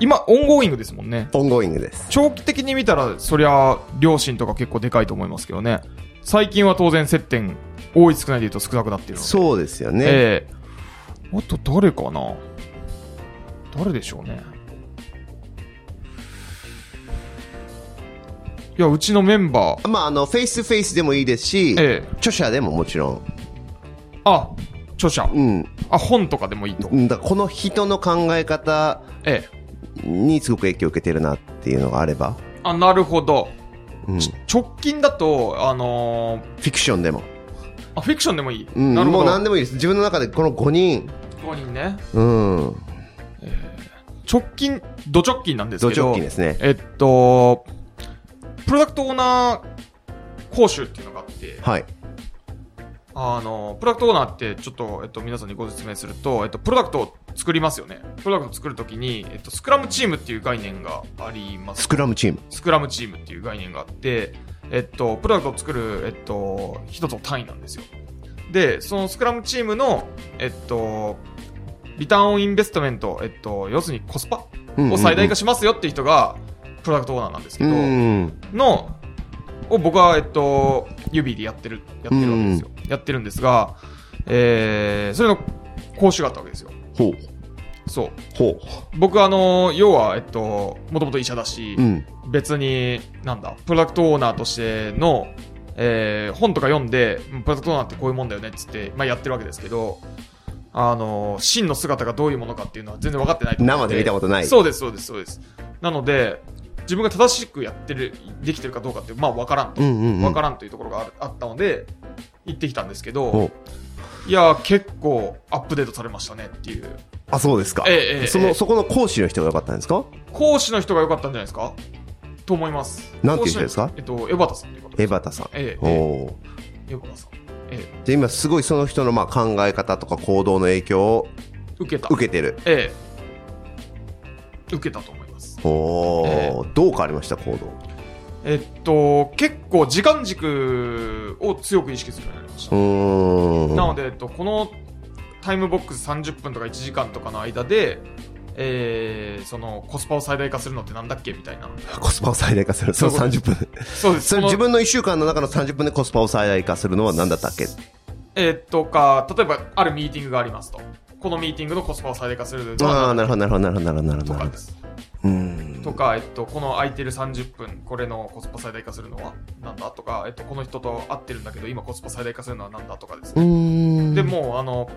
Speaker 2: 今、オンゴーイングですもんね。
Speaker 3: オンゴーイングです。
Speaker 2: 長期的に見たらそりゃ両親とか結構でかいと思いますけどね最近は当然接点多い少ないで言うと少なくなっているので
Speaker 3: そうですよね。
Speaker 2: ええあと誰かな誰でしょうねいやうちのメンバー
Speaker 3: まあ、あの、フェイスフェイスでもいいですし、
Speaker 2: ええ
Speaker 3: 著者でももちろん。
Speaker 2: あ著者
Speaker 3: うん。
Speaker 2: あ本とかでもいいと
Speaker 3: うんだからこの人の考え方
Speaker 2: ええ
Speaker 3: にすごく影響を受けてるなっていうのがあれば。
Speaker 2: あなるほど
Speaker 3: うんフ
Speaker 2: 直近だとあのー
Speaker 3: ィクションでも、
Speaker 2: あフィクションでもいい、
Speaker 3: うん、
Speaker 2: なる
Speaker 3: も
Speaker 2: ほ
Speaker 3: う何
Speaker 2: ど
Speaker 3: でもいいです自分の中でこの5人、
Speaker 2: 5人ね
Speaker 3: うん、
Speaker 2: 直近ド直近なんです
Speaker 3: ド
Speaker 2: けど
Speaker 3: 直近ですね
Speaker 2: えっとプロダクトオーナー講習っていうのがあって
Speaker 3: はい
Speaker 2: あの、プロダクトオーナーって、ちょっと、えっと、皆さんにご説明すると、えっと、プロダクトを作りますよね。プロダクトを作るときに、えっと、スクラムチームっていう概念があります。
Speaker 3: スクラムチーム
Speaker 2: スクラムチームっていう概念があって、えっと、プロダクトを作る、えっと、一つの単位なんですよ。で、そのスクラムチームの、えっと、リターンオンインベストメント、えっと、要するにコスパを最大化
Speaker 3: し
Speaker 2: しますよっていう人が、プロダクトオーナーなんですけ
Speaker 3: う
Speaker 2: ど、
Speaker 3: ん
Speaker 2: のを僕は、えっと、指でやってる、やってるわけですよ。やってるんですが、えー、それの講習があったわけですよ。
Speaker 3: ほう
Speaker 2: そう。
Speaker 3: ほ
Speaker 2: 僕あの、要は、えっと、もともと医者だし、
Speaker 3: ううん
Speaker 2: 別に、なんだ、プロダクトオーナーとしての、えー、本とか読んで、うんプロダクトオーナーってこういうもんだよねっつって、まあやってるわけですけど、あの、真の姿がどういうものかっていうのは全然分かってないと思うん
Speaker 3: 生で見たことない
Speaker 2: そうです、そうです、そうです。なので、自分が正しくやってる、できてるかどうかって、まあ分からんと。
Speaker 3: うんうんう
Speaker 2: わ
Speaker 3: ん
Speaker 2: からんというところがあるあったので行ってきたんですけ
Speaker 3: ほ
Speaker 2: ど
Speaker 3: う
Speaker 2: いやー結構アップデートされましたねっていう
Speaker 3: あそうですか、
Speaker 2: ええええ
Speaker 3: そ
Speaker 2: ええ
Speaker 3: のそこの講師の人が良かったんですか
Speaker 2: 講師の人が良かったんじゃないですかと思います
Speaker 3: なんていう人ですか
Speaker 2: 講師のえっと江端さんということ
Speaker 3: 江
Speaker 2: です
Speaker 3: 端さん、
Speaker 2: えええ
Speaker 3: おー
Speaker 2: え江端さんええ
Speaker 3: で今すごいその人のまあ考え方とか行動の影響を
Speaker 2: 受けた
Speaker 3: 受けてる
Speaker 2: ええ受けたと思います
Speaker 3: おお、
Speaker 2: え
Speaker 3: どう変わりました行動
Speaker 2: えっと結構時間軸を強く意識するようになりました
Speaker 3: うーん
Speaker 2: なので、えっと、このタイムボックス30分とか1時間とかの間で、えーそのコスパを最大化するのってなんだっけみたい
Speaker 3: (laughs)
Speaker 2: な。
Speaker 3: コスパを最大化するその
Speaker 2: そういう
Speaker 3: 30分
Speaker 2: そうです。
Speaker 3: それ
Speaker 2: この
Speaker 3: 自分の1週間の中の30分でコスパを最大化するのは何だったっけ
Speaker 2: えーっとか、例えばあるミーティングがありますと。このミーティングのコスパを最大化するの
Speaker 3: ああ
Speaker 2: は
Speaker 3: なるほどなるほどなるほどなるほどなるほ
Speaker 2: と
Speaker 3: どな
Speaker 2: か
Speaker 3: るほ
Speaker 2: で
Speaker 3: ど
Speaker 2: す。
Speaker 3: うーん
Speaker 2: とか、えっと、この空いてる30分、これのコスパ最大化するのはなんだとか、えっと、この人と会ってるんだけど、今コスパ最大化するのはなんだとかです
Speaker 3: う
Speaker 2: ね。
Speaker 3: ーん
Speaker 2: でもう、あの、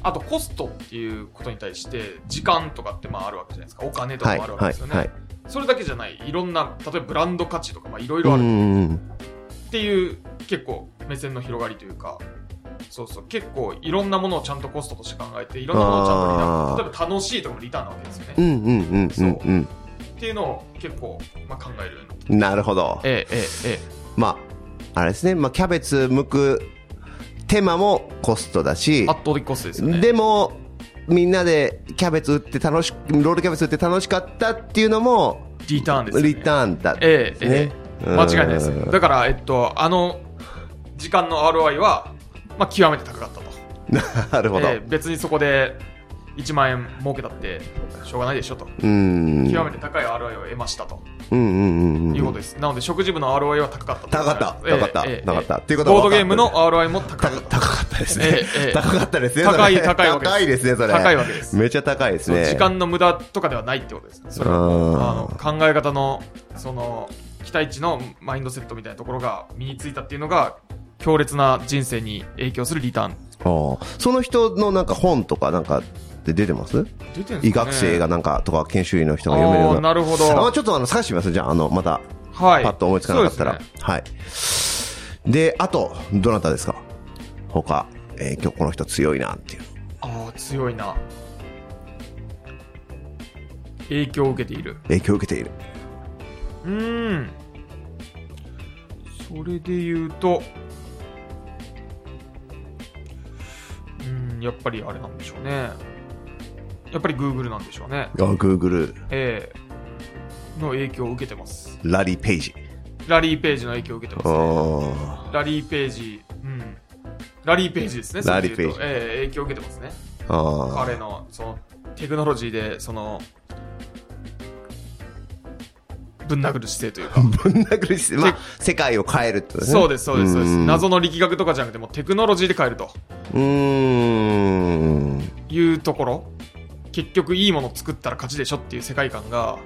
Speaker 2: あとコストっていうことに対して、時間とかってまああるわけじゃないですか。お金とか
Speaker 3: はい
Speaker 2: もあるわけ
Speaker 3: は
Speaker 2: で
Speaker 3: い
Speaker 2: すよね。
Speaker 3: はい
Speaker 2: それだけじゃない、いろんな、例えばブランド価値とか、まあ、いろいうろある
Speaker 3: ーん
Speaker 2: っていう、結構、目線の広がりというか、そうそう、結構、いろんなものをちゃんとコストとして考えて、いろんなものをちゃんとリター
Speaker 3: あ
Speaker 2: ン、
Speaker 3: ー
Speaker 2: 例えば楽しいとかもリターンなわけですよ
Speaker 3: う
Speaker 2: ね。
Speaker 3: んうんうんうんうん
Speaker 2: っていうのを結構、まあ、考えるようになって。
Speaker 3: なるほど
Speaker 2: ええ、ええ、え
Speaker 3: まああれですね、まあ、キャベツ剥く手間もコストだし
Speaker 2: え、圧倒的コストですよね。
Speaker 3: でもみんなでキャベツ売って楽しロールキャベツ売って楽しかったっていうのも
Speaker 2: リターンですよね。
Speaker 3: リターンだ、
Speaker 2: ええ、ええ、
Speaker 3: うん
Speaker 2: 間違いないですね。だから、えっと、あの、時間の ROI は、まあ、極めて高かったと。
Speaker 3: なるほど、
Speaker 2: ええ別にそこで、1万円儲けたって、しょうがないでしょと。
Speaker 3: うん
Speaker 2: 極めて高い ROI を得ましたと
Speaker 3: うんうんうんうん
Speaker 2: いうことです。なので、食事部の ROI は高かったと。
Speaker 3: 高かった
Speaker 2: ええ
Speaker 3: 高かった
Speaker 2: ええ
Speaker 3: 高かった
Speaker 2: ええ
Speaker 3: っていうことは
Speaker 2: ボード
Speaker 3: 分かっ
Speaker 2: ゲ
Speaker 3: た
Speaker 2: ームの ROI も高か
Speaker 3: 高
Speaker 2: った。
Speaker 3: 高かったですね、
Speaker 2: ええええ
Speaker 3: 高かったですね
Speaker 2: 高い
Speaker 3: それ
Speaker 2: 高いわけです
Speaker 3: 高いですねそれ
Speaker 2: 高いわけです
Speaker 3: めちゃ高いですね
Speaker 2: 時間の無駄とかではないってことですね。それは
Speaker 3: うん
Speaker 2: あの考え方の、その、期待値のマインドセットみたいなところが身についたっていうのが、強烈な人生に影響するリターン。
Speaker 3: ああその人のなんか本とかなんかって出てま
Speaker 2: 出
Speaker 3: す
Speaker 2: てるんですかね
Speaker 3: 医学生がなんかとか研修医の人が読めるよう
Speaker 2: あーなるほど
Speaker 3: あちょっとあの探してみますじゃああのまた
Speaker 2: はい。
Speaker 3: パッと思いつかなかったら、
Speaker 2: そうですね
Speaker 3: はいであとどなたですか他、えー今日この人強いなっていう
Speaker 2: ああ、強いな。影響を受けている。
Speaker 3: 影響を受けている
Speaker 2: うーん。それで言うと、うーん、やっぱりあれなんでしょうね。やっぱり Google なんでしょうね。
Speaker 3: あ Google
Speaker 2: ええの影響を受けてます。
Speaker 3: ラリー・ペイジ
Speaker 2: ラリーページの影響を受けてます、ね。
Speaker 3: あ
Speaker 2: ラリーページ、うん。ラリーページですね。
Speaker 3: ラリーページ
Speaker 2: それで言うとええ影響を受けてますね。
Speaker 3: ーあ
Speaker 2: 彼のそのテクノロジーでそのぶん殴る姿勢というか
Speaker 3: ぶん殴りして、まあ、世界を変えるってことね
Speaker 2: そうですそうですそうです
Speaker 3: ん
Speaker 2: 謎の力学とかじゃなくてもうテクノロジーで変えると
Speaker 3: うーん
Speaker 2: いうところ結局いいもの作ったら勝ちでしょっていう世界観が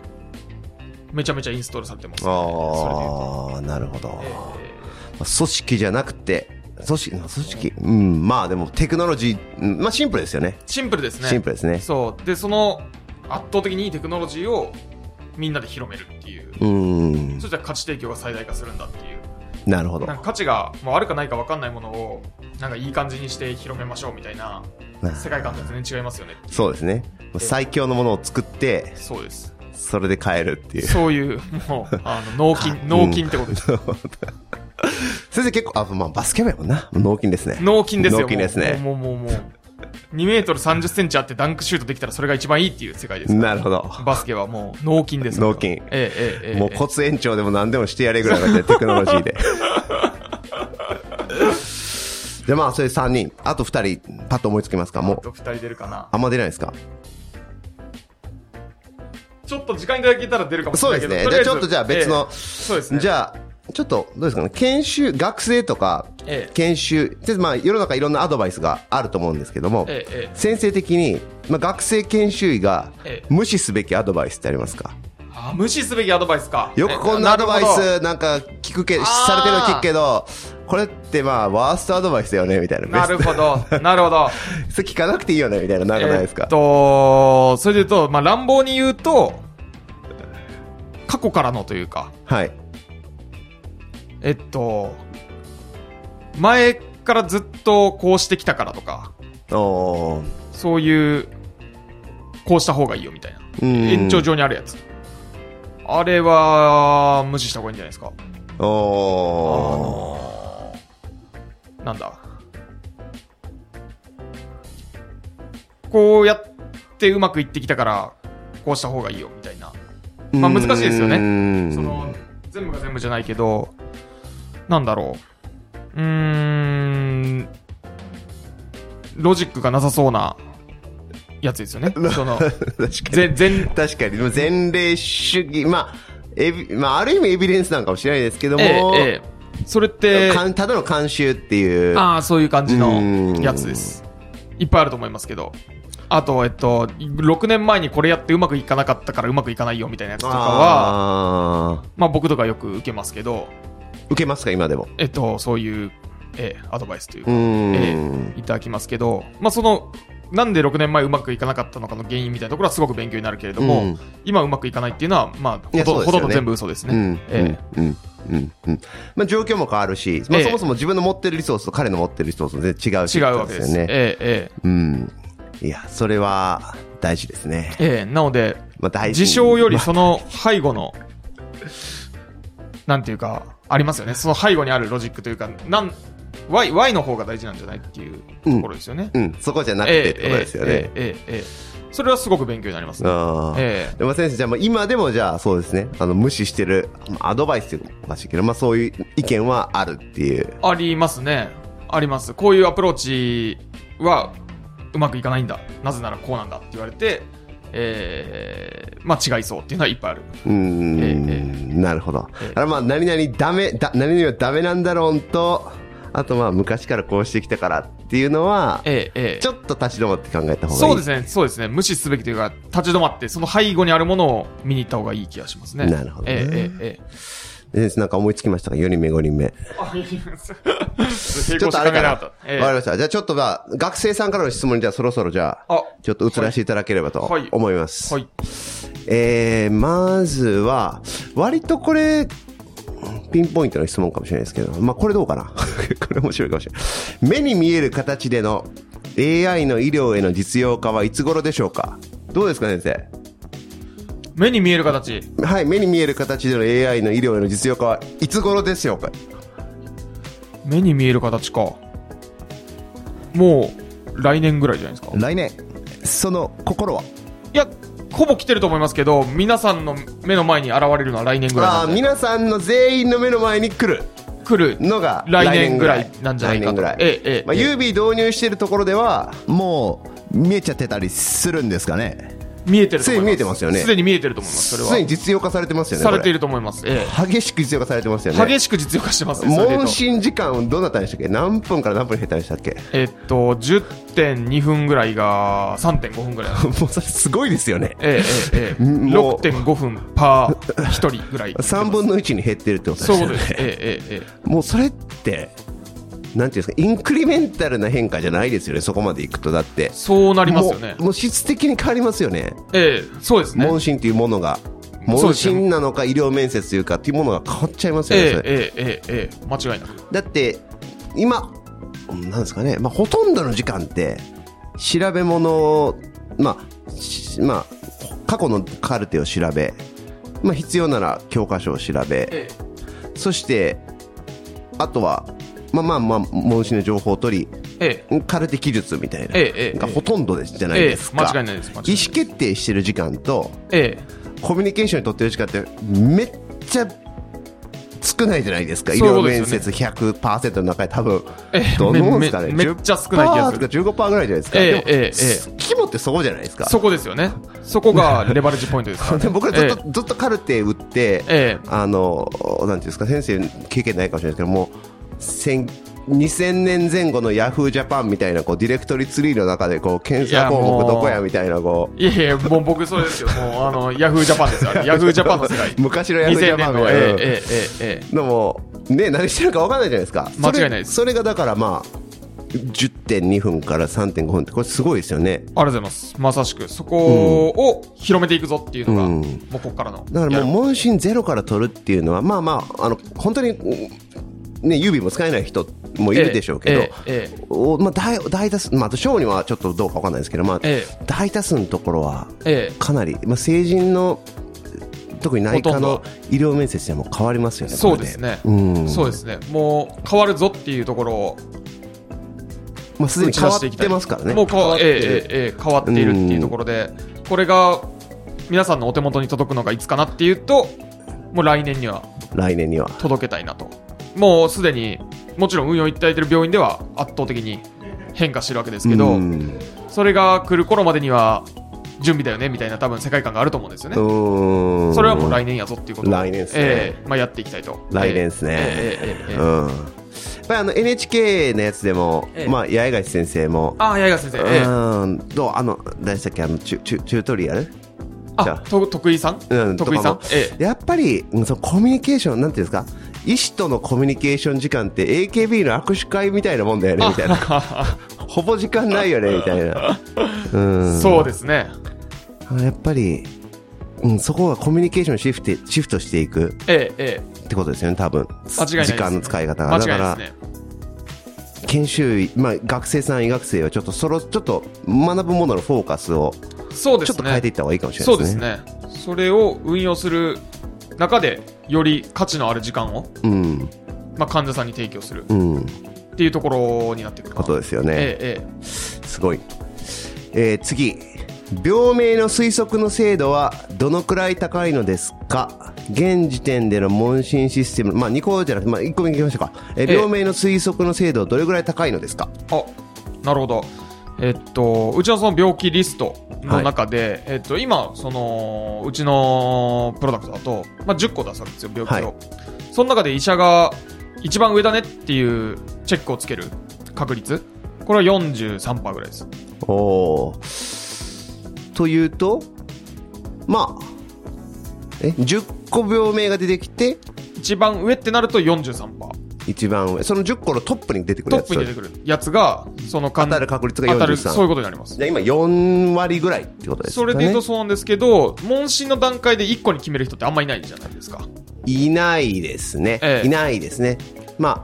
Speaker 2: めちゃめちゃインストールされてますねそれで言うと
Speaker 3: ああなるほど、
Speaker 2: え
Speaker 3: まあ組織じゃなくて、組織、組織、うん、まあでもテクノロジー、うんまあシンプルですよね。
Speaker 2: ーシンプルですね
Speaker 3: シンプルですね。
Speaker 2: そうでその圧倒的にいいテクノロジーをみんなで広めるっていう
Speaker 3: うーん
Speaker 2: そしたら価値提供が最大化するんだっていう
Speaker 3: なるほど
Speaker 2: なんか価値が、まあ、あるかないか分かんないものをなんかいい感じにして広めましょうみたいな世界観と全然違いますよね
Speaker 3: そうですね最強のものを作って
Speaker 2: そうです
Speaker 3: それで買えるっていう
Speaker 2: そういうもうあの納金納金ってことです
Speaker 3: 先生結構あ、まあ、バスケ部やもんな脳筋ですね
Speaker 2: 納金ですよ
Speaker 3: 納金ですね
Speaker 2: もうもうもうもう2メートル3 0センチあってダンクシュートできたらそれが一番いいっていう世界です
Speaker 3: なるほど
Speaker 2: バスケはもう納金ですよ
Speaker 3: 納金
Speaker 2: ええええええ
Speaker 3: もう骨延長でも何でもしてやれぐらいのテクノロジー
Speaker 2: (laughs)
Speaker 3: ででまあそれ3人あと2人パッと思いつきますかも
Speaker 2: あ
Speaker 3: う
Speaker 2: と2人出るかな
Speaker 3: あんま出ないですか
Speaker 2: ちょっと時間いただけたら出るかもしれないけど
Speaker 3: そうですね
Speaker 2: とりえず
Speaker 3: じゃあちょっとじゃあ別の
Speaker 2: ええそうですね
Speaker 3: じ
Speaker 2: ゃ
Speaker 3: ゃあちょっとどうですかね研修学生とか
Speaker 2: ええ
Speaker 3: 研修、でまあ、世の中いろんなアドバイスがあると思うんですけども、
Speaker 2: ええええ
Speaker 3: 先生的に、まあ、学生研修医が
Speaker 2: ええ
Speaker 3: 無視すべきアドバイスってありますか
Speaker 2: あ無視すべきアドバイスか
Speaker 3: よくこんなアドバイスなんか聞くけ
Speaker 2: あー
Speaker 3: されてるの聞くけどこれってまあワーストアドバイスだよねみたいな
Speaker 2: なるほどなるほどなるほど
Speaker 3: ベストそれ聞かなくていいよねみたいな (laughs) なんかないです
Speaker 2: え
Speaker 3: か
Speaker 2: っ、とそれで言うと、まあ、乱暴に言うと過去からのというか
Speaker 3: はい
Speaker 2: えっと前からずっとこうしてきたからとか
Speaker 3: おー
Speaker 2: そういうこうした方がいいよみたいな
Speaker 3: うん
Speaker 2: 延長上にあるやつあれは無視した方がいいんじゃないですかあ
Speaker 3: お
Speaker 2: の
Speaker 3: ー
Speaker 2: ーなんだこうやってうまくいってきたからこうした方がいいよみたいなまあ難しいですよね
Speaker 3: ね
Speaker 2: その全部が全部じゃないけどなんだろううーんロジックがなさそうなやつですよ
Speaker 3: (laughs)
Speaker 2: ねその
Speaker 3: 確か (laughs) に
Speaker 2: 全全
Speaker 3: 確かにでも前例主義まあエビまあ、ある意味エビデンスなんかもしれないですけども、
Speaker 2: ええええそれって
Speaker 3: かんただの慣習っていう
Speaker 2: ああそういう感じのやつですいっぱいあると思いますけどあとえっと6年前にこれやってうまくいかなかったからうまくいかないよみたいなやつとかは
Speaker 3: あー
Speaker 2: まあ僕とかよく受けますけど
Speaker 3: 受けますか今でも
Speaker 2: えっとそういう、ええアドバイスという
Speaker 3: う
Speaker 2: か
Speaker 3: ーん、
Speaker 2: ええいただきますけど、まあ、そのなんで6年前うまくいかなかったのかの原因みたいなところはすごく勉強になるけれども、
Speaker 3: うん
Speaker 2: 今うまくいかないっていうのは、まあ、
Speaker 3: い
Speaker 2: ほ
Speaker 3: や
Speaker 2: と,、
Speaker 3: そうですよね
Speaker 2: ほとんど全部嘘ですね。
Speaker 3: うん
Speaker 2: え
Speaker 3: うんうんうんまあ、状況も変わるし、ま
Speaker 2: ええ
Speaker 3: あ、そもそも自分の持ってるリソースと彼の持ってるリソースも全然違う
Speaker 2: え
Speaker 3: し
Speaker 2: 違うわけです。
Speaker 3: よね。
Speaker 2: えええ
Speaker 3: うん、いやそれは大事ですね。
Speaker 2: えええなので、
Speaker 3: まあ、大事
Speaker 2: 事象よりその背後の、なんていうか、ありますよね。その背後にあるロジックというか、なん、Y, y の方が大事なんじゃないっていうところですよね。
Speaker 3: まあうん、そこじゃなく
Speaker 2: ええ
Speaker 3: てってことですよね。
Speaker 2: ええええええそれはすごく勉強になりますね。
Speaker 3: あー
Speaker 2: ええ
Speaker 3: でも先生、じゃあもう今でもじゃあそうですね、あの無視してる、まあアドバイスっていうのもおかしいけど、まあそういう意見はあるっていう。
Speaker 2: ありますね。あります。こういうアプローチはうまくいかないんだ。なぜならこうなんだって言われて、えー、まあ違いそうっていうのはいっぱいある。
Speaker 3: うーん、
Speaker 2: え
Speaker 3: なるほど。
Speaker 2: ええ
Speaker 3: あらまあ何々ダメ、だ何々はダメなんだろうと、あとまあ昔からこうしてきたからっていうのは、
Speaker 2: えー、えー
Speaker 3: ちょっと立ち止まって考えた方がいい。
Speaker 2: そうですね、そうですね。無視すべきというか、立ち止まって、その背後にあるものを見に行った方がいい気がしますね。
Speaker 3: なるほどね
Speaker 2: えー、えー、え
Speaker 3: 先生なんか思いつきましたか ?4 人目、5人目。
Speaker 2: ー。あ、いいです。
Speaker 3: (laughs)
Speaker 2: ち
Speaker 3: ちょっとあれかな。わ
Speaker 2: か
Speaker 3: か
Speaker 2: った。え
Speaker 3: り
Speaker 2: ー
Speaker 3: ました。じゃあちょっとまあ、学生さんからの質問にじゃあそろそろじゃあ、
Speaker 2: あ、
Speaker 3: ちょっと移らせていただければと
Speaker 2: はい
Speaker 3: 思います。
Speaker 2: はい。
Speaker 3: えー、まずは、割とこれ、ピンポイントの質問かもしれないですけど、まあ、これどうかな (laughs) これ面白いかもしれない。目に見える形での AI の医療への実用化はいつ頃でしょうかどうですか先生
Speaker 2: 目に見える形。
Speaker 3: はい、目に見える形での AI の医療への実用化はいつ頃でしょうか
Speaker 2: 目に見える形か。もう、来年ぐらいじゃないですか。
Speaker 1: 来年
Speaker 3: その心はい
Speaker 2: や、ほぼ来てると思いますけど、皆さんの目の前に現れるのは来年ぐらい
Speaker 3: あ
Speaker 2: な
Speaker 3: あ
Speaker 2: んで、
Speaker 3: 皆さんの全員の目の前に来る
Speaker 2: 来る。
Speaker 3: のが
Speaker 2: 来年ぐらいなんじゃないかと
Speaker 3: 来年ぐらい。
Speaker 2: ええええ
Speaker 3: まあ、
Speaker 2: ええ
Speaker 3: ユービー導入しているところでは、
Speaker 1: もう見えちゃってたりするんですかね
Speaker 2: 見えてると思います。
Speaker 3: すでに見えてますよね
Speaker 2: すでに見えてると思います、それは。
Speaker 3: すでに実用化されてますよね。
Speaker 2: されてい
Speaker 3: る。
Speaker 2: ると思います。え
Speaker 3: 激しく実用化されてますよ
Speaker 2: え
Speaker 3: ね。
Speaker 2: 激しく実用化してますね、それで言う
Speaker 3: 問
Speaker 2: と。
Speaker 3: 診時間どうなったんでしたっけ何分から何分に減ったんでしたっけ
Speaker 2: えっと、10.2分ぐらいが3.5分ぐらいなんで。
Speaker 3: もうそれすごいですよね
Speaker 2: ええええええ
Speaker 3: もう
Speaker 2: 6.5分パー1人ぐら
Speaker 3: (laughs)
Speaker 2: い。
Speaker 3: 3分の1に減ってるってことです
Speaker 2: そういう
Speaker 3: よ
Speaker 2: ことで
Speaker 3: ね
Speaker 2: す。えええええ
Speaker 3: もうそれってなんていうんですかインクリメンタルな変化じゃないですよねそこまでいくとだって
Speaker 2: えそうなりますよね
Speaker 3: もう。もう質的に変わりますよね
Speaker 2: ええそうですね。
Speaker 3: 問診っていうものが
Speaker 2: そう
Speaker 3: 問
Speaker 2: ですね
Speaker 3: 診なのか医療面接というかっていうものが変わっちゃいますよね、そ
Speaker 2: え
Speaker 3: れ
Speaker 2: えええええ間違いなく
Speaker 3: だって今なんですかね、まあ、ほとんどの時間って調べ物を、まあしまあ、過去のカルテを調べ、まあ、必要なら教科書を調べ
Speaker 2: え
Speaker 3: そしてあとは、まあまあまあ、問診の情報を取
Speaker 2: ええ
Speaker 3: りカルテ記述みたいな、
Speaker 2: ええええ
Speaker 3: がほとんどですじゃない
Speaker 2: ええ
Speaker 3: ですか、
Speaker 2: 間違いないです間違いない
Speaker 3: 意思決定してる時間と
Speaker 2: ええ
Speaker 3: コミュニケーションに取ってる時間ってめっちゃ少ないじゃないですか、
Speaker 2: そういうこ
Speaker 3: 医療
Speaker 2: とで
Speaker 3: 面
Speaker 2: すよね
Speaker 3: 接100%の中で多分
Speaker 2: ええ
Speaker 3: どう思うんですかね
Speaker 2: めめめっちゃ少ない気がする
Speaker 3: 10%とか15%ぐらいじゃないですか、
Speaker 2: ええ
Speaker 3: でも
Speaker 2: ええええ
Speaker 3: 肝ってそこじゃないですか、
Speaker 2: そこですよねそこがレバレッジポイントですから、ね
Speaker 3: 僕らずっと,、
Speaker 2: え
Speaker 3: ずっとカルテ打って、
Speaker 2: ええ
Speaker 3: あのなんていうんですか先生経験ないかもしれないですけども千2000年前後のヤフージャパンみたいなこうディレクトリツリーの中でこう
Speaker 2: い
Speaker 3: 検査
Speaker 2: や
Speaker 3: 項
Speaker 2: も
Speaker 3: 目
Speaker 2: う
Speaker 3: どこやみたいなこう
Speaker 2: えいやいやもう僕それですよもうあのヤフージャパンですよあれヤフージャパンの世界
Speaker 3: (laughs) 昔のヤフージ
Speaker 2: 2000
Speaker 3: ャ
Speaker 2: 年
Speaker 3: パンみ
Speaker 2: の
Speaker 3: た
Speaker 2: え
Speaker 3: い
Speaker 2: え
Speaker 3: な、
Speaker 2: ええええええ
Speaker 3: のもね何してるか分かんないじゃないですかそれ
Speaker 2: 間違いないです
Speaker 3: それがだからまあ10.2分から3.5分ってこれすごいですよね
Speaker 2: ありがとうございますまさしくそこを広めていくぞっていうのが、
Speaker 3: うん
Speaker 2: もうこっからの
Speaker 3: だからもう
Speaker 2: や
Speaker 3: 問診ゼロから取るっていうのはまあまああの本当に、うんね、指も使えない人もいるでしょうけど、
Speaker 2: ええええええ
Speaker 3: おまあ、大大多数、まあ、あと小児はちょっとどうかわかんないですけど、まあ
Speaker 2: え
Speaker 3: 大多数のところは
Speaker 2: ええ
Speaker 3: かなり、まあ、成人の特に内科
Speaker 2: ほ
Speaker 3: の
Speaker 2: と
Speaker 3: 医療面接でも変わりますよね、
Speaker 2: そうですね
Speaker 3: これでうん
Speaker 2: そうですねもう変わるぞっていうところを
Speaker 3: まあ、すでに変わってますからね。
Speaker 2: もう変わ,、ええ
Speaker 3: てる
Speaker 2: ええええ変わっているっていうところで、これが皆さんのお手元に届くのがいつかなっていうと、もう来年には
Speaker 3: 来年には
Speaker 2: 届けたいなと、もうすでに、もちろん運用いただいている病院では圧倒的に変化してるわけですけど、
Speaker 3: うん
Speaker 2: それが来る頃までには準備だよねみたいな、多分世界観があると思うんですよね。
Speaker 3: うん
Speaker 2: それはもう来年やぞっていうことを
Speaker 3: 来年ですね
Speaker 2: ええまあ、やっていきたいと
Speaker 3: 来年ですね
Speaker 2: ええええええええ
Speaker 3: うんやっぱりあの NHK のやつでも、
Speaker 2: ええ
Speaker 3: まあ、八重樫先生も
Speaker 2: ああ八重樫先
Speaker 3: う
Speaker 2: 生、ええ
Speaker 3: ーんどうあの何でしたっけあのチュチュチュートリアルじゃ
Speaker 2: あと徳井さん、
Speaker 3: うん
Speaker 2: 徳井さ
Speaker 3: とか
Speaker 2: ん
Speaker 3: も、
Speaker 2: ええ
Speaker 3: やっぱりうんそのコミュニケーションなんていうんですか医師とのコミュニケーション時間って AKB の握手会みたいなもんだよねみたい
Speaker 2: (laughs)
Speaker 3: なほぼ時間ないよねみたいなうん
Speaker 2: そうですね
Speaker 3: あのやっぱり、うん、そこはコミュニケーションシフトシフトしていく
Speaker 2: ええええ
Speaker 3: ってことですよね多分
Speaker 2: 間違いないです
Speaker 3: 時間の使い方
Speaker 2: 間
Speaker 3: が
Speaker 2: 違
Speaker 3: だ
Speaker 2: いない
Speaker 3: から、
Speaker 2: ですね
Speaker 3: 研修医、まあ、学生さん医学生はちょっとそろちょっと学ぶもののフォーカスを
Speaker 2: そうで
Speaker 3: ちょっ
Speaker 2: す
Speaker 3: と
Speaker 2: ね
Speaker 3: 変えていった方がいいかもしれな
Speaker 2: そ
Speaker 3: いう
Speaker 2: で
Speaker 3: です
Speaker 2: す
Speaker 3: ね。
Speaker 2: ねそれを運用する中でより価値のある時間を、
Speaker 3: うん
Speaker 2: まあ、患者さんに提供する
Speaker 3: うん、
Speaker 2: っていうところになってくる
Speaker 3: ことですすよね、
Speaker 2: ええええ
Speaker 3: すごい、えー次病名の推測の精度はどのくらい高いのですか現時点での問診システム、まあ、2個じゃなくて、まあ、1個目いきましょうか、えー
Speaker 2: ええ
Speaker 3: 病名の推測の精度はどれくらい高いのですか
Speaker 2: あなるほどえっとうちのその病気リストの中で、えっと、今そのうちのプロダクトだと、まあ、10個出すわけですよ病気を、
Speaker 3: は
Speaker 2: その中で医者が一番上だねっていうチェックをつける確率これは43%ぐらいです
Speaker 3: おーというとまあえ10個病名が出てきて
Speaker 2: 一番上ってなると43%
Speaker 3: 一番上その10個のトップに出てくる
Speaker 2: ト
Speaker 3: や
Speaker 2: ッ
Speaker 3: つ
Speaker 2: プに出てくるやつがその
Speaker 3: 当
Speaker 2: 患
Speaker 3: たる確率が
Speaker 2: 当たるそういう
Speaker 3: 43
Speaker 2: ことになります
Speaker 3: じゃあ今4割ぐらいってことです
Speaker 2: そ
Speaker 3: かね
Speaker 2: れで言うとそうなんですけど問診の段階で1個に決める人ってあんまりいないじゃないですか
Speaker 3: いないですね、
Speaker 2: ええ
Speaker 3: いないですね、ま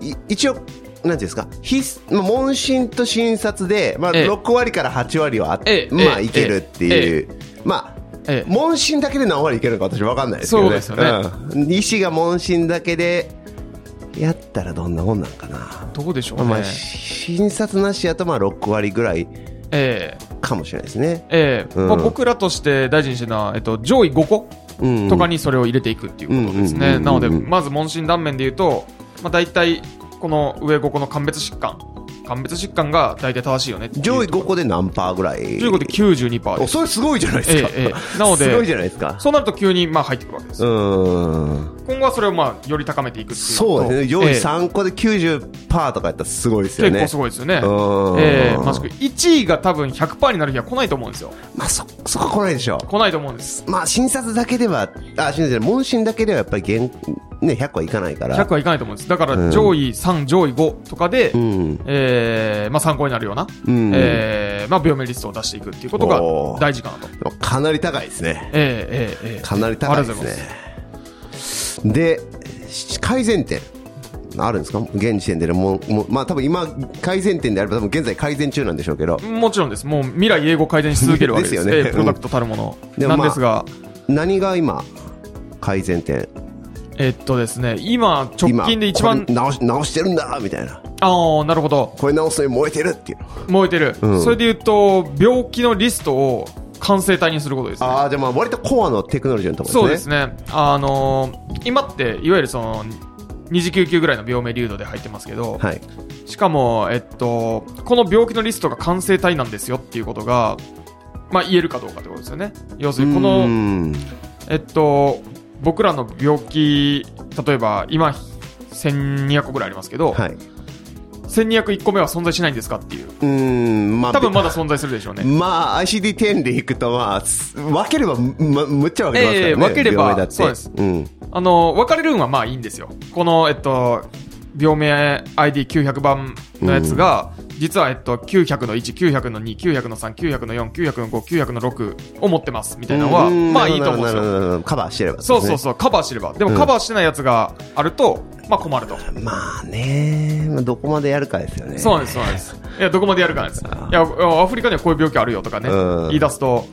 Speaker 3: あ、い一応、なんていうんですか、必須まあ問診と診察で、まあ、
Speaker 2: ええ
Speaker 3: 6割から8割はあ、
Speaker 2: ええ
Speaker 3: まあ、
Speaker 2: ええ
Speaker 3: いけるっていう、まあ、
Speaker 2: ええ
Speaker 3: 問診だけで何割いけるのか、私、分かんないですけどね、
Speaker 2: そうですよね
Speaker 3: うん医師が問診だけでやったらどんなもんなんかな、
Speaker 2: どうでしょう
Speaker 3: まあ
Speaker 2: ね、
Speaker 3: まあ、診察なしやと、まあ、6割ぐらい
Speaker 2: え
Speaker 3: かもしれないですね。
Speaker 2: えええ
Speaker 3: うん
Speaker 2: まあ、僕らとして大事にしてるのは、えっと、上位5個
Speaker 3: うん
Speaker 2: とかにそれを入れていくっていうことです
Speaker 3: うんうん
Speaker 2: ね
Speaker 3: うん
Speaker 2: なので
Speaker 3: うん
Speaker 2: まず問診断面で言うと、まあ、大体この上5個の鑑別疾患鑑別疾患が大体正しいよねっていう
Speaker 3: 上位5個で何パーぐらい
Speaker 2: ということで92%
Speaker 3: お
Speaker 2: です
Speaker 3: それすごいじゃないですか、
Speaker 2: ええええなのです
Speaker 3: ごいじゃないですか
Speaker 2: そうなると急にまあ入ってくるわけです
Speaker 3: うーん
Speaker 2: 今後はそれをまあより高めていくっていうのと
Speaker 3: そうですね、上位
Speaker 2: ええ
Speaker 3: 3個で90%パーとかやったらすごいですよね。
Speaker 2: 結構すごいですよね
Speaker 3: うん
Speaker 2: ええまさしく1位が多分100%になる日は来ないと思うんですよ
Speaker 3: まあ、そ、そこ来ないでしょ
Speaker 2: 来ないと思うんです
Speaker 3: う。まあ、診察だけでは、あ、診察じゃない問診だけではやっぱり限、ね、100個はいかないから。
Speaker 2: 100はいかないと思うんです。だか
Speaker 3: う
Speaker 2: ら
Speaker 3: ん
Speaker 2: 上位3、上位5とかで、
Speaker 3: うん。
Speaker 2: えーまあ、参考になるような、
Speaker 3: うん
Speaker 2: えーまあ、病名リストを出していくっていうことが
Speaker 3: おー
Speaker 2: 大事かなと。
Speaker 3: かなり高いですね。
Speaker 2: えーえーえー
Speaker 3: かなり高いで
Speaker 2: ありがとうございます
Speaker 3: ね。で、し改善点。あるんですか現時点でねもうもう、まあ多分今、改善点であれば、多分現在改善中なんでしょうけど、
Speaker 2: もちろんです。もう未来英語を改善し続けるわけです。
Speaker 3: ですよね
Speaker 2: えープロダクトたるもの
Speaker 3: うんで
Speaker 2: な
Speaker 3: も
Speaker 2: ん
Speaker 3: まあ
Speaker 2: ですが、
Speaker 3: 何が今、改善点
Speaker 2: えっとですね、今、直
Speaker 3: 今
Speaker 2: 近で一
Speaker 3: こ
Speaker 2: 番
Speaker 3: れ、直し直してるんだみたいな
Speaker 2: ああ、なるほど。
Speaker 3: これ直すのに燃えてるっていう
Speaker 2: 燃えてる、
Speaker 3: ん
Speaker 2: それで言うと、病気のリストを完成体にすることですね。
Speaker 3: ああじゃあまあ割とコアのテクノロジーのとこ
Speaker 2: そう
Speaker 3: ろ
Speaker 2: で
Speaker 3: ですすね
Speaker 2: ね。あのー今って、いわゆるその、二次救急ぐらいの病名流度で入ってますけど、
Speaker 3: はい
Speaker 2: しかも、えっと、この病気のリストが完成体なんですよっていうことが、まあ、言えるかどうかってことですよね。要するに、こ
Speaker 3: うー
Speaker 2: の、
Speaker 3: ん
Speaker 2: えっと、僕らの病気、例えば、今、1200個ぐらいありますけど、
Speaker 3: はい
Speaker 2: 1201個目は存在しないんですかっていう。
Speaker 3: うーんまあ
Speaker 2: 多分まだ存在するでしょうね。
Speaker 3: まあ ICD10 でいくとまあす分ければむむっちゃ分けれますからね、
Speaker 2: ええ分ければ
Speaker 3: 病名だって
Speaker 2: そうです
Speaker 3: ん、
Speaker 2: あの、分かれるんはまあいいんですよ。この、えっと、病名 ID900 番のやつが、実は、えっと、900の1、900の2、900の3、900の4、900の5、900の6を持ってます、みたいなのは、
Speaker 3: うーん
Speaker 2: まあいいと思うんで
Speaker 3: な
Speaker 2: す
Speaker 3: るほ
Speaker 2: よ。
Speaker 3: どなるほどカバーしてればです
Speaker 2: そ
Speaker 3: ね、
Speaker 2: うそうそう、カバーしてれば。でもカバーしてないやつがあると、まあ困ると。
Speaker 3: まあね、まあ、どこまでやるかですよね
Speaker 2: そうなんです、そうなんです。いや、どこまでやるかなんです。いや、いやアフリカにはこういう病気あるよとかね、
Speaker 3: うん
Speaker 2: 言い出すと、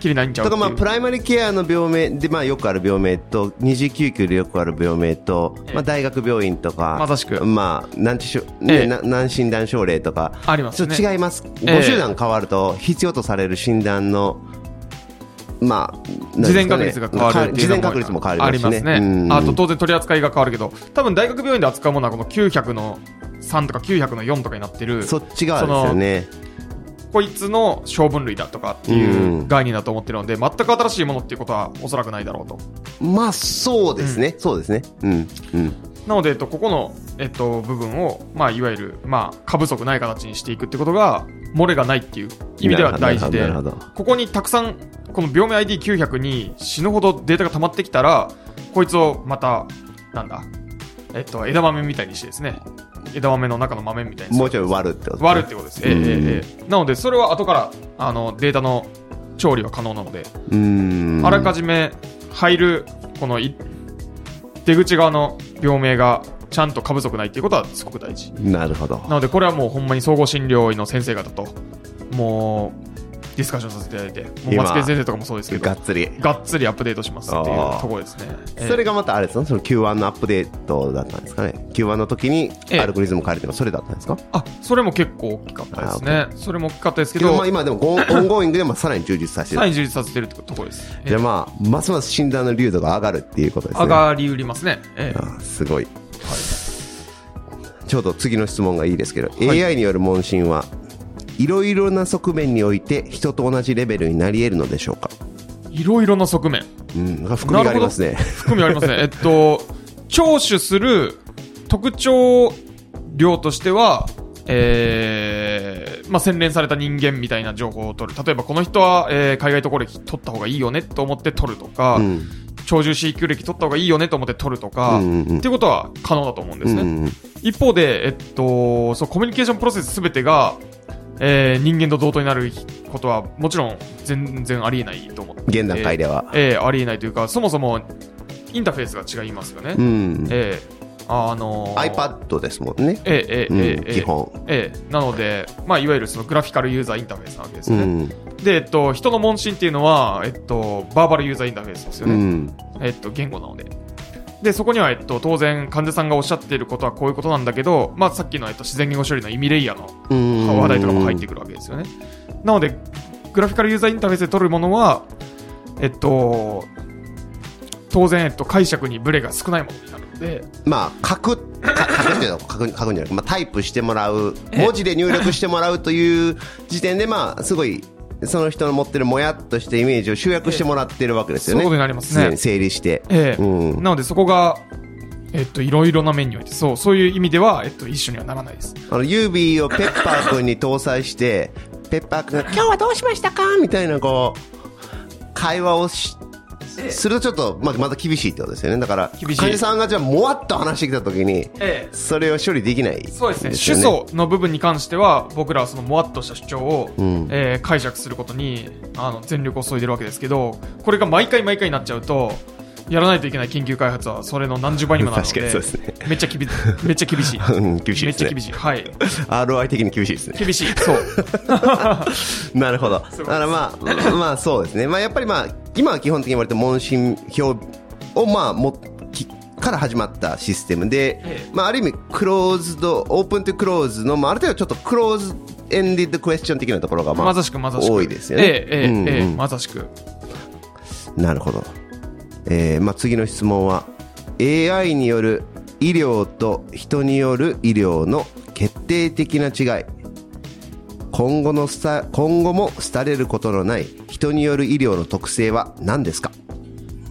Speaker 2: きりないんちゃう
Speaker 3: と
Speaker 2: って
Speaker 3: か
Speaker 2: いう
Speaker 3: まあプライマリケアの病名でまあよくある病名と二次救急でよくある病名と、まあ、大学病院とか
Speaker 2: まさしく
Speaker 3: まあ難治症、
Speaker 2: ええ
Speaker 3: ねな難診断症例とか
Speaker 2: ありますね
Speaker 3: ちょっと違います
Speaker 2: ええ
Speaker 3: 5集団変わると必要とされる診断のまあ
Speaker 2: 事前確率が変わるってい
Speaker 3: 事
Speaker 2: うの
Speaker 3: 前確率も変わりま
Speaker 2: あ
Speaker 3: すしね
Speaker 2: ります
Speaker 3: う
Speaker 2: ね。
Speaker 3: ん
Speaker 2: あと当然取り扱いが変わるけど、多分大学病院で扱うものはこの900の3とか900の4とかになってる、
Speaker 3: そっち側ですよね
Speaker 2: こいつの小分類だとかっていううん概念だと思ってるので、全く新しいものっていうことはおそらくないだろうと。
Speaker 3: まあそうですね、そうですねうんうん
Speaker 2: なので、えっと、ここの、えっと、部分を、まあ、いわゆる、まあ、過不足ない形にしていくってことが、漏れがないっていう意味では大事で
Speaker 3: なるほどなるほ、
Speaker 2: ここにたくさん、この病名 ID900 に死ぬほどデータが溜まってきたら、こいつをまた、なんだ、えっと、枝豆みたいにしてですね、枝豆の中の豆みたいに
Speaker 3: もう
Speaker 2: して
Speaker 3: ちょい割るってこと
Speaker 2: 割るってことです。ええ
Speaker 3: うん
Speaker 2: ええええなので、それは後から、あの、データの調理は可能なので、
Speaker 3: うん
Speaker 2: あらかじめ入るこのい出口側の病名がちゃんと過不足ないっていうことはすごく大事
Speaker 3: なるほど
Speaker 2: なのでこれはもうほんまに総合診療医の先生方ともうディスカッションさせていただいてもう
Speaker 3: 今
Speaker 2: 松木先生とかもそうですけど
Speaker 3: がっつり
Speaker 2: がっつりアップデートしますってい
Speaker 3: あ
Speaker 2: う
Speaker 3: ー
Speaker 2: ところですねええ
Speaker 3: それがまたあれですかその Q1 のアップデートだったんですかね Q1 の時に
Speaker 2: ええ
Speaker 3: アルゴリズム変えるっていうのはそれだったんですか、
Speaker 2: あそれも結構大きかったですねそれも大きかったですけ
Speaker 3: けど
Speaker 2: ど
Speaker 3: まあ今でも
Speaker 2: (laughs)
Speaker 3: ゴンオンゴーイングでもさらに充実させ
Speaker 2: さら
Speaker 3: てる
Speaker 2: に充実させてるってところですええ
Speaker 3: じゃあまあますます診断の流度が上がるっていうことですね
Speaker 2: 上がり売りますねええ
Speaker 3: あすごい、ちょうど次の質問がいいですけど、AI による問診はいろいろな側面において人と同じレベルになり得るのでしょうか
Speaker 2: いろいろな側面
Speaker 3: うんなんか含みがありますね
Speaker 2: なるほど含みありますね。えっと、聴取する特徴量としては、えー、まあ、洗練された人間みたいな情報を取る。例えば、この人は、えー海外渡航歴取った方がいいよねと思って取るとか、
Speaker 3: うん
Speaker 2: 長寿飼育歴取った方がいいよねと思って取るとか、
Speaker 3: うんうんうん
Speaker 2: っていうことは可能だと思うんで
Speaker 3: う
Speaker 2: すね。
Speaker 3: ん
Speaker 2: 一方で、えっと、そう、コミュニケーションプロセスすべてが、えー人間と同等になることは、もちろん全然ありえないと思って。
Speaker 3: 現段階では
Speaker 2: えーありえないというか、そもそもインターフェースが違いますよね。
Speaker 3: うん
Speaker 2: えーあのー、
Speaker 3: iPad ですもんね、
Speaker 2: えーえー
Speaker 3: うん
Speaker 2: えーえー
Speaker 3: 基本
Speaker 2: えーなので、まあ、いわゆるそのグラフィカルユーザーインターフェースなわけです
Speaker 3: う
Speaker 2: よね。
Speaker 3: ん
Speaker 2: で、えっと、人の問診っていうのは、えっと、バーバルユーザーインターフェースですよ
Speaker 3: う
Speaker 2: ね。
Speaker 3: ん
Speaker 2: えっと、言語なので。で、そこには、えっと、当然、患者さんがおっしゃっていることはこういうことなんだけど、まあ、さっきの、えっと、自然言語処理の意味レイヤーの話
Speaker 3: 話
Speaker 2: 題とかも入ってくるわけですよね。なので、グラフィカルユーザーインターフェースで取るものは、えっと、当然、えっと、解釈にブレが少ないものになるので、
Speaker 3: まあ書くか書くっていうのは書く書くんじゃなく、まあ、タイプしてもらう文字で入力してもらうという時点でまあすごいその人の持ってるもやっとしたイメージを集約してもらってるわけですよ
Speaker 2: ええ
Speaker 3: ね。
Speaker 2: そういうことになりますね
Speaker 3: 常に整理して、
Speaker 2: ええ
Speaker 3: うん
Speaker 2: なのでそこが、えっと、いろいろな面において、そう、そういう意味では、えっと、一緒にはならないです。
Speaker 3: あのユービーをペッパー君に搭載してペッパー君が「今日はどうしましたか?」みたいなこう会話をしするとちょっと、まあ、また厳しいってことですよね。だから、
Speaker 2: 厳しい
Speaker 3: 患者さんがじゃあ、もわっと話してきたときに、
Speaker 2: ええ
Speaker 3: それを処理できない、
Speaker 2: そうですね
Speaker 3: よ
Speaker 2: 主訴の部分に関しては僕らはそのもわっとした主張を、
Speaker 3: うん
Speaker 2: えー解釈することにあの全力を注いでるわけですけどこれが毎回毎回になっちゃうとやらないといけない研究開発はそれの何十倍にもなるので
Speaker 3: (laughs) 確かにそうです
Speaker 2: めっちゃ厳
Speaker 3: (laughs)
Speaker 2: めっちゃ厳しい
Speaker 3: うん厳しい
Speaker 2: め
Speaker 3: で
Speaker 2: っ
Speaker 3: す
Speaker 2: ちゃ
Speaker 3: ね
Speaker 2: 厳しいはい
Speaker 3: ROI 的に厳しいですね。
Speaker 2: 厳しいそう
Speaker 3: (laughs) なるほど。だ
Speaker 2: す
Speaker 3: からまあ、まあそうですね。まあやっぱりまあ、今は基本的に割と問診票をまあ、も、きから始まったシステムで、
Speaker 2: ええ
Speaker 3: まあある意味、クローズド、オープンとクローズの、まあある程度ちょっとクローズエンディッドクエスチョン的なところが (laughs) まあ、
Speaker 2: まさしくまさしく
Speaker 3: 多いですよね。
Speaker 2: ええええ
Speaker 3: うんうん
Speaker 2: ええまさしく
Speaker 3: なるほど。えーまあ次の質問は、AI による医療と人による医療の決定的な違い。今後のスタ今後も廃れることのない人による医療の特性は何ですか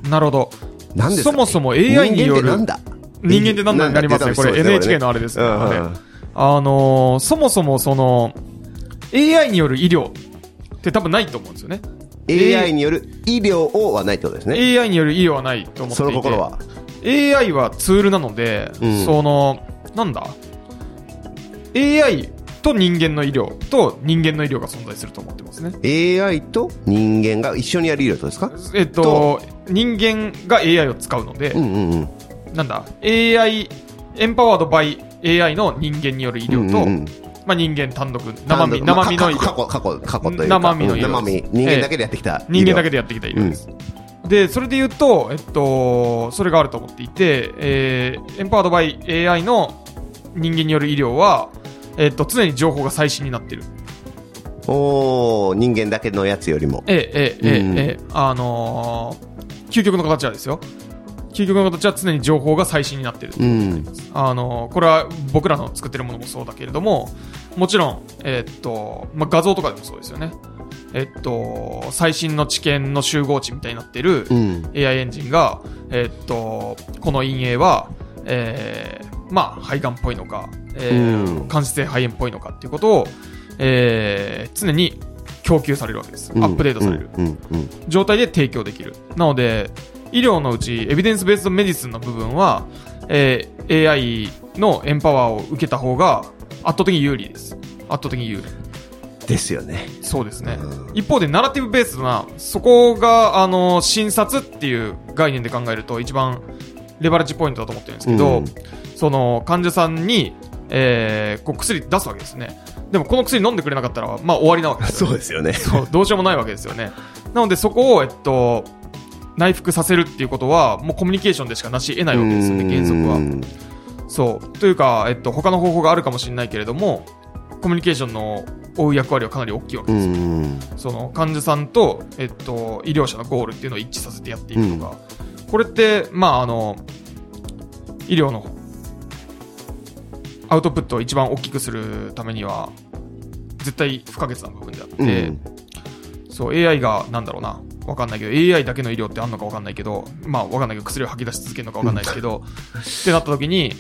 Speaker 2: なるほど
Speaker 3: 何ですか
Speaker 2: そもそも AI による
Speaker 3: 人間ってなんだ
Speaker 2: 人間って何だになりますね、これ、NHK のあれですね、
Speaker 3: うんうんうん
Speaker 2: はいあのーそもそもその AI による医療って多分ないと思うんですよね、
Speaker 3: AI による医療をはないってことですね。
Speaker 2: AI による医療はないと思っていて、
Speaker 3: その心は。
Speaker 2: AI はツールなので、
Speaker 3: うん
Speaker 2: その、なんだ、AI と人間の医療と人間の医療が存在すると思ってますね。
Speaker 3: AI と人間が一緒にやる医療ってことですか
Speaker 2: えっと、人間が AI を使うので、
Speaker 3: うんうんうん。
Speaker 2: なんだ、AI、エンパワードバイ AI の人間による医療と、
Speaker 3: うんうんうん
Speaker 2: まあ、人間単独、生身、
Speaker 3: まあ
Speaker 2: 生身の医療。
Speaker 3: 過去、過去、過去というか。
Speaker 2: 生身の医療
Speaker 3: うん生身。人間だけでやってきた。
Speaker 2: 人間だけ
Speaker 3: で。
Speaker 2: でやってきた医療です。で、それで言うと、えっと、それがあると思っていて、えー、エンパワードバイ AI の人間による医療は、えっと、常に情報が最新になってる。
Speaker 3: おお人間だけのやつよりも。
Speaker 2: ええ、ええ、え
Speaker 3: うん
Speaker 2: えええ、あのー究極の形はですよ。究極の形は常に情報が最新になってる。
Speaker 3: うん。
Speaker 2: あのこれは僕らの作ってるものもそうだけれどももちろん、えっとまあ、画像とかでもそうですよね、えっと最新の知見の集合値みたいになってる
Speaker 3: うん
Speaker 2: AI エンジンが、えっとこの陰影は、えーまあ、肺がんっぽいのか、え
Speaker 3: うん
Speaker 2: ー、間質性肺炎っぽいのかっていうことを、えー常に供給されるわけです、
Speaker 3: うん
Speaker 2: アップデートされる、
Speaker 3: うん。うん。
Speaker 2: 状態で提供できる。なので、医療のうち、エビデンスベースドメディスンの部分は、えー AI のエンパワーを受けた方が圧倒的に有利です。圧倒的に有利。
Speaker 3: ですよね。
Speaker 2: そうですね
Speaker 3: う。
Speaker 2: 一方で、ナラティブベースドな、そこが、あの、診察っていう概念で考えると、一番レバレッジポイントだと思ってるんですけど、
Speaker 3: うん
Speaker 2: その、患者さんに、えーこう薬出すわけですね。でも、この薬飲んでくれなかったら、まあ、終わりなわ
Speaker 3: (laughs)
Speaker 2: けですよね
Speaker 3: そうですよね。
Speaker 2: そうどうしようもないわけですよね。なのでそこを、えっと、内服させるっていうことは、もうコミュニケーションでしかなし得ないわけですよね、原則は。そう。というか、えっと、他の方法があるかもしれないけれども、コミュニケーションの追う役割はかなり大きいわけ
Speaker 3: う
Speaker 2: です。
Speaker 3: ん。
Speaker 2: その患者さんと、えっと、医療者のゴールっていうのを一致させてやっていくとか、これって、まあ、あの、医療のアウトプットを一番大きくするためには、絶対不可欠な部分であって、
Speaker 3: うん。
Speaker 2: そう、AI が、なんだろうな、わかんないけど、AI だけの医療ってあんのかわかんないけど、まあ、わかんないけど、薬を吐き出し続けるのかわかんないですけど、ってなった時に、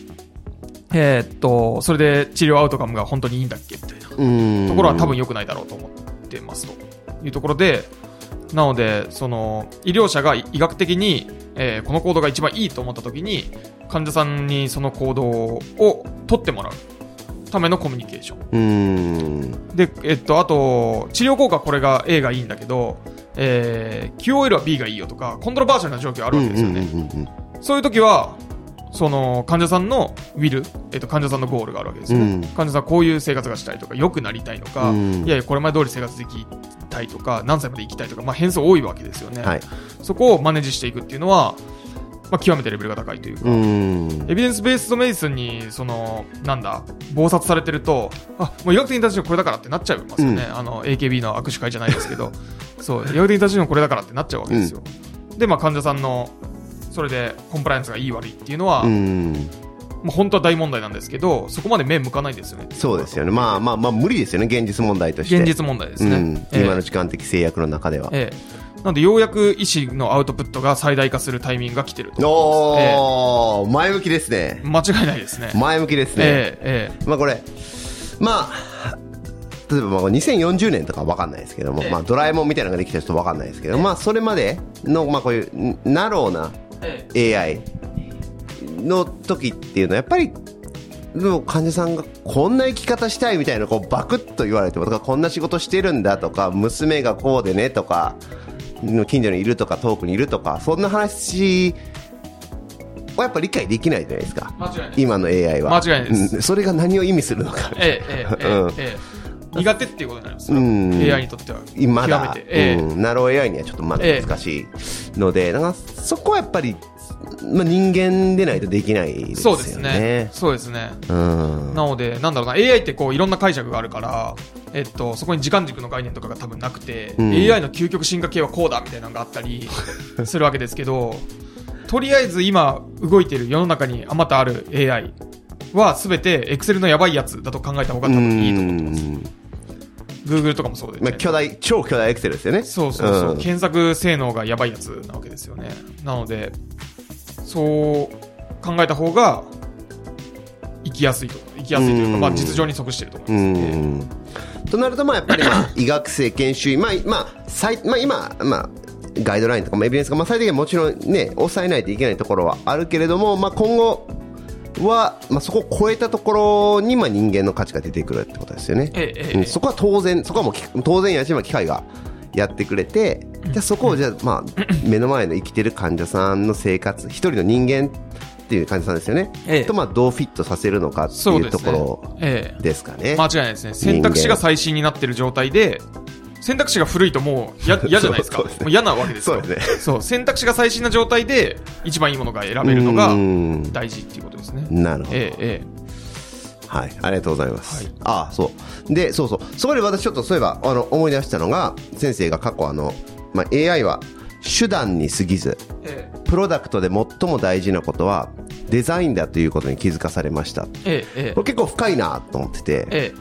Speaker 2: えーっと、それで治療アウトカムが本当にいいんだっけみたいなと
Speaker 3: うん。
Speaker 2: ころは多分良くないだろうと思ってますというところで、なので、その、医療者が医学的に、えーこの行動が一番いいと思った時に、患者さんにその行動を取ってもらうためのコミュニケーション。
Speaker 3: うん。
Speaker 2: で、えっと、あと、治療効果はこれが A がいいんだけど、えー、QOL は B がいいよとか、コントロバーシャルな状況あるわけですよね。
Speaker 3: うんうん
Speaker 2: そういう時は、その、患者さんのウィル、えっと、患者さんのゴールがあるわけですよね。
Speaker 3: うん
Speaker 2: 患者さんはこういう生活がしたいとか、良くなりたいのか、
Speaker 3: うん
Speaker 2: いやいや、これまで通り生活できたいとか、何歳まで生きたいとか、まあ、変数多いわけですよね。
Speaker 3: はい。
Speaker 2: そこをマネージしていくっていうのは、まあ、極めてレベルが高いというか、
Speaker 3: うん
Speaker 2: エ。ビデンスベースドメディスンに、その、なんだ、謀殺されてると、あ、もう医学的に正しいのこれだからってなっちゃいますよね。あの、AKB の握手会じゃないですけど、 (laughs) そう、医学的に正しいのこれだからってなっちゃうわけですよ。で、まあ患者さんの、それでコンプライアンスがいい悪いっていうのは、
Speaker 3: うん。
Speaker 2: まあ本当は大問題なんですけど、そこまで目向かないですよね。
Speaker 3: そうですよね。まあまあまあ、無理ですよね。現実問題として。
Speaker 2: 現実問題です
Speaker 3: う
Speaker 2: ね。
Speaker 3: ん。
Speaker 2: ええ
Speaker 3: 今の時間的制約の中では。
Speaker 2: ええなんで、ようやく医師のアウトプットが最大化するタイミングが来てると思います。え
Speaker 3: おー、前向きですね
Speaker 2: え。間違いないですね。
Speaker 3: 前向きですね。
Speaker 2: ええええ
Speaker 3: まあこれ、まあ、例えばまあ2040年とかわかんないですけども、まあ、ドラえもんみたいなのができたらちょっとわかんないですけど、まあ、それまでの、まあ、こういうんナローな
Speaker 5: え
Speaker 3: AI の時っていうのはやっぱりでも患者さんがこんな生き方したいみたいなこうバクッと言われてもとかこんな仕事してるんだとか娘がこうでねとか近所にいるとか遠くにいるとかそんな話はやっぱ理解できないじゃないですか
Speaker 5: 間違いない
Speaker 3: 今の AI は
Speaker 2: 間違いないです
Speaker 3: うんそれが何を意味するのか
Speaker 5: ええええええ
Speaker 3: (laughs) うん
Speaker 5: え
Speaker 2: 苦手っていうことになります、
Speaker 3: うん
Speaker 2: それは AI にとっては
Speaker 3: 今だ
Speaker 2: 極めて、ええ
Speaker 3: うん、ナロー AI にはちょっとまだ難しいので、なんかそこはやっぱり、まあ、人間でないとできないです
Speaker 2: そ
Speaker 3: よ
Speaker 2: うですね
Speaker 3: ね。
Speaker 2: そうですね
Speaker 3: うん
Speaker 2: なので、なんだろうな、AI ってこういろんな解釈があるから、えっと、そこに時間軸の概念とかが多分なくて、
Speaker 3: うん
Speaker 2: AI の究極進化系はこうだみたいなのがあった
Speaker 3: (laughs)
Speaker 2: りするわけですけど、とりあえず今動いてる世の中にあまたある AI は全て Excel のやばいやつだと考えた方が多分いいと思ってます。
Speaker 3: うん
Speaker 2: Google とかもそうで、
Speaker 3: まあ、巨大超巨大エクセルですよね
Speaker 2: そうそうそう、
Speaker 3: ん
Speaker 2: 検索性能がやばいやつなわけですよね。なので、そう考えた方が生きやすいと、生きやすいというか、
Speaker 3: うん
Speaker 2: まあ実情に即してると思いうます。
Speaker 3: んとなるとまあやっぱ
Speaker 2: (laughs)
Speaker 3: り、まあ、医学生研修医、まあまあ最まあ、今、まあ、ガイドラインとかもエビデンスが、まあ、最低限もちろん、ね、抑えないといけないところはあるけれども、まあ、今後は、まあ、そこを超えたところに、まあ、人間の価値が出てくるってことですよね、
Speaker 2: ええええ
Speaker 3: うんそこは当然そこはもうき当然やし、まあ、機械がやってくれてじゃあそこをじゃあ、まあ、目の前の生きてる患者さんの生活一人の人間っていう患者さんですよね、
Speaker 2: ええ
Speaker 3: と、まあ、どうフィットさせるのかって
Speaker 2: そう
Speaker 3: い
Speaker 2: で
Speaker 3: う
Speaker 2: す
Speaker 3: と
Speaker 2: ね
Speaker 3: ころ
Speaker 2: ええ
Speaker 3: ですかね。
Speaker 2: 間違いないですね選択肢が最新になってる状態で選択肢が古いともうや
Speaker 3: (laughs)
Speaker 2: 嫌じゃないですか
Speaker 3: そうそうですね
Speaker 2: もう嫌なわけですよ
Speaker 3: そうです
Speaker 2: そう選択肢が最新な状態で一番いいものが選べるのが
Speaker 3: うん
Speaker 2: 大事っていうことですね
Speaker 3: なるほど、
Speaker 2: えええ
Speaker 3: はい、ありがとうございます。
Speaker 2: はい
Speaker 3: ああ、そう。で、そうそう。そこで私ちょっとそういえば、あの、思い出したのが、先生が過去あの、まあ、AI は手段に過ぎず、
Speaker 2: ええ
Speaker 3: プロダクトで最も大事なことは、デザインだということに気づかされました。こ
Speaker 2: えええ
Speaker 3: れ結構深いなと思ってて、
Speaker 2: え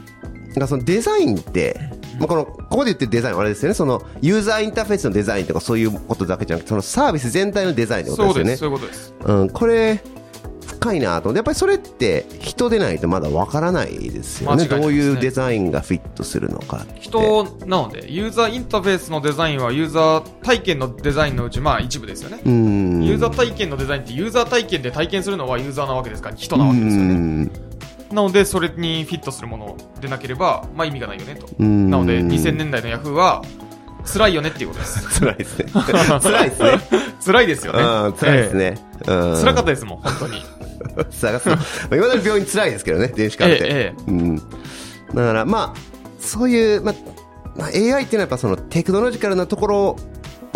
Speaker 2: え
Speaker 3: なんかそのデザインって、まあ、このここで言ってるデザインはあれですよねそのユーザーインターフェースのデザインとかそういうことだけじゃなくてそのサービス全体のデザインって
Speaker 2: えそう
Speaker 3: ことですよ
Speaker 2: で
Speaker 3: ね
Speaker 2: すそういうことです
Speaker 3: うん、これ深いなと思ってやっぱりそれって人でないとまだわからないですよ
Speaker 2: 間
Speaker 3: ね
Speaker 2: 違い
Speaker 3: ど
Speaker 2: な
Speaker 3: う
Speaker 2: いですね
Speaker 3: いうデザインがフィットするのかって
Speaker 2: 人なのでユーザーインターフェースのデザインはユーザー体験のデザインのうちまあ一部ですよね
Speaker 3: うん
Speaker 2: ユーザー体験のデザインってユーザー体験で体験するのはユーザーなわけですから人なわけですよねなので、それにフィットするものでなければ、まあ意味がないよねと。
Speaker 3: うん
Speaker 2: なので、2000年代のヤフーは、辛いよねっていうことです。
Speaker 3: 辛いです
Speaker 2: (laughs)
Speaker 3: ね (laughs) 辛いですね
Speaker 2: 辛いですよね。
Speaker 3: うん辛いですね、
Speaker 2: ええ。辛かったですもん、本当に。
Speaker 3: ったそういまだに病院辛いですけどね電子化っ
Speaker 2: え
Speaker 3: て、
Speaker 2: ええ
Speaker 3: うん、だからまあそういう、まあまあ、AI っていうのはやっぱそのテクノロジカルなところを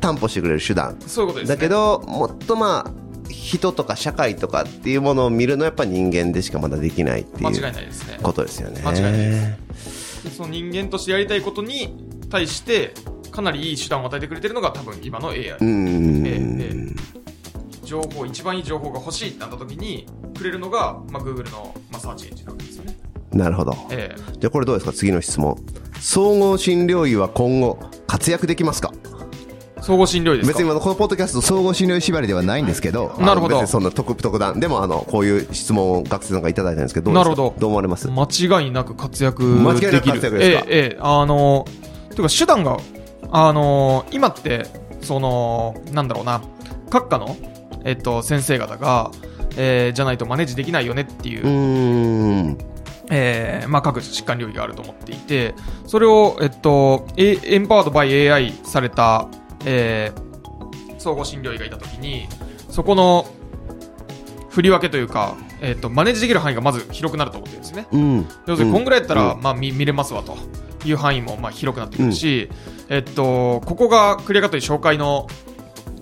Speaker 3: 担保してくれる手段
Speaker 2: そういうことです、ね。
Speaker 3: だけ、ど、もっとまあ、人とか社会とかっていうものを見るのはやっぱ人間でしかまだできないって
Speaker 2: 間違
Speaker 3: い
Speaker 2: いうないですね。
Speaker 3: ことですよね。
Speaker 2: 間違いないでその人間としてやりたいことに対して、かなりいい手段を与えてくれてるのが多分今の AI。
Speaker 3: うーん、
Speaker 2: えええ情報、一番いい情報が欲しいってなった時に、くれるのが、まあ Google の、まあ、サーチエンジンなわけですよね。
Speaker 3: なるほど。
Speaker 2: ええ
Speaker 3: じゃあこれどうですか次の質問。総合診療医は今後活躍できますか
Speaker 2: 総合診療医ですか
Speaker 3: 別にあのこのポッドキャスト総合診療医縛りではないんですけど、
Speaker 2: なるほど
Speaker 3: あの別にそんな特特段。でもあの、こういう質問を学生さんからいただいたんですけど、どうですか
Speaker 2: なるほど
Speaker 3: どう思われます
Speaker 2: 間違いなく活躍
Speaker 3: 間違いな
Speaker 2: で
Speaker 3: く
Speaker 2: きる。
Speaker 3: 活躍ですか
Speaker 2: ええ、ええ、あの、ていうか手段が、あの、今って、その、なんだろうな、各科の、えっと、先生方が、えーじゃないとマネージできないよねっていう、
Speaker 3: うーん。
Speaker 2: えーまあ、各疾患領域があると思っていて、それを、えっと、エエンパワードバイ AI された、えー総合診療医がいたときに、そこの振り分けというか、えっと、マネージできる範囲がまず広くなると思ってるんですね。
Speaker 3: うん。
Speaker 2: 要するにこんぐらいやったら、
Speaker 3: うん
Speaker 2: まあ、見見れますわという範囲もまあ広くなってくるし、えっと、ここがクリアカットに紹介の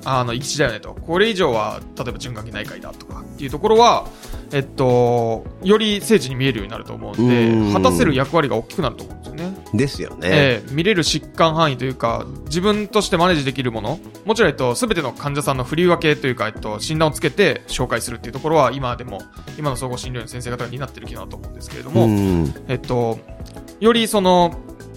Speaker 2: あの行き地だよねとこれ以上は例えば循環器内科医だとかっていうところは、えっと、より精緻に見えるようになると思うんで
Speaker 3: うん
Speaker 2: 果たせる役割が大きくなると思うんですよね。
Speaker 3: ですよね。
Speaker 2: ええ見れる疾患範囲というか自分としてマネージできるものもちろん、えっと、全ての患者さんの振り分けというか、えっと、診断をつけて紹介するっていうところは今でも今の総合診療医の先生方が担ってる気だと思うんですけれども、
Speaker 3: うん
Speaker 2: えっと、よりその、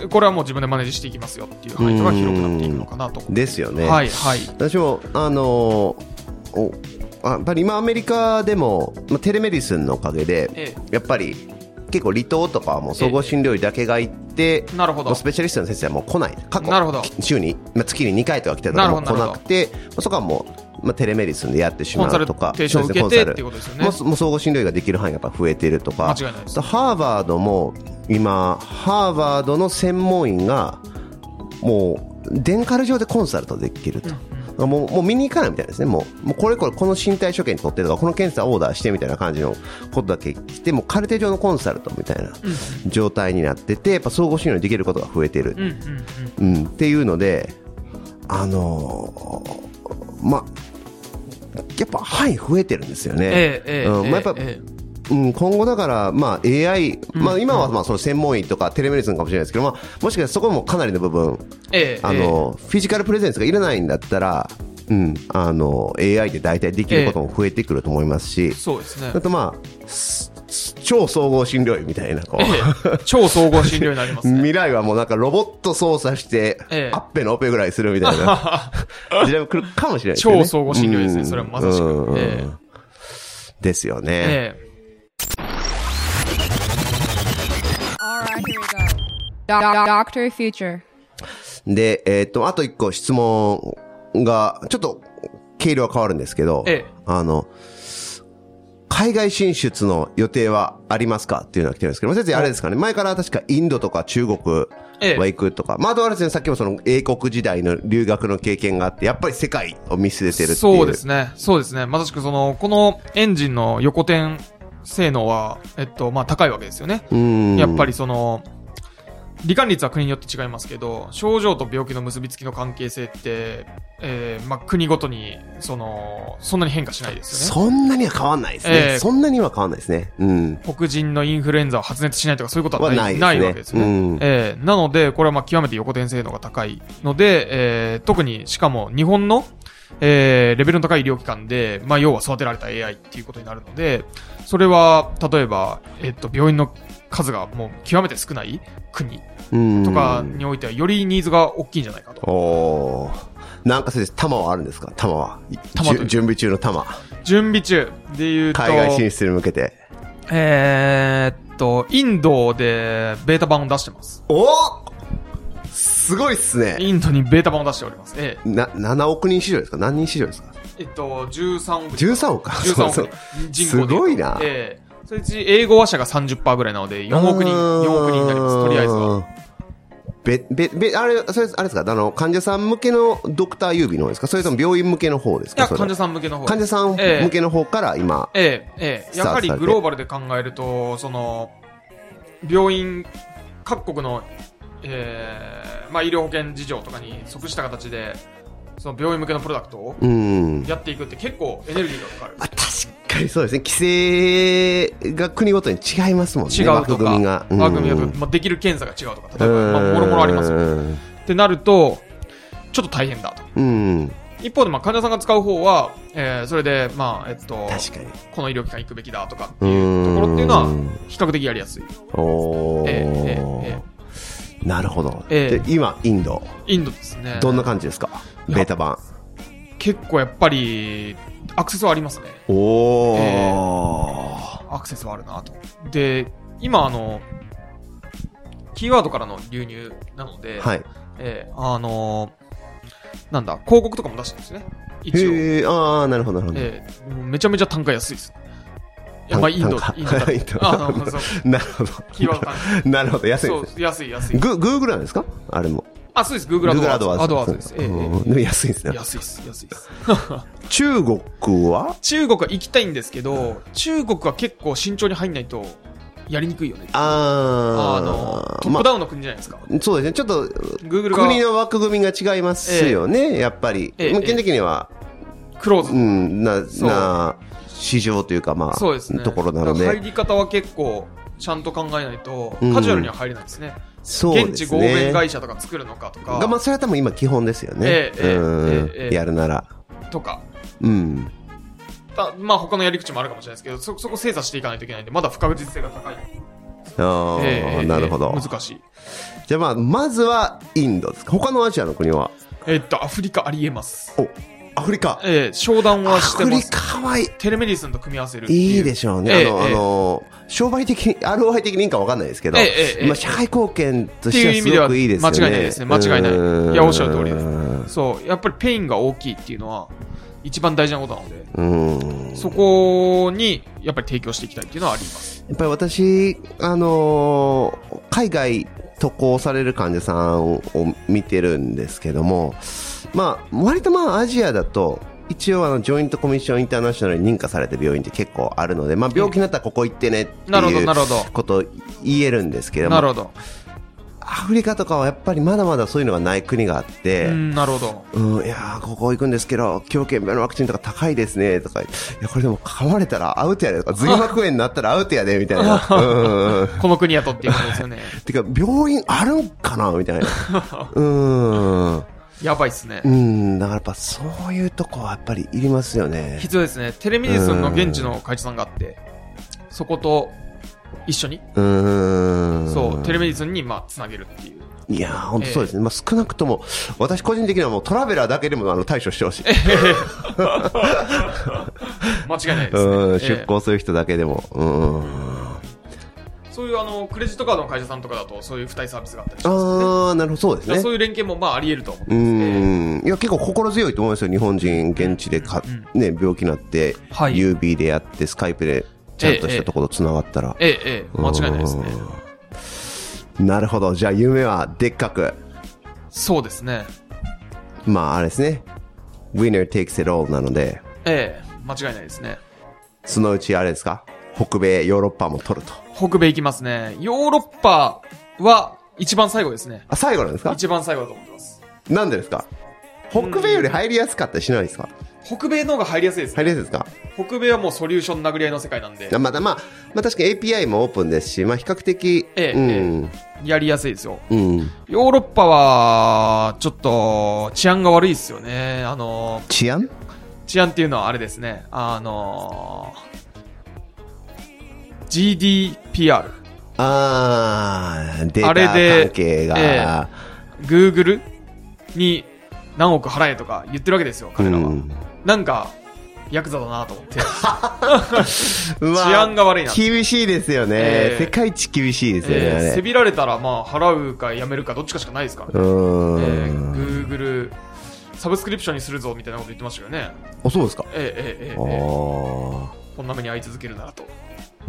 Speaker 2: これはもう自分でマネージしていきますよっていう範囲とか広くなっていくのかなと思
Speaker 3: ですよ
Speaker 2: う。
Speaker 3: ね。
Speaker 2: はい、はい。
Speaker 3: 私もあのーおあやっぱり今アメリカでも、まあ、テレメディスンのおかげで
Speaker 2: え
Speaker 3: やっぱり結構離島とかはもう総合診療医だけが行って、
Speaker 2: なるほど
Speaker 3: もうスペシャリストの先生はもう来ない過去
Speaker 2: なるほど
Speaker 3: き週に、まあ、月に2回とか来てた
Speaker 2: なる
Speaker 3: の
Speaker 2: ほ
Speaker 3: も
Speaker 2: ど
Speaker 3: 来なくてまあそこはもう、まあ、テレメディスンでやってしまうとか
Speaker 2: コンサルテーション
Speaker 3: そうですね
Speaker 2: 受けてっていうことですよね
Speaker 3: コンサルもう総合診療医ができる範囲がやっぱ増えてるとか
Speaker 2: 間違いないです
Speaker 3: あとハーバードも今ハーバードの専門医がもうデンカル上でコンサルトできると、もうもう見に行かないみたいですねもうもうこれこれこの身体所見取ってとかこの検査オーダーしてみたいな感じのことだけ来てもうカルテ上のコンサルトみたいな状態になっててやっぱ総合診療できることが増えて
Speaker 2: う
Speaker 3: る、
Speaker 2: んうんうん
Speaker 3: うん、っていうので、あのーまあ、やっぱ範囲増えてるんですよね。
Speaker 2: ええええ
Speaker 3: うんまあやっぱ
Speaker 2: ええ
Speaker 3: うん、今後だから、まあ、AI、まあ、
Speaker 2: うん
Speaker 3: 今はまあその専門医とかテレメディスンかもしれないですけど、まあ、もしかしたらそこもかなりの部分、
Speaker 2: ええ
Speaker 3: あのフィジカルプレゼンスがいらないんだったら、うん、あの AI で大体できることも増えてくると思いますし、
Speaker 2: そうですね
Speaker 3: (laughs) あとまあ、すす超総合診療医みたいな、こう。
Speaker 2: ええ超総合診療になりますね
Speaker 3: 未来はもうなんかロボット操作して、
Speaker 2: ええ
Speaker 3: アッペのオペぐらいするみたいな
Speaker 2: (laughs)
Speaker 3: 時代も来るかもしれないですよね。
Speaker 2: 超相互診療ですね
Speaker 3: うん
Speaker 2: それはまさしく
Speaker 3: うん
Speaker 2: ええ
Speaker 3: ですよね。
Speaker 2: ええ
Speaker 4: All right, here we go. Doc- doc- Doctor Future.
Speaker 3: で、えっ、と、あと一個質問が、ちょっと、経路は変わるんですけど、
Speaker 2: ええ
Speaker 3: あの、海外進出の予定はありますかっていうのが来てるんですけど、先生あれですかね、前から確かインドとか中国は
Speaker 2: ええ
Speaker 3: 行くとか、まあ、あとあれですね、さっきもその英国時代の留学の経験があって、やっぱり世界を見据えてるっていう。
Speaker 2: そうですね。そうですね。まさしくその、このエンジンの横転性能は、えっと、まあ高いわけですよね。
Speaker 3: うん
Speaker 2: やっぱりその、罹患率は国によって違いますけど、症状と病気の結びつきの関係性って、えー、まあ国ごとに、その、そんなに変化しないですよね。
Speaker 3: そんなには変わんないですね。
Speaker 2: ええ
Speaker 3: そんなには変わんないですね。うん。
Speaker 2: 黒人のインフルエンザを発熱しないとかそういうことはない
Speaker 3: はないですね
Speaker 2: わけですよね。
Speaker 3: うん
Speaker 2: えーなので、これはまあ極めて横転性能が高いので、えー特にしかも日本の、えーレベルの高い医療機関で、まあ要は育てられた AI っていうことになるので、それは例えば、えっと、病院の数がもう極めて少ない国
Speaker 3: うん。
Speaker 2: とかにおいてはよりニーズが大きいんじゃないかと。
Speaker 3: おーなんか先生、玉はあるんですか玉は。
Speaker 2: 玉という
Speaker 3: じゅ準備中の玉。
Speaker 2: 準備中で言うと、
Speaker 3: 海外進出に向けて。
Speaker 2: えーっと、インドでベータ版を出してます。
Speaker 3: おーすごいっすね。
Speaker 2: インドにベータ版を出しております。ええ
Speaker 3: な、7億人市場ですか何人市場ですか
Speaker 2: えっと、13億人。
Speaker 3: ?13 億か。
Speaker 2: 13億人
Speaker 3: そうそう。すごいな。
Speaker 2: ええそれうち英語話者が30%ぐらいなので、4億人、4億人になります。とりあえずは。
Speaker 3: べ、べ、べ、あれ、それ、あれですかあの、患者さん向けのドクター指の方ですかそれとも病院向けの方です
Speaker 2: い
Speaker 3: か
Speaker 2: や、
Speaker 3: それ
Speaker 2: 患者さん向けの方。
Speaker 3: 患者さん
Speaker 2: ええ
Speaker 3: 向けの方から今、
Speaker 2: ええ、ええ、やっぱりグローバルで考えると、その、病院、各国の、ええまあ、医療保険事情とかに即した形で、その病院向けのプロダクトを
Speaker 3: うん。
Speaker 2: やっていくって結構エネルギーがかかる。
Speaker 3: あ確かにそうですね。規制が国ごとに違いますもんね。
Speaker 2: 違うと
Speaker 3: 枠
Speaker 2: か、
Speaker 3: 組みが。
Speaker 2: 枠組みが
Speaker 3: うん
Speaker 2: まあ、できる検査が違うとか、例えば、まあ、もろもろありますよ。ってなると、ちょっと大変だと。
Speaker 3: うん。
Speaker 2: 一方で、まあ、患者さんが使う方は、えー、それで、まあ、えっと、
Speaker 3: 確かに。
Speaker 2: この医療機関行くべきだとかっていうところっていうのは
Speaker 3: うん、
Speaker 2: 比較的やりやすい。
Speaker 3: おー。
Speaker 2: えええ
Speaker 3: なるほど、
Speaker 2: ええ
Speaker 3: で今、インド、
Speaker 2: インドですね。
Speaker 3: どんな感じですか、
Speaker 2: いや
Speaker 3: ベータ版。
Speaker 2: 結構やっぱり、アクセスはありますね。
Speaker 3: おー、
Speaker 2: えアクセスはあるなと。で、今、あの、キーワードからの流入なので、
Speaker 3: はい。
Speaker 2: えーあのーなんだ、広告とかも出してるんですね。一応。
Speaker 3: へえ、あー、なるほど、なるほど。
Speaker 2: えーもうめちゃめちゃ単価安いです。いや、
Speaker 3: 単
Speaker 2: まあ、インド、インド
Speaker 3: 単価
Speaker 2: だ
Speaker 3: (laughs) インド
Speaker 2: あのそう
Speaker 3: なるほど。
Speaker 2: キーワード単価
Speaker 3: (laughs) なるほど、安い
Speaker 2: そ
Speaker 3: で
Speaker 2: う
Speaker 3: す、ね。
Speaker 2: 安い、安い。
Speaker 3: ググーグルなんですかあれも。
Speaker 2: あ、そうです。Google アドワーズ。
Speaker 3: Google
Speaker 2: アドワーズです。ええ
Speaker 3: うんでも安いですね。
Speaker 2: 安いです、安いです。
Speaker 3: 中国は
Speaker 2: 中国は行きたいんですけど、中国は結構慎重に入んないとやりにくいよね。あ
Speaker 3: あ
Speaker 2: の、
Speaker 3: ー
Speaker 2: トップダウンの国じゃないですか。
Speaker 3: そうですね、ちょっと
Speaker 2: Google
Speaker 3: 国
Speaker 2: が
Speaker 3: の枠組みが違いますよね、やっぱり、
Speaker 2: ええ
Speaker 3: まあ基本的には、
Speaker 2: クローズ。
Speaker 3: うん、な、
Speaker 2: そう
Speaker 3: な、市場というか、まあ、
Speaker 2: そうですね。
Speaker 3: ところなの
Speaker 2: だから
Speaker 3: で
Speaker 2: 入、り方は結構、ちゃんと考えないと、
Speaker 3: うん
Speaker 2: カジュアルには入れないですね。
Speaker 3: そう
Speaker 2: 現
Speaker 3: で
Speaker 2: 地
Speaker 3: す
Speaker 2: 合弁
Speaker 3: ね。
Speaker 2: 会社とか作るのかとか、
Speaker 3: が、まあ、それは多分今基本ですよね
Speaker 2: え。えええ
Speaker 3: うん
Speaker 2: ええ
Speaker 3: やるなら。
Speaker 2: とか、
Speaker 3: うん。
Speaker 2: たまあ他のやり口もあるかもしれないですけど、そ、そこ精査していかないといけないんで、まだ不確実性が高い。
Speaker 3: ああ、
Speaker 2: ええ
Speaker 3: なるほど。
Speaker 2: ええ難しい。
Speaker 3: じゃあ、まあ、まずはインドですか。他のアジアの国は
Speaker 2: えっと、アフリカありえます。
Speaker 3: おアフリカ。
Speaker 2: ええ、商談は
Speaker 3: ア
Speaker 2: して
Speaker 3: フ
Speaker 2: ま
Speaker 3: リ
Speaker 2: す。
Speaker 3: カはい
Speaker 2: テレメディスンと組み合わせるって
Speaker 3: い
Speaker 2: い
Speaker 3: いで
Speaker 2: ょ。
Speaker 3: しょうね。
Speaker 2: ええ
Speaker 3: あの、
Speaker 2: ええ
Speaker 3: あの、商売的に、ROI (laughs) 的にいいかわかんないですけど、
Speaker 2: ええええ
Speaker 3: まあ、社会貢献と
Speaker 2: っい
Speaker 3: してて
Speaker 2: う
Speaker 3: は
Speaker 2: 意
Speaker 3: す
Speaker 2: 味では
Speaker 3: ごくいいですよね。
Speaker 2: 間違いないですね間違いない
Speaker 3: うん
Speaker 2: いやおっしゃる通りです
Speaker 3: うん
Speaker 2: そう、やっぱりペインが大きいっていうのは、一番大事なことなので、
Speaker 3: うん。
Speaker 2: そこに、やっぱり提供していきたいっていうのはあります。
Speaker 3: やっぱり私、あのー海外渡航される患者さんを見てるんですけども、まあ、割とまあアジアだと、一応あの、ジョイントコミッションインターナショナルに認可された病院って結構あるので、まあ病気になったらここ行ってねって
Speaker 2: なるほど、
Speaker 3: い
Speaker 2: な
Speaker 3: う
Speaker 2: るほど。
Speaker 3: ことを言えるんですけども、
Speaker 2: なるほど。
Speaker 3: アフリカとかはやっぱりまだまだそういうのがない国があっ
Speaker 2: う
Speaker 3: て、
Speaker 2: ん、なるほど。
Speaker 3: うん、いやーここ行くんですけど、狂犬病のワクチンとか高いですね、とか、いや、これでも噛まれたらアウトやで、とか、髄膜炎になったらアウトやで、みたい
Speaker 2: (laughs)
Speaker 3: な。うんうんうん。
Speaker 2: この国やとっていうことですよね。 (laughs)
Speaker 3: てか、病院あるんかなみたいな。うん。
Speaker 2: やばいっすね
Speaker 3: う。ん、だからやっぱそういうとこはやっぱりいりますよね。
Speaker 2: 必要ですね。テレミディスンの現地の会長さんがあって、そこと一緒に、
Speaker 3: うん。
Speaker 2: そう、テレミディスンに、まあ、つなげるっていう。
Speaker 3: いやー、本当そうですね。まあ、少なくとも、私個人的にはもうトラベラーだけでもあの対処してほしい。
Speaker 2: 間違いないですね。
Speaker 3: うん、
Speaker 2: ええ
Speaker 3: 出向する人だけでも。うん。
Speaker 2: そういう、あの、クレジットカードの会社さんとかだと、そういう付帯サービスがあったりしますよね。
Speaker 3: ああ、なるほど、そうです
Speaker 2: だから
Speaker 3: ね
Speaker 2: そう。いう連携も、まあ、あり得ると思って
Speaker 3: う
Speaker 2: ますね。
Speaker 3: ん。いや、結構心強いと思いますよ。日本人、現地でか、
Speaker 2: うん
Speaker 3: ね、病気になって、
Speaker 2: はい
Speaker 3: UB でやって、スカイプで、ちゃんとしたところと繋がったら。
Speaker 2: ええ、ええ、間違いないですね。
Speaker 3: うん。なるほど。じゃあ、夢はでっかく。
Speaker 2: そうですね。
Speaker 3: まあ、あれですね。winner takes it all なので、
Speaker 2: ええ、間違いないですね。
Speaker 3: そのうちあれですか北米、ヨーロッパも取ると。
Speaker 2: 北米行きますね。ヨーロッパは、一番最後ですね。
Speaker 3: あ、最後なんですか
Speaker 2: 一番最後だと思ってます。
Speaker 3: なんでですか北米より入りやすかったりしないですか
Speaker 2: 北米の方が入りやすいですね。
Speaker 3: 入りやすいですか
Speaker 2: 北米はもうソリューション殴り合いの世界なんで、
Speaker 3: またまあ、まあ確かに API もオープンですし、まあ比較的、
Speaker 2: ええ
Speaker 3: うん、
Speaker 2: やりやすいですよ。
Speaker 3: うん。
Speaker 2: ヨーロッパは、ちょっと、治安が悪いですよね。あの、
Speaker 3: 治安
Speaker 2: 治安っていうのはあれですね。あの、GDPR。
Speaker 3: あー、デー
Speaker 2: あれ
Speaker 3: タ
Speaker 2: で
Speaker 3: 関係が、
Speaker 2: え Google に何億払えとか言ってるわけですよ、彼らは。
Speaker 3: うん
Speaker 2: なんか、ヤクザだなと思って。
Speaker 3: (laughs) うわ
Speaker 2: 治安が悪いな
Speaker 3: 厳しいですよね、
Speaker 2: ええ
Speaker 3: 世界一厳しいですよね、
Speaker 2: えー
Speaker 3: あ
Speaker 2: せ
Speaker 3: れ。
Speaker 2: びられたら、まあ、払うかやめるかどっちかしかないですからね
Speaker 3: う。ー
Speaker 2: え
Speaker 3: ん、
Speaker 2: ー、Google サブスクリプションにするぞみたいなこと言ってましたよね。
Speaker 3: あ、そうですか。
Speaker 2: えー、えーえ
Speaker 3: あ
Speaker 2: ーえ
Speaker 3: ー
Speaker 2: ーこんな目に遭い続けるならと。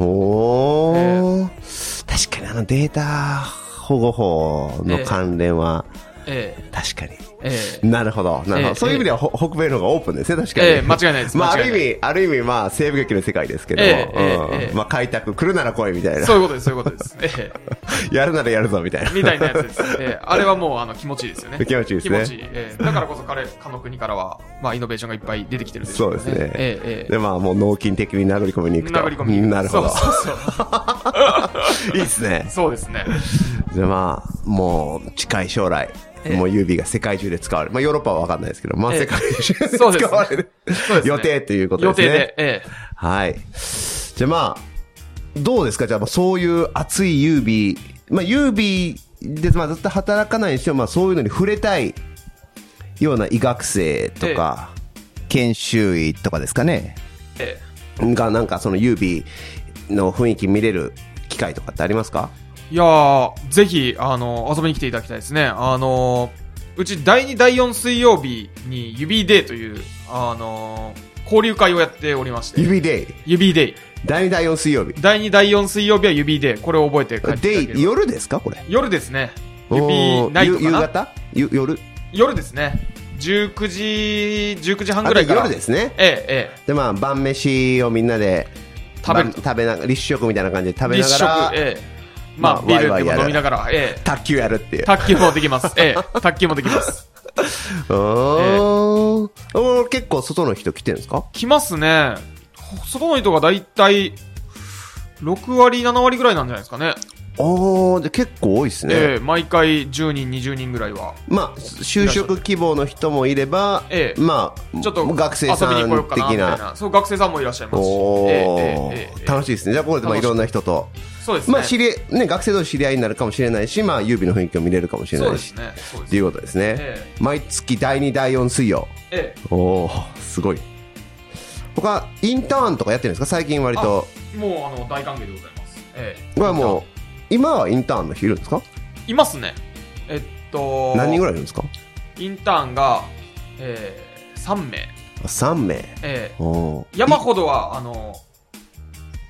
Speaker 3: おー、確かにあのデータ保護法の関連は、
Speaker 2: え
Speaker 3: 確かに。
Speaker 2: ー、えー、
Speaker 3: なるほど。なるほど。
Speaker 2: ええ
Speaker 3: そういう意味では、ほ北米の方がオープンですね、確かに。
Speaker 2: ええ間違いないです
Speaker 3: まあ、あ
Speaker 2: 間違
Speaker 3: る
Speaker 2: い
Speaker 3: 意
Speaker 2: ない
Speaker 3: 味、ある意味、まあ、西部劇の世界ですけど、
Speaker 2: ええええええ
Speaker 3: うんまあ、開拓、来るなら来い、みたいな
Speaker 2: そ。ういうことです、そういうことです。えー
Speaker 3: (laughs) やるならやるぞ、みたいな。
Speaker 2: みたいなやつです。えー、あれはもうあの気持ちいいですよね。
Speaker 3: 気持ちいいですね
Speaker 2: 気持ちいい。えー、だからこそ彼、他の国からは、まあ、イノベーションがいっぱい出てきてるでしょ
Speaker 3: そうですね。
Speaker 2: えー、えー、
Speaker 3: で、まあ、もう脳筋的に殴り込みに行くと。
Speaker 2: 殴り込み。
Speaker 3: なるほど。
Speaker 2: そうそうそう。
Speaker 3: いいですね。
Speaker 2: そうですね。
Speaker 3: じゃあまあ、もう、近い将来、
Speaker 2: ええ
Speaker 3: もう指が世界中で使われる。まあ、ヨーロッパはわかんないですけど、まあ、
Speaker 2: ええ
Speaker 3: 世界中で使
Speaker 2: そうですね
Speaker 3: われる。
Speaker 2: そうですね
Speaker 3: 予定ということ
Speaker 2: 予
Speaker 3: です
Speaker 2: 定
Speaker 3: ね。
Speaker 2: で、え
Speaker 3: はい。じゃあまあ、どうですかじゃあまあそういう熱いユービー、まあユービーでまあずっと働かないにしても、まあそういうのに触れたいような医学生とか、研修医とかですかね。
Speaker 2: ー、え
Speaker 3: がなんかそのユービーの雰囲気見れる機会とかってありますか
Speaker 2: ー。いやー、ぜひ、あの、遊びに来ていただきたいですね。あのー、うち第2、第4水曜日に指デーという、あのー、交流会をやっておりまして、
Speaker 3: 指デイ。
Speaker 2: 指デイ。
Speaker 3: 第2第4水曜日。
Speaker 2: 第2、第4水曜日は指デイ。これを覚えて帰っていただけ
Speaker 3: デイ、
Speaker 2: れば
Speaker 3: 夜ですかこれ。
Speaker 2: 夜ですね。指
Speaker 3: おー
Speaker 2: ナイト
Speaker 3: ゆ
Speaker 2: か
Speaker 3: 夕
Speaker 2: な
Speaker 3: 方ゆ夜
Speaker 2: 夜ですね。19時、19時半
Speaker 3: あ
Speaker 2: ぐらいから。
Speaker 3: 夜ですね。
Speaker 2: ええ、ええ。
Speaker 3: でまあ晩飯をみんなで
Speaker 2: 食べると
Speaker 3: 晩食べな立食みたいな感じで食べな
Speaker 2: 立
Speaker 3: が
Speaker 2: 食
Speaker 3: ら、
Speaker 2: ええ。ま
Speaker 3: ま
Speaker 2: あ、
Speaker 3: あ
Speaker 2: ビー
Speaker 3: ワイ
Speaker 2: ル
Speaker 3: ワ
Speaker 2: で
Speaker 3: イや
Speaker 2: も
Speaker 3: る
Speaker 2: 飲みながら、ええ。
Speaker 3: 卓球やるっていう。
Speaker 2: 卓球もできます。ええ、 (laughs) 卓球もできます。
Speaker 3: うーんおー結構外の人来てるんですか
Speaker 2: 来ますね。外の人がだいたい6割、7割ぐらいなんじゃないですかね。
Speaker 3: おーで結構多いですね。
Speaker 2: ええ毎回10人、20人ぐらいは。
Speaker 3: まあ、就職希望の人もいれば、
Speaker 2: ええ
Speaker 3: まあ、
Speaker 2: ちょっと
Speaker 3: 学生さん
Speaker 2: 遊びに来ようかなみ
Speaker 3: 的
Speaker 2: たい
Speaker 3: な。
Speaker 2: な。そう、学生さんもいらっしゃいますし。
Speaker 3: おー
Speaker 2: ええええええええ
Speaker 3: 楽しいですね。じゃあ、これでまあい
Speaker 2: 楽しい
Speaker 3: ろんな人と
Speaker 2: そうですね。
Speaker 3: まあ知り合いね、学生同士知り合いになるかもしれないし、まあ、優美の雰囲気を見れるかもしれ
Speaker 2: そう
Speaker 3: な
Speaker 2: で
Speaker 3: いし、
Speaker 2: すね。そうです
Speaker 3: ということですね。
Speaker 2: え
Speaker 3: 毎月第2、第4水曜。
Speaker 2: ええ
Speaker 3: おおすごい。他、インターンとかやってるんですか最近割と。
Speaker 2: もうあの大歓迎でございます。ええ
Speaker 3: これはもう、今はインターンの人いるんですか
Speaker 2: いますね。えっと、
Speaker 3: 何人ぐら
Speaker 2: い
Speaker 3: いいるんですか
Speaker 2: インターンが、ええ3名。
Speaker 3: ?3 名。
Speaker 2: ええ
Speaker 3: おー
Speaker 2: 山ほどは、あの、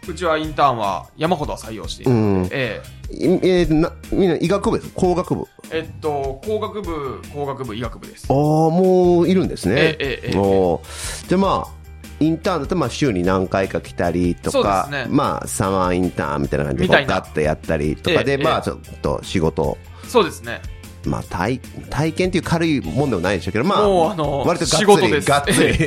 Speaker 2: うちはインターンは山ほどは採用している。
Speaker 3: うん。
Speaker 2: え
Speaker 3: いえーなみんな医学部です工学部
Speaker 2: ええっと、工学部、工学部、医学部です。
Speaker 3: ああもういるんですね
Speaker 2: ええええええ
Speaker 3: おーじゃあまあインターンだとまあ週に何回か来たりと
Speaker 2: そう
Speaker 3: か、
Speaker 2: ですね
Speaker 3: まあサマーインターンみたいな感じで
Speaker 2: みたいな
Speaker 3: ガッとやったりとかで、
Speaker 2: ええ
Speaker 3: ま
Speaker 2: え
Speaker 3: あ
Speaker 2: え
Speaker 3: ちょっと仕事を
Speaker 2: そうですね。
Speaker 3: まあ体体験っていう軽いもんでもないでしょうけどまあ
Speaker 2: もうあの
Speaker 3: 割とがっつり
Speaker 2: 仕事です
Speaker 3: がっつ
Speaker 2: え
Speaker 3: り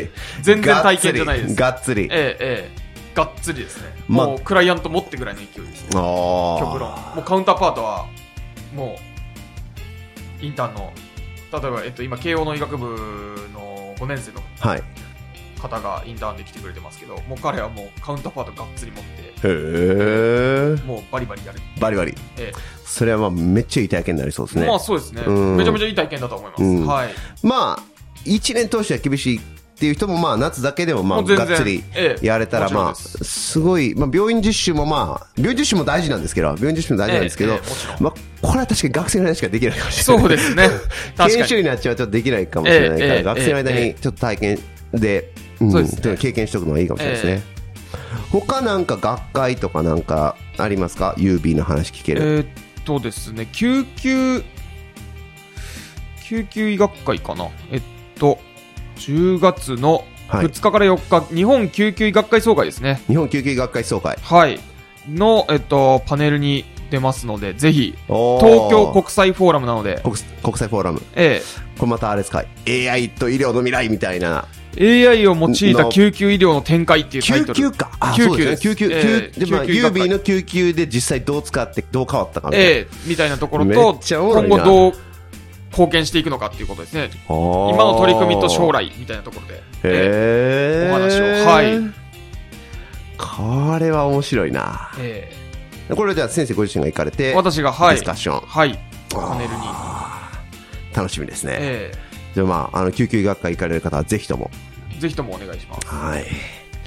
Speaker 2: 全然体験じゃないです
Speaker 3: (laughs) がっつりがっつり
Speaker 2: ええええがっつりですね。
Speaker 3: まあ
Speaker 2: もうクライアント持ってぐらいの勢いですね。
Speaker 3: あー
Speaker 2: 極論。もうカウンターパートは、もう、インターンの、例えば、えっと、今、慶応の医学部の5年生の
Speaker 3: はいへ
Speaker 2: 方がインターンで来てくれてますけど、もう彼はもうカウンターパートがっつり持って、
Speaker 3: え
Speaker 2: もうバリバリやる。
Speaker 3: バリバリ
Speaker 2: え
Speaker 3: それはまあめっちゃいい体験になりそうです
Speaker 2: え
Speaker 3: ね
Speaker 2: まあそうですね。
Speaker 3: うん
Speaker 2: めちゃめちゃいい体験だと思います。
Speaker 3: うん
Speaker 2: はい。
Speaker 3: まあ、一年通しては厳しいっていう人も、まあ、夏だけでも、ま
Speaker 2: も
Speaker 3: あ、
Speaker 2: う全
Speaker 3: が
Speaker 2: 然
Speaker 3: っつり
Speaker 2: ええ
Speaker 3: やれたら、
Speaker 2: もちろん
Speaker 3: まあ、
Speaker 2: です
Speaker 3: すごい、まあ、病院実習も、まあ、病院実習も大事なんですけど、病院実習も大事なんですけど、
Speaker 2: ええええもちろん
Speaker 3: まあ、これは確かに学生の間しかできないかもしれない。
Speaker 2: そうです
Speaker 3: (laughs)
Speaker 2: ね。確
Speaker 3: 研
Speaker 2: か
Speaker 3: 修医
Speaker 2: に。
Speaker 3: になっちゃうとちょっとできないかもしれないから、
Speaker 2: ええええ
Speaker 3: 学生の間
Speaker 2: え
Speaker 3: に
Speaker 2: え
Speaker 3: ちょっと体験で、うん
Speaker 2: そうですね
Speaker 3: ちょっと経験しておくのはいいかもしれないですね。他なんか学会とかなんかありますか ?UB の話聞け
Speaker 2: え
Speaker 3: る。
Speaker 2: ーっとですね、救急、救急医学会かな。えっと、10月の
Speaker 3: はい
Speaker 2: 2日から4日、日本救急医学会総会ですね。
Speaker 3: 日本救急医学会総会。
Speaker 2: はい。の、えっと、パネルに出ますので、ぜひ、
Speaker 3: おー
Speaker 2: 東京国際フォーラムなので、
Speaker 3: 国国際フォーラム。
Speaker 2: え
Speaker 3: これまたあれですか AI と医療の未来みたいな
Speaker 2: え、AI を用いた
Speaker 3: の
Speaker 2: 救急医療の展開っていうタイ
Speaker 3: 救
Speaker 2: トル。
Speaker 3: 急かあ
Speaker 2: 救
Speaker 3: そ
Speaker 2: 急です
Speaker 3: うですね救急、
Speaker 2: ええ
Speaker 3: 救でまあ
Speaker 2: 救急医学会
Speaker 3: UB の救急で実際どう使ってどう変わったかみたいな、
Speaker 2: ええ、みたいなところ
Speaker 3: めっ
Speaker 2: と、
Speaker 3: ちゃおもろ
Speaker 2: 今
Speaker 3: いな
Speaker 2: 後どう貢献していくのかっていうことですね。今の取り組みと将来みたいなところで。え
Speaker 3: へえ
Speaker 2: お話をはい
Speaker 3: これは面白いな
Speaker 2: えええ
Speaker 3: これじゃあ先生ご自身が行かれて
Speaker 2: 私が、はい
Speaker 3: ディス。カッション
Speaker 2: はい。パネルに。
Speaker 3: 楽しみですね、
Speaker 2: え
Speaker 3: じゃあまああの救急医学会行かれる方はぜひとも
Speaker 2: えぜひともお願いします。
Speaker 3: はい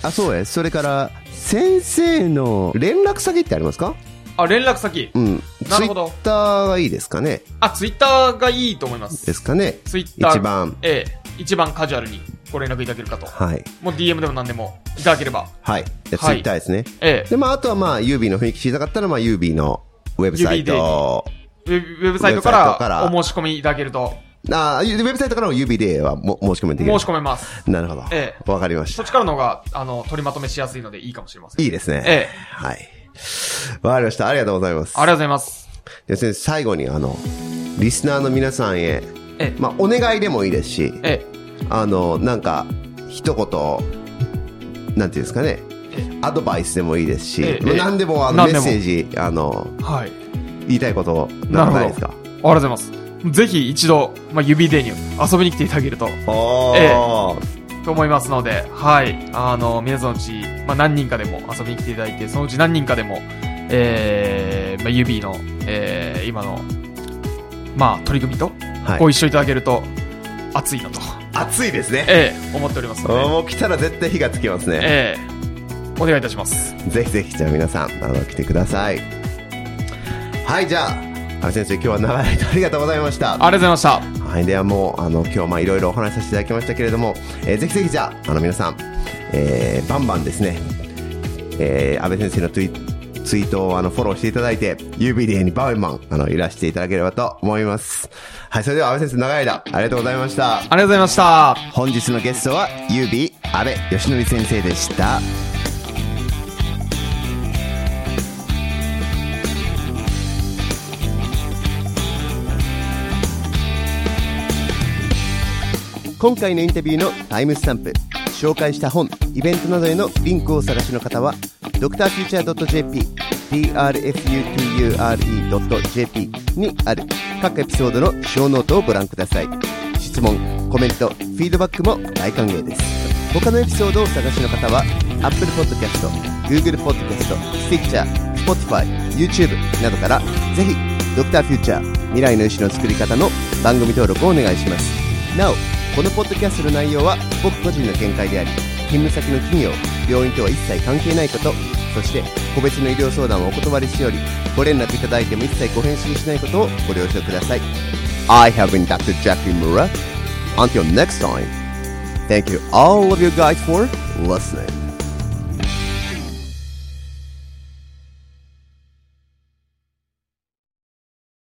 Speaker 3: あそうですそれから先生の連絡先ってありますか
Speaker 2: あ、連絡先。
Speaker 3: うん
Speaker 2: なるほど
Speaker 3: ツイッターがいいですかね
Speaker 2: あ、ツイッターがいいと思います。
Speaker 3: ですかね
Speaker 2: ツイッター。
Speaker 3: 一番
Speaker 2: ええ一番カジュアルにご連絡いただけるかと。
Speaker 3: はい
Speaker 2: もう DM でも何でもいただければ。
Speaker 3: はい。ツイ
Speaker 2: はい
Speaker 3: ッターですね。
Speaker 2: ええ
Speaker 3: で、まあ、あとはまあ、ユービーの雰囲気知りたかったら、まあ、ユービーのウェブサイト。
Speaker 2: ウェブウェブサイトか
Speaker 3: ウェブサイトから
Speaker 2: らお申し込みいただけると
Speaker 3: ああ、ウェブサイトからもユービーではも申し込みできる
Speaker 2: 申し。込めます。
Speaker 3: なるほど。わ、
Speaker 2: え
Speaker 3: かりまし
Speaker 2: そ
Speaker 3: た
Speaker 2: っち。からの方が、あの、取りまとめしやすいのでいいかもしれません。
Speaker 3: いいですね。
Speaker 2: ええ
Speaker 3: はい。わかりました。ありがとうございます。
Speaker 2: ありがとうございます。
Speaker 3: で先生、最後に、あの、リスナーの皆さんへ、
Speaker 2: ええ
Speaker 3: まあ、お願いでもいいですし、
Speaker 2: え
Speaker 3: あの、なんか、一言、なんていうんですかね、アドバイスでもいいですし、
Speaker 2: ええ
Speaker 3: まあ
Speaker 2: ええ
Speaker 3: 何でも、あの、
Speaker 2: 何
Speaker 3: メ
Speaker 2: で
Speaker 3: ッ
Speaker 2: も
Speaker 3: セージ、あの、
Speaker 2: えはい。
Speaker 3: 言いたいこと、なんかないですか
Speaker 2: ありがとうございます。ぜひ一度、まあ、指デーに遊びに来ていただけると、
Speaker 3: おー、
Speaker 2: えと思いますので、はい。あの、皆さんのうち、まあ、何人かでも遊びに来ていただいて、そのうち何人かでも、えー、まあ、指の、えー、今の、まあ、取り組みと、
Speaker 3: はい
Speaker 2: ご一緒いただけると、熱いなと、
Speaker 3: 暑いですね。
Speaker 2: ええ思っておりますので、
Speaker 3: もう来たら絶対火がつきますね。
Speaker 2: ええお願いいたします。
Speaker 3: ぜひぜひ、じゃあ皆さん、あの、来てください。はい、じゃあ、あの先生、今日は長い間ありがとうございました。
Speaker 2: ありがとうございまし
Speaker 3: はい、ではもう、あの、今日、まあ、いろいろお話しさせていただきましたけれども、えーぜひぜひ、じゃあ、あの、皆さん、えーバンバンですね、えー安倍先生のツイツイートをあのフォローしていただいて、UBDA にバウマン、あの、いらしていただければと思います。はい、それでは安倍先生、長い間、ありがとうございました。
Speaker 2: た。ありがとうございました。
Speaker 3: 本日のゲストは UB 安倍義則先生でした今回のインタビューのタイムスタンプ紹介した本イベントなどへのリンクをお探しの方は drfuture.jp drfuture.jp にある各エピソードの小ノートをご覧ください質問コメントフィードバックも大歓迎です他のエピソードをお探しの方は Apple Podcast Google Podcast、Stitcher、Spotify、YouTube などからぜひ Dr. Future 未来の医師の作り方の番組登録をお願いしますなおこのポッドキャストの内容は僕個人の見解であり勤務先の企業病院とは一切関係ないことそして個別の医療相談をお断りしておりご連絡いただいても一切ご返信しないことをご了承ください I have been Dr. Jackie Mura Until next time Thank you all of you guys for listening